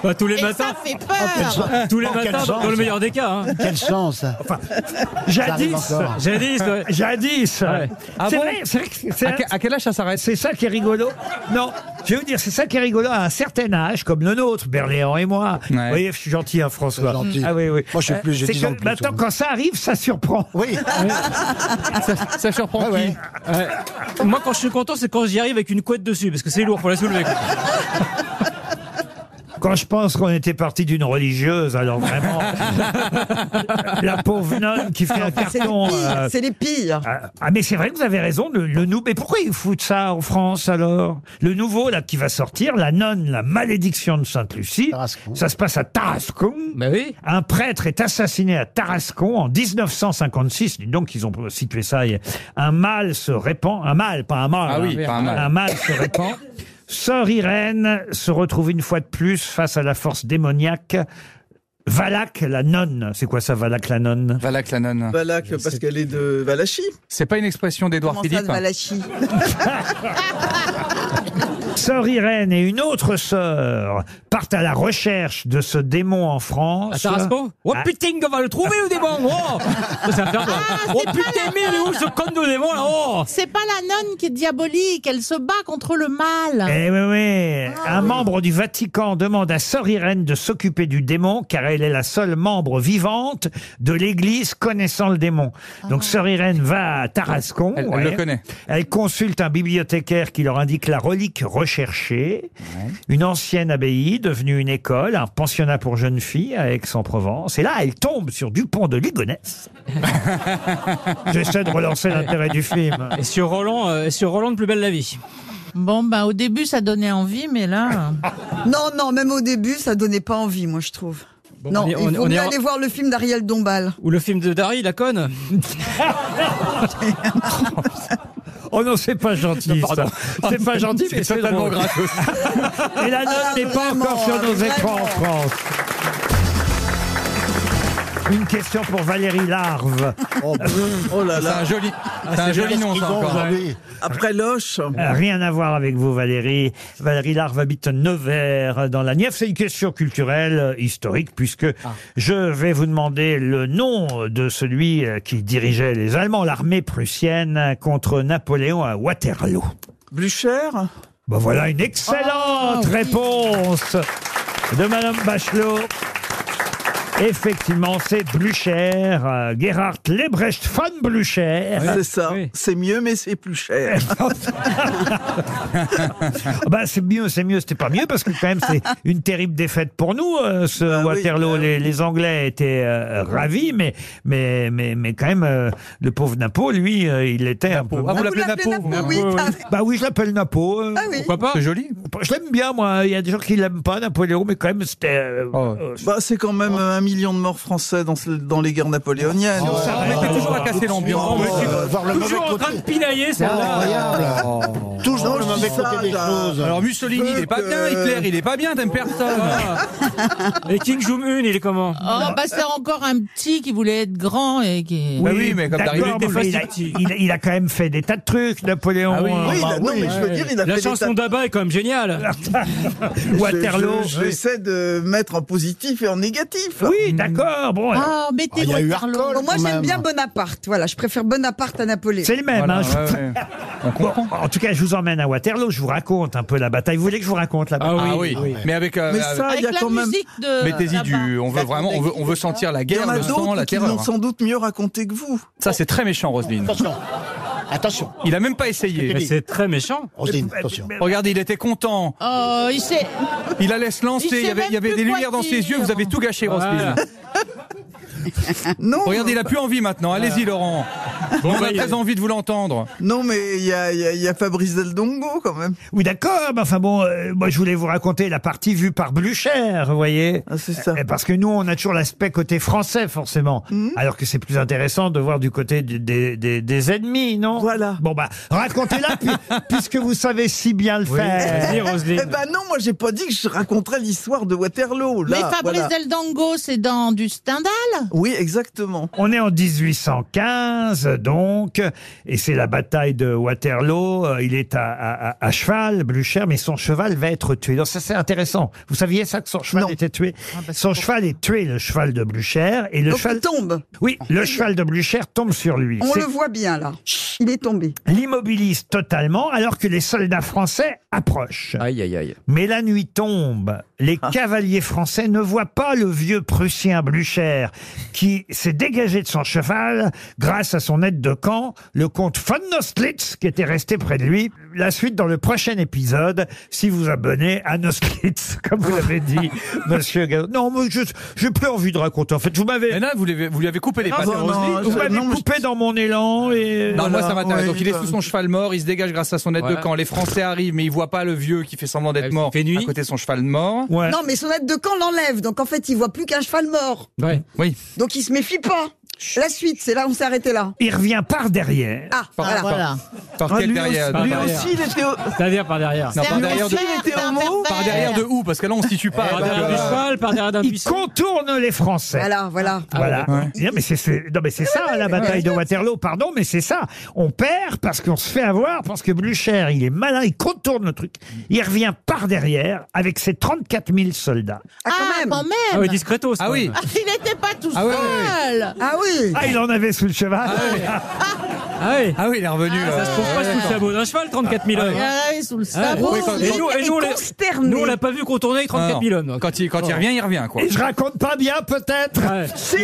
Bah, tous les Et matins. ça fait peur. En quelle- Tous les En quelle matins, dans, chance. dans le meilleur des cas. Hein. Quelle chance Jadis Jadis, ouais. Jadis Ouais. Ah C'est bon vrai, c'est vrai que c'est- c'est- À que- à quel âge ça s'arrête C'est ça qui est rigolo. Non, je vais vous dire, c'est ça qui est rigolo à un certain âge, comme le nôtre, Berléand et moi. Vous voyez, je suis gentil, hein, François. gentil. Ah oui, oui. Moi, je suis plus, j'ai C'est 10 que ans de plus, Maintenant, toi. quand ça arrive, ça surprend. Oui. Ça, surprend qui Moi, quand je suis content, c'est quand j'y arrive avec une couette dessus, parce que c'est lourd, faut la soulever. quoi. Quand je pense qu'on était parti d'une religieuse, alors vraiment, la pauvre nonne qui fait un C'est les carton. pires, euh, c'est les pires. Ah, ah, mais c'est vrai que vous avez raison, le, le nou- Mais pourquoi ils foutent ça en France alors Le nouveau là qui va sortir, la nonne, la malédiction de Sainte Lucie. Ça se passe à Tarascon. Un prêtre est assassiné à Tarascon en 1956. Dis donc ils ont situé ça. il y a- Un mal se répand. Un mal, pas un mal. hein. Ah oui, pas un mâle. Un mal se répand. Sœur Irène se retrouve une fois de plus face à la force démoniaque. Valak la nonne. C'est quoi ça, Valak la nonne Valak la nonne. Valak, parce qu'elle est de Valachie. C'est pas une expression d'Edouard Comment ça, de Philippe. hein. Valachie Sœur Irène et une autre sœur partent à la recherche de ce démon en À France. Tarascon Oh Ah, putain, on va le trouver, le démon Oh, Ça, ça va faire peur. Oh putain, mais il est où ce con de démon là Oh C'est pas la nonne qui est diabolique, elle se bat contre le mal. Eh oui, oui. un membre du Vatican demande à Sœur Irène de s'occuper du démon car elle est la seule membre vivante de l'Église connaissant le démon. Donc Sœur Irène va à Tarascon. Elle- elle le connaît. Elle consulte un bibliothécaire qui leur indique la relique recherchée, une ancienne abbaye devenue une école, un pensionnat pour jeunes filles à Aix-en-Provence. Et là, elle tombe sur Dupont de Ligonnès. J'essaie de relancer l'intérêt du film. Et sur Roland, euh, et sur Roland de plus belle la vie. Bon, bah, au début, ça donnait envie, mais là. Non, non, même au début, ça donnait pas envie, moi, je trouve. Bon, non, on est- on- il vaut on est mieux en- aller voir le film d'Ariel Dombal. Ou le film de Dari, la conne. Oh non, c'est pas gentil. ça. C'est pas gentil, mais c'est totalement drôle. gratos. Et la note Ah, n'est pas vraiment, hein, encore sur nos vraiment. écrans en France. Une question pour Valérie Larve. Oh là Ah, là. C'est un joli, c'est un joli nom, ça, encore. hein. Après Loche. Euh, Rien à voir avec vous, Valérie. Valérie Larve habite Nevers, dans la Nièvre. C'est une question culturelle, euh, historique, puisque Ah. je vais vous demander le nom de celui euh, qui dirigeait les Allemands, l'armée prussienne, contre Napoléon à Waterloo. Blücher Ben voilà une Oh. excellente réponse de Madame Bachelot. Effectivement, c'est Blücher, euh, Gerhard Lebrecht von Blücher. C'est ça. C'est mieux, mais c'est plus cher. bah, c'est mieux, c'est mieux, c'était pas mieux parce que quand même c'est une terrible défaite pour nous euh, ce Ah Waterloo. les, les Anglais étaient euh, ravis, mais mais mais mais quand même euh, le pauvre Napo, lui, euh, il était un peu. Ah, vous l'appelez Napo, vous Napo, oui, carrément. Bah oui, je l'appelle Napo. Ah euh, Pourquoi pas C'est joli. Je l'aime bien moi. Il y a des gens qui l'aiment pas Napoléon, mais quand même c'était. euh, euh, Bah, c'est quand même euh, un million de morts français dans, ce- dans les guerres napoléoniennes. Oh, ça arrête, arrête, t'es toujours à casser l'ambiance. Oh, Monsieur, euh, voir le toujours mauvais en train de côté. pinailler, C'est celle-là. Oh. Toujours le mauvais côté des choses. Alors Mussolini, il est pas bien, Hitler, il est pas bien, t'aimes personne. Et King Joom une, il est comment Oh, Ah. bah c'est encore un petit qui voulait être grand et qui. Bah d'accord, mais il, a, il a- il a quand même fait des tas de trucs, Napoléon. Ah oui, euh, bah oui. La chanson d'Abba est quand même géniale. Waterloo. Je- je- J'essaie de mettre en positif et en négatif. Oui, d'accord. Bon, Ah, mettez Waterloo. Bon, moi, j'aime bien Bonaparte. Voilà, je préfère Bonaparte à Napoléon. C'est le même. hein, je- Bon, en tout cas, je vous emmène à Waterloo. Je vous raconte un peu la bataille. Vous voulez que je vous raconte la bataille Ah oui, mais avec. euh, avec- Mettez-y du. On veut vraiment, on veut, on veut sentir la Il y en guerre, a le sang, d'autres la qui terreur. l'ont sans doute mieux raconté que vous. Ça, c'est très méchant, Roselyne. Attention. Attention. Il a même pas essayé. Mais c'est très méchant. Roselyne, attention. Regardez, il était content. Oh, il s'est. Il allait se lancer. Il sait Il y avait, il y même avait plus des quoi lumières dans ses dire. yeux. Vous avez tout gâché, Roselyne. Non. Regardez, il a plus envie maintenant. Allez-y, Laurent. Bon, on bah, a il- très envie de vous l'entendre. Non, mais il y a, il y a- il y a Fabrice Del Dongo quand même. Oui, d'accord, mais enfin bon, euh, moi je voulais vous raconter la partie vue par Blücher, vous voyez. Ah, Euh, c'est ça. Mhm. parce que nous, on a toujours l'aspect côté français, forcément. Alors que c'est plus intéressant de voir du côté du- des, des- des ennemis, non Voilà. Bon, bah, racontez-la, puis- puisque vous savez si bien le faire. Eh ben non, moi j'ai pas dit que je raconterais l'histoire de Waterloo. Là, Mais Fabrice voilà. Del Dango, c'est dans du Stendhal Oui, exactement. On est en 1815, donc, et c'est la bataille de Waterloo. Euh, Il est à, à- à- à cheval, Blücher, mais son cheval va être tué. Donc ça, c'est intéressant. Vous saviez ça, que son cheval était tué Son cheval est tué, le cheval de Blücher, et le Donc, cheval... il tombe. Oui, le cheval de Blücher tombe sur lui. On C'est- le voit bien, là. Il est tombé. l'immobilise totalement alors que les soldats français approchent. Aïe, aïe, Ah. aïe. Mais la nuit tombe, les cavaliers français ne voient pas le vieux Prussien Blücher qui s'est dégagé de son cheval grâce à son aide de camp, le comte von Nostlitz, qui était resté près de lui. La suite dans le prochain épisode, si vous abonnez à Nostlitz, comme vous l'avez dit, monsieur Gazon. Non, mais je j'ai plus envie de raconter. En fait, vous m'avez... Mais là, vous lui avez, vous lui avez coupé les Non, pattes. non, Roselyne. Euh, vous m'avez coupé dans mon élan et... Non, moi Voilà. ça m'intéresse. Ouais, Donc il est bah- sous son cheval mort, il se dégage grâce à son aide Voilà. de camp. Les Français arrivent, mais ils voient pas le vieux qui fait semblant Ah d'être mort à côté de son cheval mort. Non, mais son aide de camp l'enlève. Donc, en fait, il voit plus qu'un cheval mort. Oui. Donc, il se méfie pas. La suite, c'est là, on s'est arrêté là. Il revient par derrière. Ah, Par- voilà. par- Par, Ah, quel lui derrière aussi, de- lui par aussi, derrière. il était au- C'est-à-dire par derrière. Non, par derrière de- Par derrière de où Parce que là, on se situe pas. euh, Par derrière Eh ben, du cheval, par derrière d'un Il buisson. contourne les Français. Voilà, voilà. Voilà. Non, mais c'est- c'est non, mais c'est ça la bataille de Waterloo, pardon, mais c'est ça. On perd parce qu'on se fait avoir, parce que Blücher, il est malin, il contourne le truc. Il revient par derrière avec ses 34 000 soldats. Ah, quand même. Ah oui, discretos. Ah oui. Ah, il n'était pas tout Ah ouais, seul. Ah oui. Ah, il en avait sous le cheval. Ah oui. Ah oui, il est revenu. Ça se trouve pas sous le sabot d'un cheval, 34 000 hommes. Ah oui, sous le Ah, sabot. oui, quand- et nous, et nous, on l'a- nous, on l'a pas vu contourner avec 34 000 Ah, hommes. Quand il, quand il Oh. revient, il revient, quoi. Et je raconte pas bien, peut-être. Si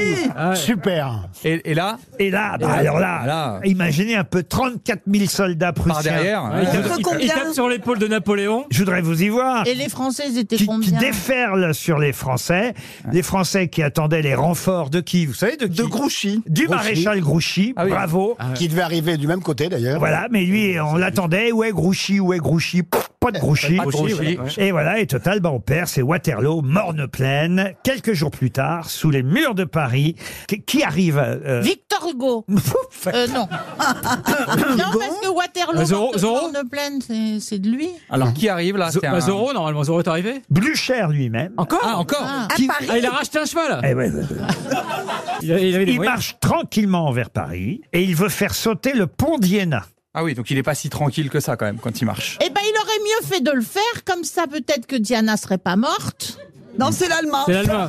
Super. Et, et là Et là, bah, alors là, imaginez un peu 34 000 soldats prussiens. Ah. Par derrière, hein. Ah, il, tape, il- il tape sur l'épaule de Napoléon. Je voudrais vous y Ah. voir. Et les Français, ils étaient qui, qui combien déferle sur les Français. Les Français qui attendaient les renforts de qui Vous savez de qui De Grouchy. Du maréchal Grouchy, Ah oui. bravo. Qui devait arriver du même côté d'ailleurs. Ah Voilà, mais lui, on l'attendait. Ouais, Grouchy, ouais, Grouchy. Pouf, Pas de Grouchy. Pas de Grouchy, ouais. Et voilà, et total, bah, on perd. C'est Waterloo, Morne-Plaine. Quelques jours plus tard, sous les murs de Paris, qui, qui arrive euh, Victor Hugo. Euh, non. non, parce que Waterloo, Ah, Euh, Zorro- Morte- Zorro Morne-Plaine, c'est- c'est de lui. Ah. Alors, qui arrive là Zo- C'est un- bah, Zorro, normalement, Zorro est arrivé. Blücher lui-même. Encore Ah, encore Qui- Paris. Ah, il a racheté un cheval. Eh ouais, ouais, ouais. Il, a- il avait des Il moyens. marche tranquillement vers Paris et il veut faire sauter le pont d'Iéna. Ah oui, donc il est pas si tranquille que ça, quand même, quand il marche. Eh ben, il aurait mieux fait de le faire, comme ça, peut-être que Diana serait pas morte. Non, c'est l'allemand. C'est l'Allemand.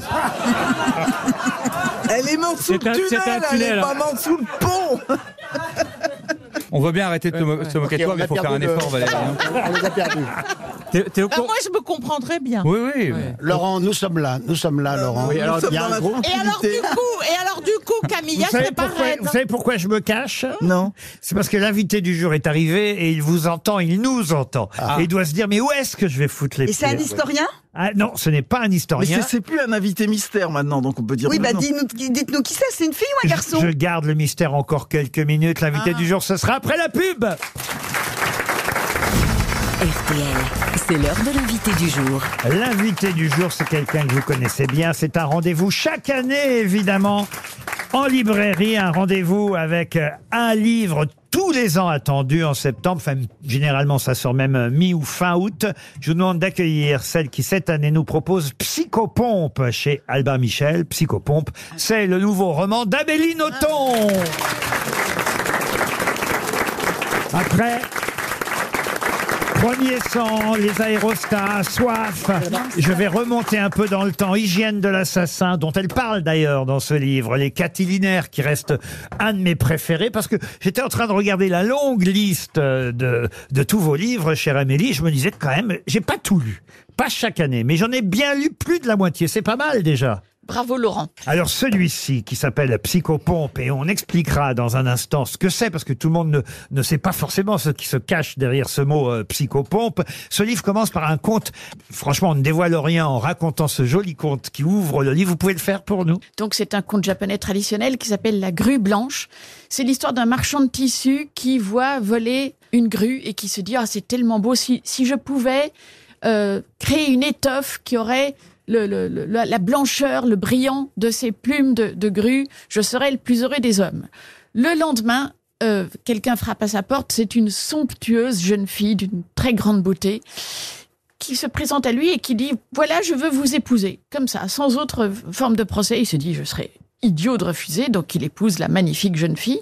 Elle est morte sous le C'est un- tunnel, c'est un elle tunnel. hein. est pas morte sous le pont. hein. On veut bien arrêter de te mo- se moquer de toi, mais il faut faire un effort, Valérie. hein. T'es Bah, moi, je me comprends très bien. Laurent, nous sommes là, nous sommes Euh, là, Laurent. Oui, alors, il y a un groupe. et alors du coup, et alors du coup, Camilla, vous, savez c'est pas pourquoi, raide. vous savez pourquoi je me cache Non. C'est parce que l'invité du jour est arrivé et il vous entend, il nous entend. Ah. Et il doit se dire, mais où est-ce que je vais foutre les Et c'est un pieds historien ah, Non, ce n'est pas un Mais historien. c'est- c'est plus un invité mystère maintenant, donc on peut dire. Oui, bah maintenant. dis-nous- dites-nous qui c'est, c'est une fille ou un garçon Je garde le mystère encore quelques minutes. L'invité du jour, ce sera après la pub. RTL, c'est l'heure de l'invité du jour. L'invité du jour, c'est quelqu'un que vous connaissez bien. C'est un rendez-vous chaque année, évidemment, en librairie. Un rendez-vous avec euh, un livre tous les ans attendu en septembre. Enfin, généralement, ça sort même euh, mi ou fin août. Je vous demande d'accueillir celle qui, cette année, nous propose Psychopompe chez Albin Michel. Psychopompe, c'est le nouveau roman d'Amélie Nothomb. Après Premier sang, les aérostats, soif. Je vais remonter un peu dans le temps. Hygiène de l'assassin, dont elle parle d'ailleurs dans ce livre. Les catilinaires, qui reste un de mes préférés, parce que j'étais en train de regarder la longue liste euh, de, de tous vos livres, chère Amélie. Je me disais quand même, j'ai pas tout lu. Pas chaque année, mais j'en ai bien lu plus de la moitié. C'est pas mal déjà. Bravo Laurent. Alors celui-ci qui s'appelle Psychopompe et on expliquera dans un instant ce que c'est parce que tout le monde ne, ne sait pas forcément ce qui se cache derrière ce mot euh, psychopompe. Ce livre commence par un conte. Franchement, on ne dévoile rien en racontant ce joli conte qui ouvre le livre. Vous pouvez le faire pour nous Donc c'est un conte japonais traditionnel qui s'appelle La Grue Blanche. C'est l'histoire d'un marchand de tissus qui voit voler une grue et qui se dit ah c'est tellement beau si, si je pouvais euh, créer une étoffe qui aurait le- le- le- la, la blancheur, le brillant de ces plumes de, de grue, je serais le plus heureux des hommes. Le lendemain, euh, quelqu'un frappe à sa porte. C'est une somptueuse jeune fille d'une très grande beauté qui se présente à lui et qui dit voilà je veux vous épouser comme ça sans autre forme de procès il se dit je serais idiot de refuser donc il épouse la magnifique jeune fille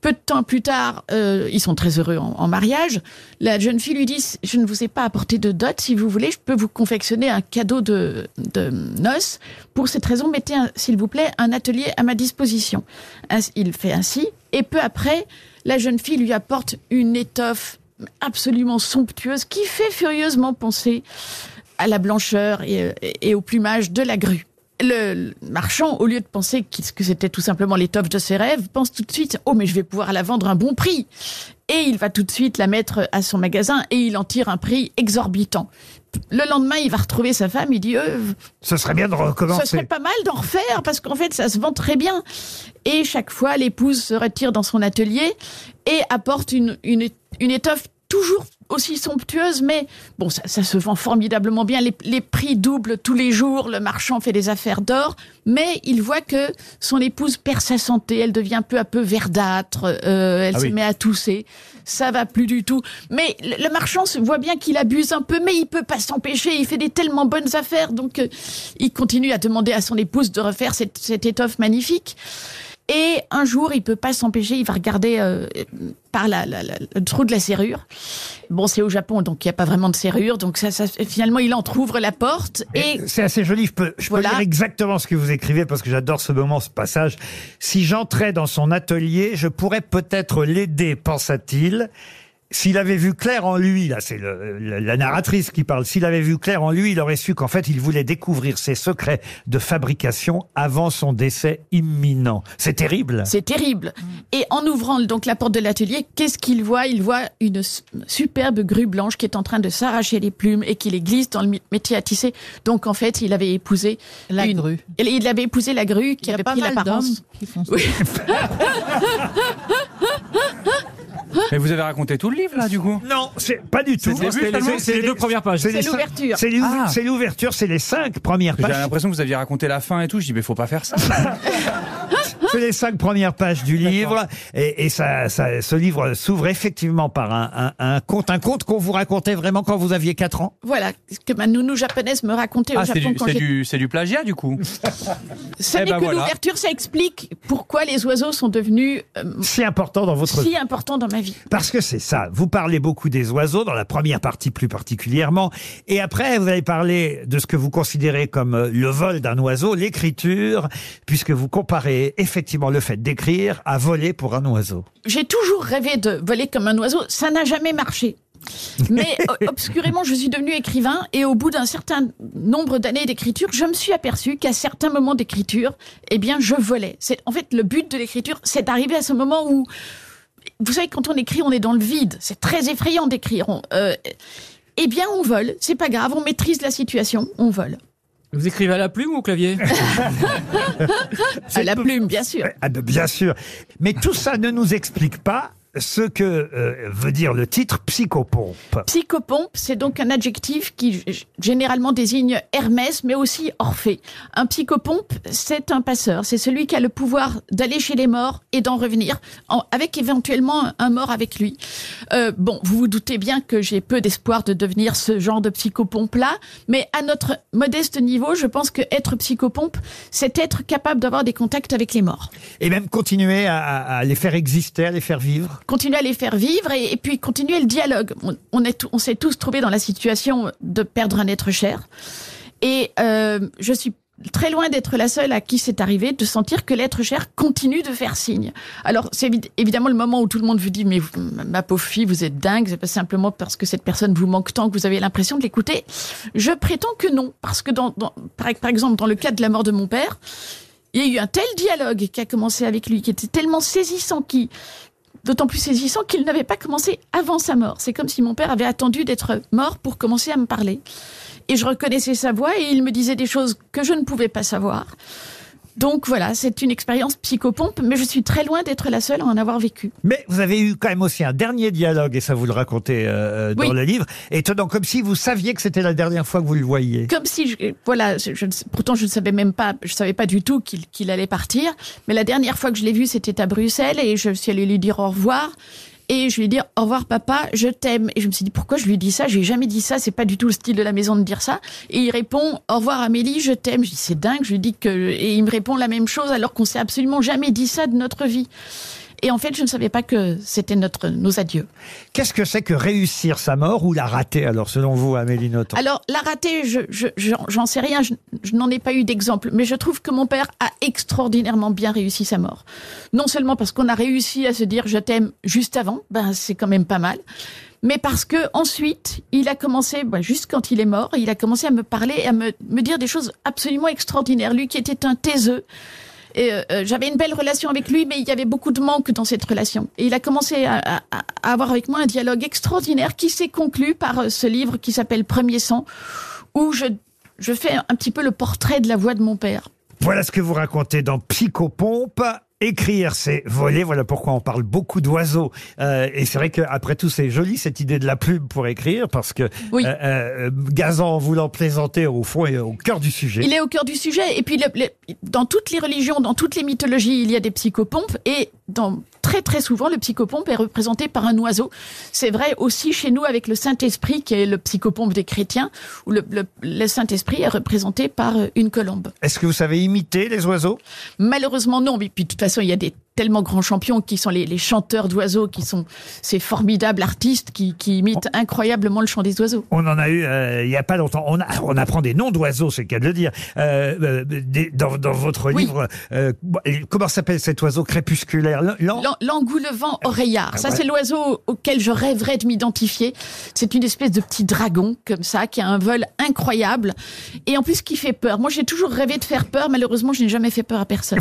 peu de temps plus tard euh, ils sont très heureux en, en mariage la jeune fille lui dit je ne vous ai pas apporté de dot si vous voulez je peux vous confectionner un cadeau de, de noces pour cette raison mettez un- s'il vous plaît un atelier à ma disposition Ainsi- il fait ainsi et peu après la jeune fille lui apporte une étoffe absolument somptueuse qui fait furieusement penser à la blancheur et, et au plumage de la grue. Le marchand, au lieu de penser qu'il- que c'était tout simplement l'étoffe de ses rêves, pense tout de suite Oh, mais je vais pouvoir la vendre à un bon prix Et il va tout de suite la mettre à son magasin et il en tire un prix exorbitant. Le lendemain, il va retrouver sa femme, il dit Euh, Ce serait bien de recommencer. ce serait pas mal d'en refaire parce qu'en fait, ça se vend très bien. Et chaque fois, l'épouse se retire dans son atelier et apporte une, une, une étoffe toujours aussi somptueuse, mais bon, ça, ça se vend formidablement bien. Les, les prix doublent tous les jours. Le marchand fait des affaires d'or, mais il voit que son épouse perd sa santé. Elle devient peu à peu verdâtre. euh, elle Ah se oui. met à tousser. Ça va plus du tout. Mais le, le marchand se voit bien qu'il abuse un peu, mais il peut pas s'empêcher. Il fait des tellement bonnes affaires, donc euh, il continue à demander à son épouse de refaire cette, cette étoffe magnifique. Et un jour, il peut pas s'empêcher, il va regarder euh, par la, la- la- le trou de la serrure. Bon, c'est au Japon, donc il n'y a pas vraiment de serrure. Donc ça, ça- finalement, il entrouvre la porte. Et, C'est assez joli, je peux, je peux lire exactement ce que vous écrivez parce que j'adore ce moment, ce passage. Si j'entrais dans son atelier, je pourrais peut-être l'aider, pensa-t-il. S'il avait vu clair en lui, là c'est le- le- la narratrice qui parle, s'il avait vu clair en lui, il aurait su qu'en fait il voulait découvrir ses secrets de fabrication avant son décès imminent. C'est terrible. C'est terrible. Et en ouvrant donc la porte de l'atelier, qu'est-ce qu'il voit Il voit une s- superbe grue blanche qui est en train de s'arracher les plumes et qui les glisse dans le mi- métier à tisser. Donc en fait, il avait épousé la grue. Il, il avait épousé la grue qui avait Pas pris mal l'apparence. d'hommes qui font ça. Mais vous avez raconté tout le livre là, du coup Non, c'est pas du tout. C'est le début, finalement, c'est les deux premières pages. Ah. les cinq- C'est l'ouv- c'est l'ouverture, c'est les cinq premières J'ai pages. l'impression que vous aviez raconté la fin et tout. Je dis, mais faut pas faire ça. C'est les cinq premières pages du livre. Et, et ça, ça- ce livre s'ouvre effectivement par un, un, un conte, un conte qu'on vous racontait vraiment quand vous aviez 4 ans. Voilà ce que ma nounou japonaise me racontait au Ah, c'est Japon du, quand c'est j'étais du- c'est du plagiat, du coup. Ce Eh n'est ben que voilà. l'ouverture, ça explique pourquoi les oiseaux sont devenus euh, Si important dans votre si importants dans ma vie. Parce que c'est ça. Vous parlez beaucoup des oiseaux, dans la première partie plus particulièrement. Et après, vous allez parler de ce que vous considérez comme euh, le vol d'un oiseau, l'écriture, puisque vous comparez effectivement le fait d'écrire à voler pour un oiseau. J'ai toujours rêvé de voler comme un oiseau, ça n'a jamais marché. Mais o- obscurément, je suis devenu écrivain et au bout d'un certain nombre d'années d'écriture, je me suis aperçu qu'à certains moments d'écriture, eh bien, je volais. C'est en fait le but de l'écriture, c'est d'arriver à ce moment où vous savez, quand on écrit, on est dans le vide. C'est très effrayant d'écrire. On- euh, eh bien, on vole. C'est pas grave. On maîtrise la situation. On vole. Vous écrivez à la plume ou au clavier À la plume, bien sûr. Ah, de- bien sûr. Mais tout ça ne nous explique pas ce que euh, veut dire le titre psychopompe. Psychopompe, c'est donc un adjectif qui g- généralement désigne Hermès, mais aussi Orphée. Un psychopompe, c'est un passeur. C'est celui qui a le pouvoir d'aller chez les morts et d'en revenir, en- avec éventuellement un- un mort avec lui. Euh, bon, vous vous doutez bien que j'ai peu d'espoir de devenir ce genre de psychopompe-là, mais à notre modeste niveau, je pense que être psychopompe, c'est être capable d'avoir des contacts avec les morts. Et même continuer à- à- à les faire exister, à les faire vivre. continuer à les faire vivre et, et puis continuer le dialogue. On, on est, tou- on s'est tous trouvés dans la situation de perdre un être cher. Et euh, je suis très loin d'être la seule à qui c'est arrivé de sentir que l'être cher continue de faire signe. Alors, c'est évi- évidemment le moment où tout le monde vous dit, mais vous- ma pauvre fille, vous êtes dingue, c'est pas simplement parce que cette personne vous manque tant que vous avez l'impression de l'écouter. Je prétends que non, parce que dans, dans- par, par exemple, dans le cas de la mort de mon père, il y a eu un tel dialogue qui a commencé avec lui, qui était tellement saisissant, qui, D'autant plus saisissant qu'il n'avait pas commencé avant sa mort. C'est comme si mon père avait attendu d'être mort pour commencer à me parler. Et je reconnaissais sa voix et il me disait des choses que je ne pouvais pas savoir. Donc voilà, c'est une expérience psychopompe, mais je suis très loin d'être la seule à en avoir vécu. Mais vous avez eu quand même aussi un dernier dialogue, et ça vous le racontez euh, dans Oui. le livre, étonnant, comme si vous saviez que c'était la dernière fois que vous le voyiez. Comme si, je- voilà, je, je ne sais- pourtant je ne savais même pas, je savais pas du tout qu'il qu'il allait partir. Mais la dernière fois que je l'ai vu, c'était à Bruxelles et je suis allée lui dire au revoir. Et je lui ai dit au revoir papa, je t'aime. Et je me suis dit pourquoi je lui dis ça J'ai jamais dit ça, c'est pas du tout le style de la maison de dire ça. Et il répond au revoir Amélie, je t'aime. Je dis c'est dingue, je lui dis que. Et il me répond la même chose alors qu'on s'est absolument jamais dit ça de notre vie. Et en fait, je ne savais pas que c'était notre, nos adieux. Qu'est-ce que c'est que réussir sa mort ou la rater, alors, selon vous, Amélie Nothomb Alors, la ratée, je, je- j'en- j'en sais rien, je, je n'en ai pas eu d'exemple, mais je trouve que mon père a extraordinairement bien réussi sa mort. Non seulement parce qu'on a réussi à se dire je t'aime juste avant, ben c'est quand même pas mal, mais parce que ensuite, il a commencé, ben, juste quand il est mort, il a commencé à me parler et à me, me dire des choses absolument extraordinaires. Lui qui était un taiseux, et, euh, euh, j'avais une belle relation avec lui, mais il y avait beaucoup de manque dans cette relation. Et il a commencé à, à- à avoir avec moi un dialogue extraordinaire qui s'est conclu par euh, ce livre qui s'appelle Premier sang, où je, je fais un petit peu le portrait de la voix de mon père. Voilà ce que vous racontez dans Psychopompe. Écrire, c'est voler. Voilà pourquoi on parle beaucoup d'oiseaux. Euh, et c'est vrai qu'après tout, c'est joli cette idée de la plume pour écrire, parce que Oui. euh, euh, Gazan, en voulant plaisanter, au fond, est au cœur du sujet. Il est au cœur du sujet. Et puis, le- le- dans toutes les religions, dans toutes les mythologies, il y a des psychopompes. Et dans, très, très souvent, le psychopompe est représenté par un oiseau. C'est vrai aussi chez nous avec le Saint-Esprit, qui est le psychopompe des chrétiens, où le, le- le Saint-Esprit est représenté par euh, une colombe. Est-ce que vous savez imiter les oiseaux Malheureusement, non. Mais puis, de toute façon, il y a des tellement grands champions qui sont les, les chanteurs d'oiseaux, qui sont ces formidables artistes qui, qui imitent incroyablement le chant des oiseaux. On en a eu euh, il y a pas longtemps. On, a- on apprend des noms d'oiseaux, c'est le cas de le dire. Euh, euh, des- dans, dans votre livre, euh, comment s'appelle cet oiseau crépusculaire L'an- l'an- L'an- L'engoulevent oreillard. Ah, Ça, ouais. c'est l'oiseau auquel je rêverais de m'identifier. C'est une espèce de petit dragon, comme ça, qui a un vol incroyable. Et en plus, qui fait peur. Moi, j'ai toujours rêvé de faire peur. Malheureusement, je n'ai jamais fait peur à personne.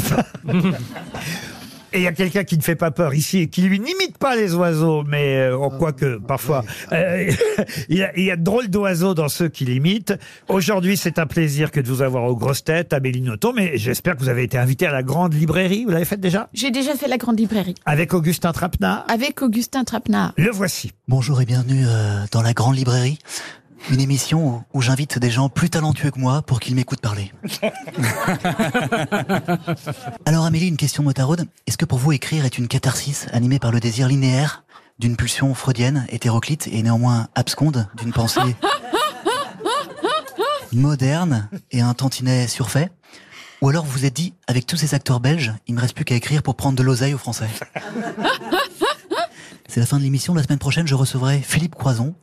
Et il y a quelqu'un qui ne fait pas peur ici et qui lui n'imite pas les oiseaux, mais euh, en quoi que parfois. Euh, il, y a, il y a de drôles d'oiseaux dans ceux qui l'imitent. Aujourd'hui, c'est un plaisir que de vous avoir aux grosses têtes, Amélie Nothomb, mais j'espère que vous avez été invité à la grande librairie. Vous l'avez faite déjà j'ai déjà fait la grande librairie. Avec Augustin Trapenard. Avec Augustin Trapenard. Le voici. Bonjour et bienvenue euh, dans la Grande Librairie, une émission où- où j'invite des gens plus talentueux que moi pour qu'ils m'écoutent parler. Alors Amélie, une question motaraude. Est-ce que pour vous écrire est une catharsis animée par le désir linéaire d'une pulsion freudienne, hétéroclite et néanmoins absconde d'une pensée moderne et un tantinet surfait Ou alors vous vous êtes dit, avec tous ces acteurs belges, il me reste plus qu'à écrire pour prendre de l'oseille aux Français c'est la fin de l'émission. La semaine prochaine, je recevrai Philippe Croison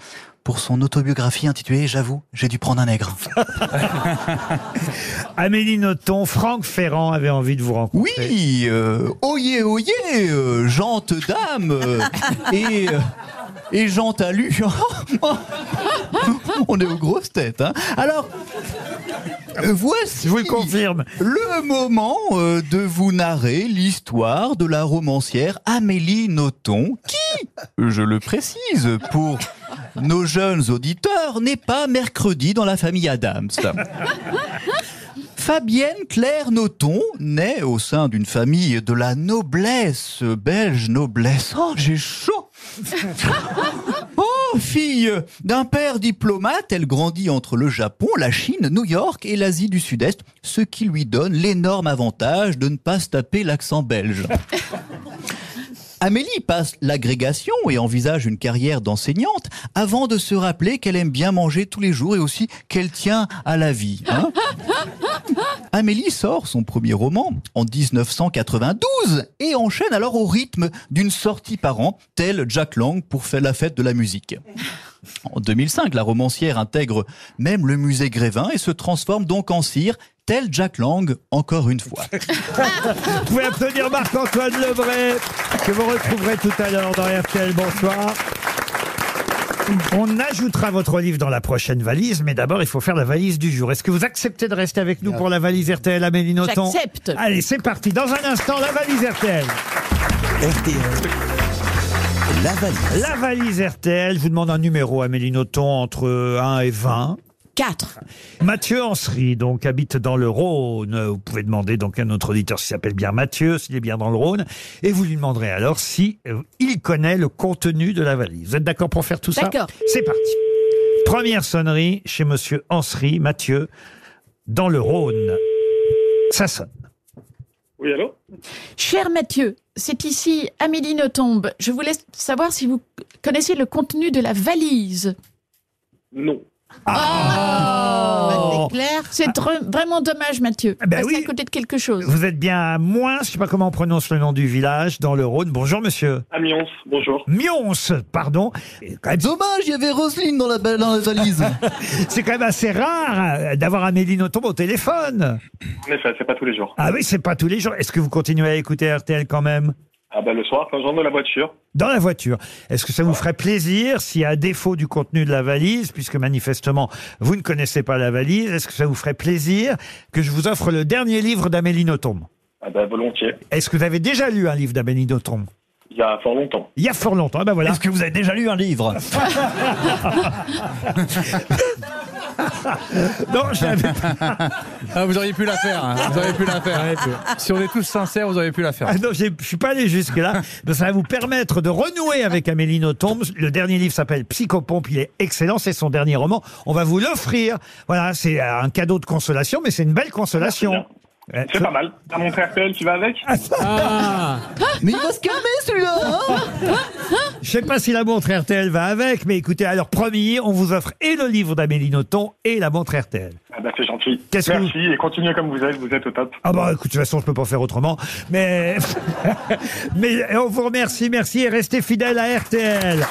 pour son autobiographie intitulée J'avoue, j'ai dû prendre un nègre. Amélie Nothomb, Franck Ferrand avait envie de vous rencontrer. Oui, oyez, oyez, gentes dames, euh, et euh, et Jean Talu. On est aux grosses têtes. hein. Alors, euh, voici. Je vous confirme. Le moment euh, de vous narrer l'histoire de la romancière Amélie Nothomb, qui, je le précise, pour nos jeunes auditeurs, n'est pas mercredi dans la famille Adams. Fabienne Claire Nothomb naît au sein d'une famille de la noblesse belge noblesse. Oh, j'ai chaud. Oh, fille d'un père diplomate, elle grandit entre le Japon, la Chine, New York et l'Asie du Sud-Est, ce qui lui donne l'énorme avantage de ne pas se taper l'accent belge. Amélie passe l'agrégation et envisage une carrière d'enseignante avant de se rappeler qu'elle aime bien manger tous les jours et aussi qu'elle tient à la vie. hein. Amélie sort son premier roman en 1992 et enchaîne alors au rythme d'une sortie par an, tel Jack Lang pour faire la fête de la musique. En 2005, la romancière intègre même le musée Grévin et se transforme donc en cire, tel Jack Lang encore une fois. Vous pouvez applaudir Marc-Antoine Lebray, que vous retrouverez tout à l'heure dans RTL. Bonsoir. On ajoutera votre livre dans la prochaine valise, mais d'abord, il faut faire la valise du jour. Est-ce que vous acceptez de rester avec nous pour la valise RTL, Amélie Nothomb J'accepte. Allez, c'est parti. Dans un instant, la valise RTL. La valise. La valise RTL. Je vous demande un numéro, Amélie Nothomb, entre 1 et 20. 4. Mathieu Ansery, donc, habite dans le Rhône. Vous pouvez demander donc à notre auditeur s'il s'appelle bien Mathieu, s'il est bien dans le Rhône. Et vous lui demanderez alors si euh, il connaît le contenu de la valise. Vous êtes d'accord pour faire tout ça D'accord. C'est parti. Première sonnerie chez Monsieur Ansery, Mathieu, dans le Rhône. Ça sonne. Oui, allô Cher Mathieu, c'est ici Amélie Nothomb. Je voulais savoir si vous connaissez le contenu de la valise. Non. Ah. c'est clair. C'est dr- vraiment dommage, Mathieu. Oh. ben Passer oui. à côté de quelque chose. Vous êtes bien à Moins, je sais pas comment on prononce le nom du village, dans le Rhône. Bonjour, monsieur. Amiens, bonjour. Mions, pardon. Dommage, il y avait Roselyne dans la, dans la valise. C'est quand même assez rare euh, d'avoir Amélie Nothomb au téléphone. En effet, c'est pas tous les jours. Ah oui, c'est pas tous les jours. Est-ce que vous continuez à écouter RTL quand même Ah bah le soir, quand je rentre dans la voiture. dans la voiture. Est-ce que ça vous ferait plaisir si, à défaut du contenu de la valise, puisque manifestement vous ne connaissez pas la valise, est-ce que ça vous ferait plaisir que je vous offre le dernier livre d'Amélie Nothomb Ah bah volontiers. Est-ce que vous avez déjà lu un livre d'Amélie Nothomb Il y a fort longtemps. Il y a fort longtemps. Ah ben voilà. Est-ce que vous avez déjà lu un livre Non, je l'avais Ah, vous auriez pu la faire. hein. Vous auriez pu la faire. Si on est tous sincères, vous auriez pu la faire. Ah non, j'ai- je suis pas allé jusque-là. Mais ça va vous permettre de renouer avec Amélie Nothomb. Le dernier livre s'appelle Psychopompe. Il est excellent. C'est son dernier roman. On va vous l'offrir. Voilà, c'est un cadeau de consolation, mais c'est une belle consolation. C'est pas mal. T'as mon frère RTL qui va avec Ah. Mais il va se calmer celui-là hein Je sais pas si la montre RTL va avec, mais écoutez, alors promis, on vous offre et le livre d'Amélie Nothomb et la montre RTL. Ah bah c'est gentil. Qu'est-ce que Merci et continuez comme vous êtes, vous êtes au top. Ah bah écoute, de toute façon, je peux pas faire autrement. Mais, mais on vous remercie, merci et restez fidèles à RTL.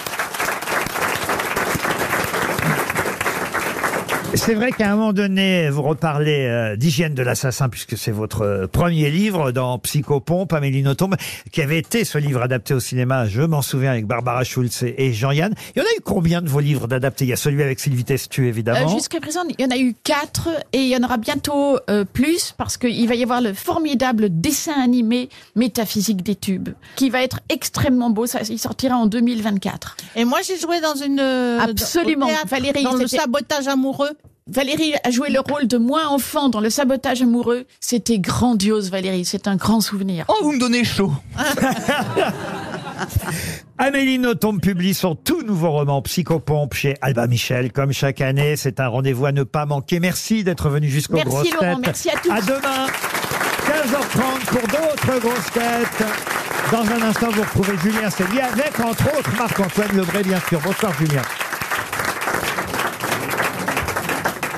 C'est vrai qu'à un moment donné, vous reparlez euh, d'hygiène de l'assassin, puisque c'est votre euh, premier livre dans Psychopompe, Amélie Nothomb, qui avait été ce livre adapté au cinéma, je m'en souviens, avec Barbara Schulz et- et Jean-Yann. Il y en a eu combien de vos livres d'adaptés Il y a celui avec Sylvie Testu, Euh, évidemment. Jusqu'à présent, il y en a eu quatre et il y en aura bientôt euh, plus parce qu'il va y avoir le formidable dessin animé Métaphysique des tubes qui va être extrêmement beau. Ça, il sortira en 2024. Et moi, j'ai joué dans une. euh, Absolument, au théâtre, Valérie. Dans le c'était- sabotage amoureux. Valérie a joué le rôle de moi enfant dans le sabotage amoureux. C'était grandiose, Valérie. C'est un grand souvenir. Oh, vous me donnez chaud. Amélie Nothomb publie son tout nouveau roman Psychopompe chez Alba Michel. Comme chaque année, c'est un rendez-vous à ne pas manquer. Merci d'être venu jusqu'aux Merci, grosses Laurent. têtes. Merci à tous. À demain, 15h30 pour d'autres grosses têtes. Dans un instant, vous retrouvez Julien Cellier avec, entre autres, Marc-Antoine Lebray, bien sûr. Bonsoir, Julien.